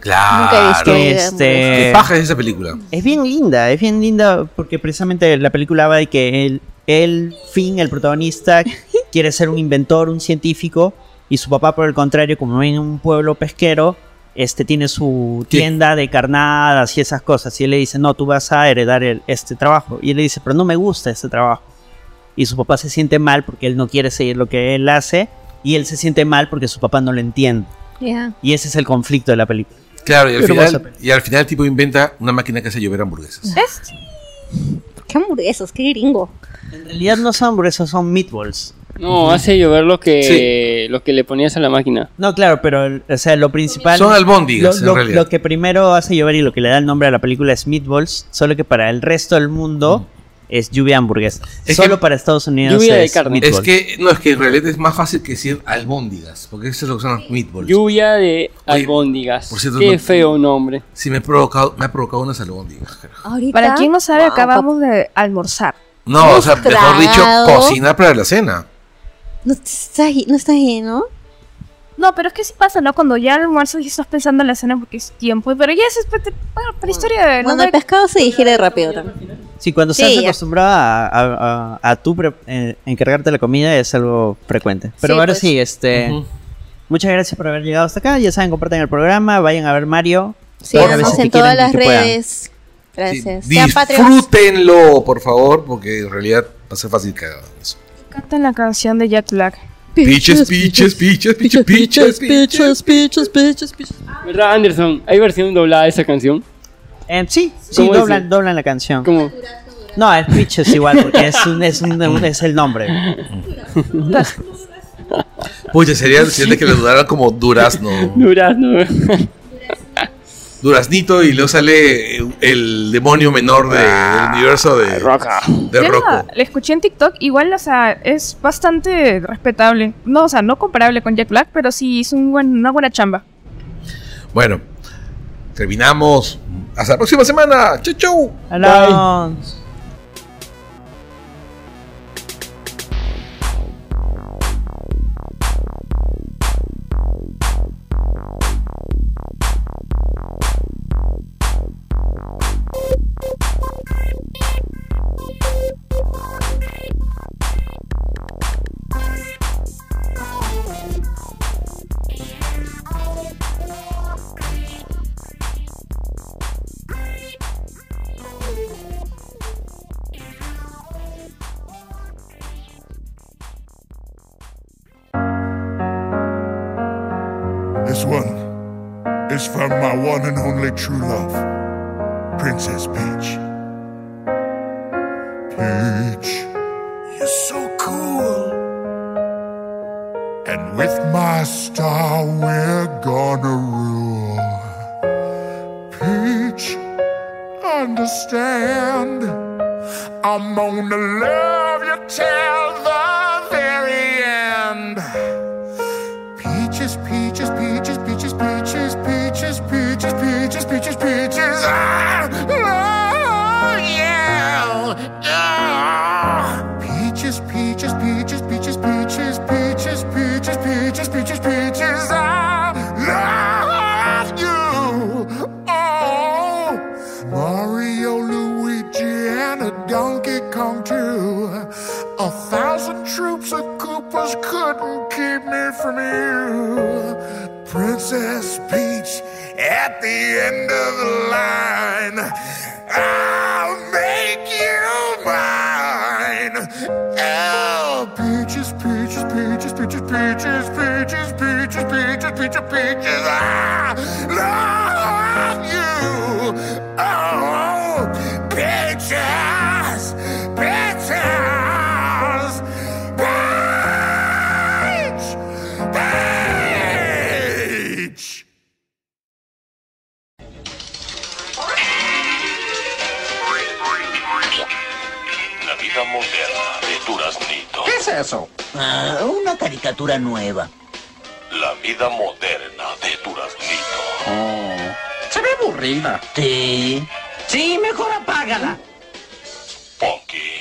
Speaker 3: Claro.
Speaker 5: Nunca he visto.
Speaker 1: Que
Speaker 5: Lluvia de
Speaker 1: este,
Speaker 3: Qué paja es esa película.
Speaker 1: es bien linda, es bien linda porque precisamente la película va de que el, el Finn, el protagonista, quiere ser un inventor, un científico, y su papá por el contrario, como vive en un pueblo pesquero, este tiene su
Speaker 3: Sí.
Speaker 1: tienda de carnadas y esas cosas, y él le dice, no, tú vas a heredar el- este trabajo, y él le dice, pero no me gusta este trabajo, y su papá se siente mal porque él no quiere seguir lo que él hace, y él se siente mal porque su papá no lo entiende,
Speaker 5: Ya.
Speaker 1: y ese es el conflicto de la película.
Speaker 3: Claro, y al,
Speaker 1: Pero vas a
Speaker 3: final, y al final el tipo inventa una máquina que hace llover hamburguesas.
Speaker 6: Es
Speaker 5: ¿Qué hamburguesas? ¿Qué gringo?
Speaker 1: En realidad no son hamburguesas, son meatballs.
Speaker 4: No, hace llover lo que, lo que le ponías a la máquina.
Speaker 1: No, claro, pero el- o sea, lo principal.
Speaker 3: Son albóndigas,
Speaker 1: lo,
Speaker 3: en
Speaker 1: lo-
Speaker 3: realidad.
Speaker 1: lo que primero hace llover y lo que le da el nombre a la película es Meatballs, solo que para el resto del mundo es lluvia de hamburguesas.
Speaker 3: Es
Speaker 1: solo
Speaker 3: que-
Speaker 1: para Estados Unidos
Speaker 4: Lluvia de
Speaker 1: es
Speaker 4: carne.
Speaker 1: meatball.
Speaker 3: Es que, no, es que en realidad es más fácil que decir albóndigas, porque eso es lo que son los meatballs.
Speaker 4: Lluvia de albóndigas.
Speaker 3: por cierto,
Speaker 4: Qué
Speaker 3: no-
Speaker 4: feo nombre.
Speaker 3: Sí, me, he provocado, me ha provocado unas albóndigas. carajo.
Speaker 5: Ahorita-
Speaker 6: Para quien no sabe,
Speaker 5: Wow,
Speaker 6: acabamos de almorzar.
Speaker 3: No, o sea,
Speaker 5: Hemos
Speaker 3: mejor dicho,
Speaker 5: tragado.
Speaker 3: cocinar para la cena.
Speaker 5: pap- No estás, no estás lleno.
Speaker 6: No, pero es que sí pasa, ¿no? Cuando ya almuerzas y estás pensando en la cena porque es tiempo. Pero ya es para, para historia de...
Speaker 5: Cuando el pescado se digiere rápido también.
Speaker 1: Sí, cuando
Speaker 5: Sí,
Speaker 1: estás
Speaker 5: ya.
Speaker 1: acostumbrado a, a- a- a tú pre- eh, encargarte la comida es algo frecuente. Pero
Speaker 5: Sí,
Speaker 1: ahora
Speaker 5: pues.
Speaker 1: sí, este.
Speaker 3: Ujú.
Speaker 1: Muchas gracias por haber llegado hasta acá. Ya saben, compartan el programa, vayan a ver Mario.
Speaker 5: Sí,
Speaker 1: Todas las
Speaker 5: vamos
Speaker 1: veces
Speaker 5: en
Speaker 1: que
Speaker 5: todas
Speaker 1: quieran
Speaker 5: las
Speaker 1: que puedan.
Speaker 5: redes. Gracias.
Speaker 3: Sí,
Speaker 5: Sean Patreons.
Speaker 3: disfrútenlo, por favor, porque en realidad va a ser fácil que hagan eso.
Speaker 6: Cantan la canción de Jack Black.
Speaker 3: Piches, piches, piches, piches, piches, piches.
Speaker 4: ¿Verdad, Anderson? ¿Hay versión doblada de esa canción?
Speaker 1: Eh, sí, sí,
Speaker 4: ¿Cómo dice?
Speaker 1: doblan, doblan la canción.
Speaker 4: Como
Speaker 1: No, es Pitches igual, porque es, un- es, un- un- es el nombre.
Speaker 3: Pucha, sería siente que le duraran como durazno.
Speaker 4: durazno.
Speaker 3: Duraznito y luego sale el demonio menor de- del universo de,
Speaker 4: Roca.
Speaker 3: de
Speaker 6: Yo la,
Speaker 3: Rocco.
Speaker 6: la escuché en TikTok, igual, o sea, es bastante respetable. No, o sea, no comparable con Jack Black, pero sí hizo un buen- una buena chamba.
Speaker 3: Bueno, terminamos. Hasta la próxima semana. Chau, chau.
Speaker 1: Alons.
Speaker 9: This one is from my one and only true love, Princess Peach. Peach, you're so cool. And with my star, we're gonna rule. Peach, understand. I'm gonna love you till the very end. Peaches, peaches, peaches, peaches, peaches, peaches, peaches, peaches, peaches, peaches. Ah, oh, yeah. Ah. Peaches, peaches, peaches, peaches, peaches, peaches, peaches, peaches, peaches, peaches. I love you. Oh, Mario, Luigi, and a Donkey Kong too. A thousand troops of Koopas couldn't keep me from you. Princess Peach at the end of the line. I'll make you mine. Oh, peaches, peaches, peaches, peaches, peaches, peaches, peaches, peaches, peaches, peaches. I love you. Oh, peaches, peaches, peach, peach.
Speaker 8: La vida moderna de Duraznito.
Speaker 7: es eso?
Speaker 10: una caricatura nueva.
Speaker 8: La vida moderna de Duraznito.
Speaker 7: Se ve aburrida.
Speaker 10: Sí.
Speaker 7: Sí, mejor apágala.
Speaker 8: Punky.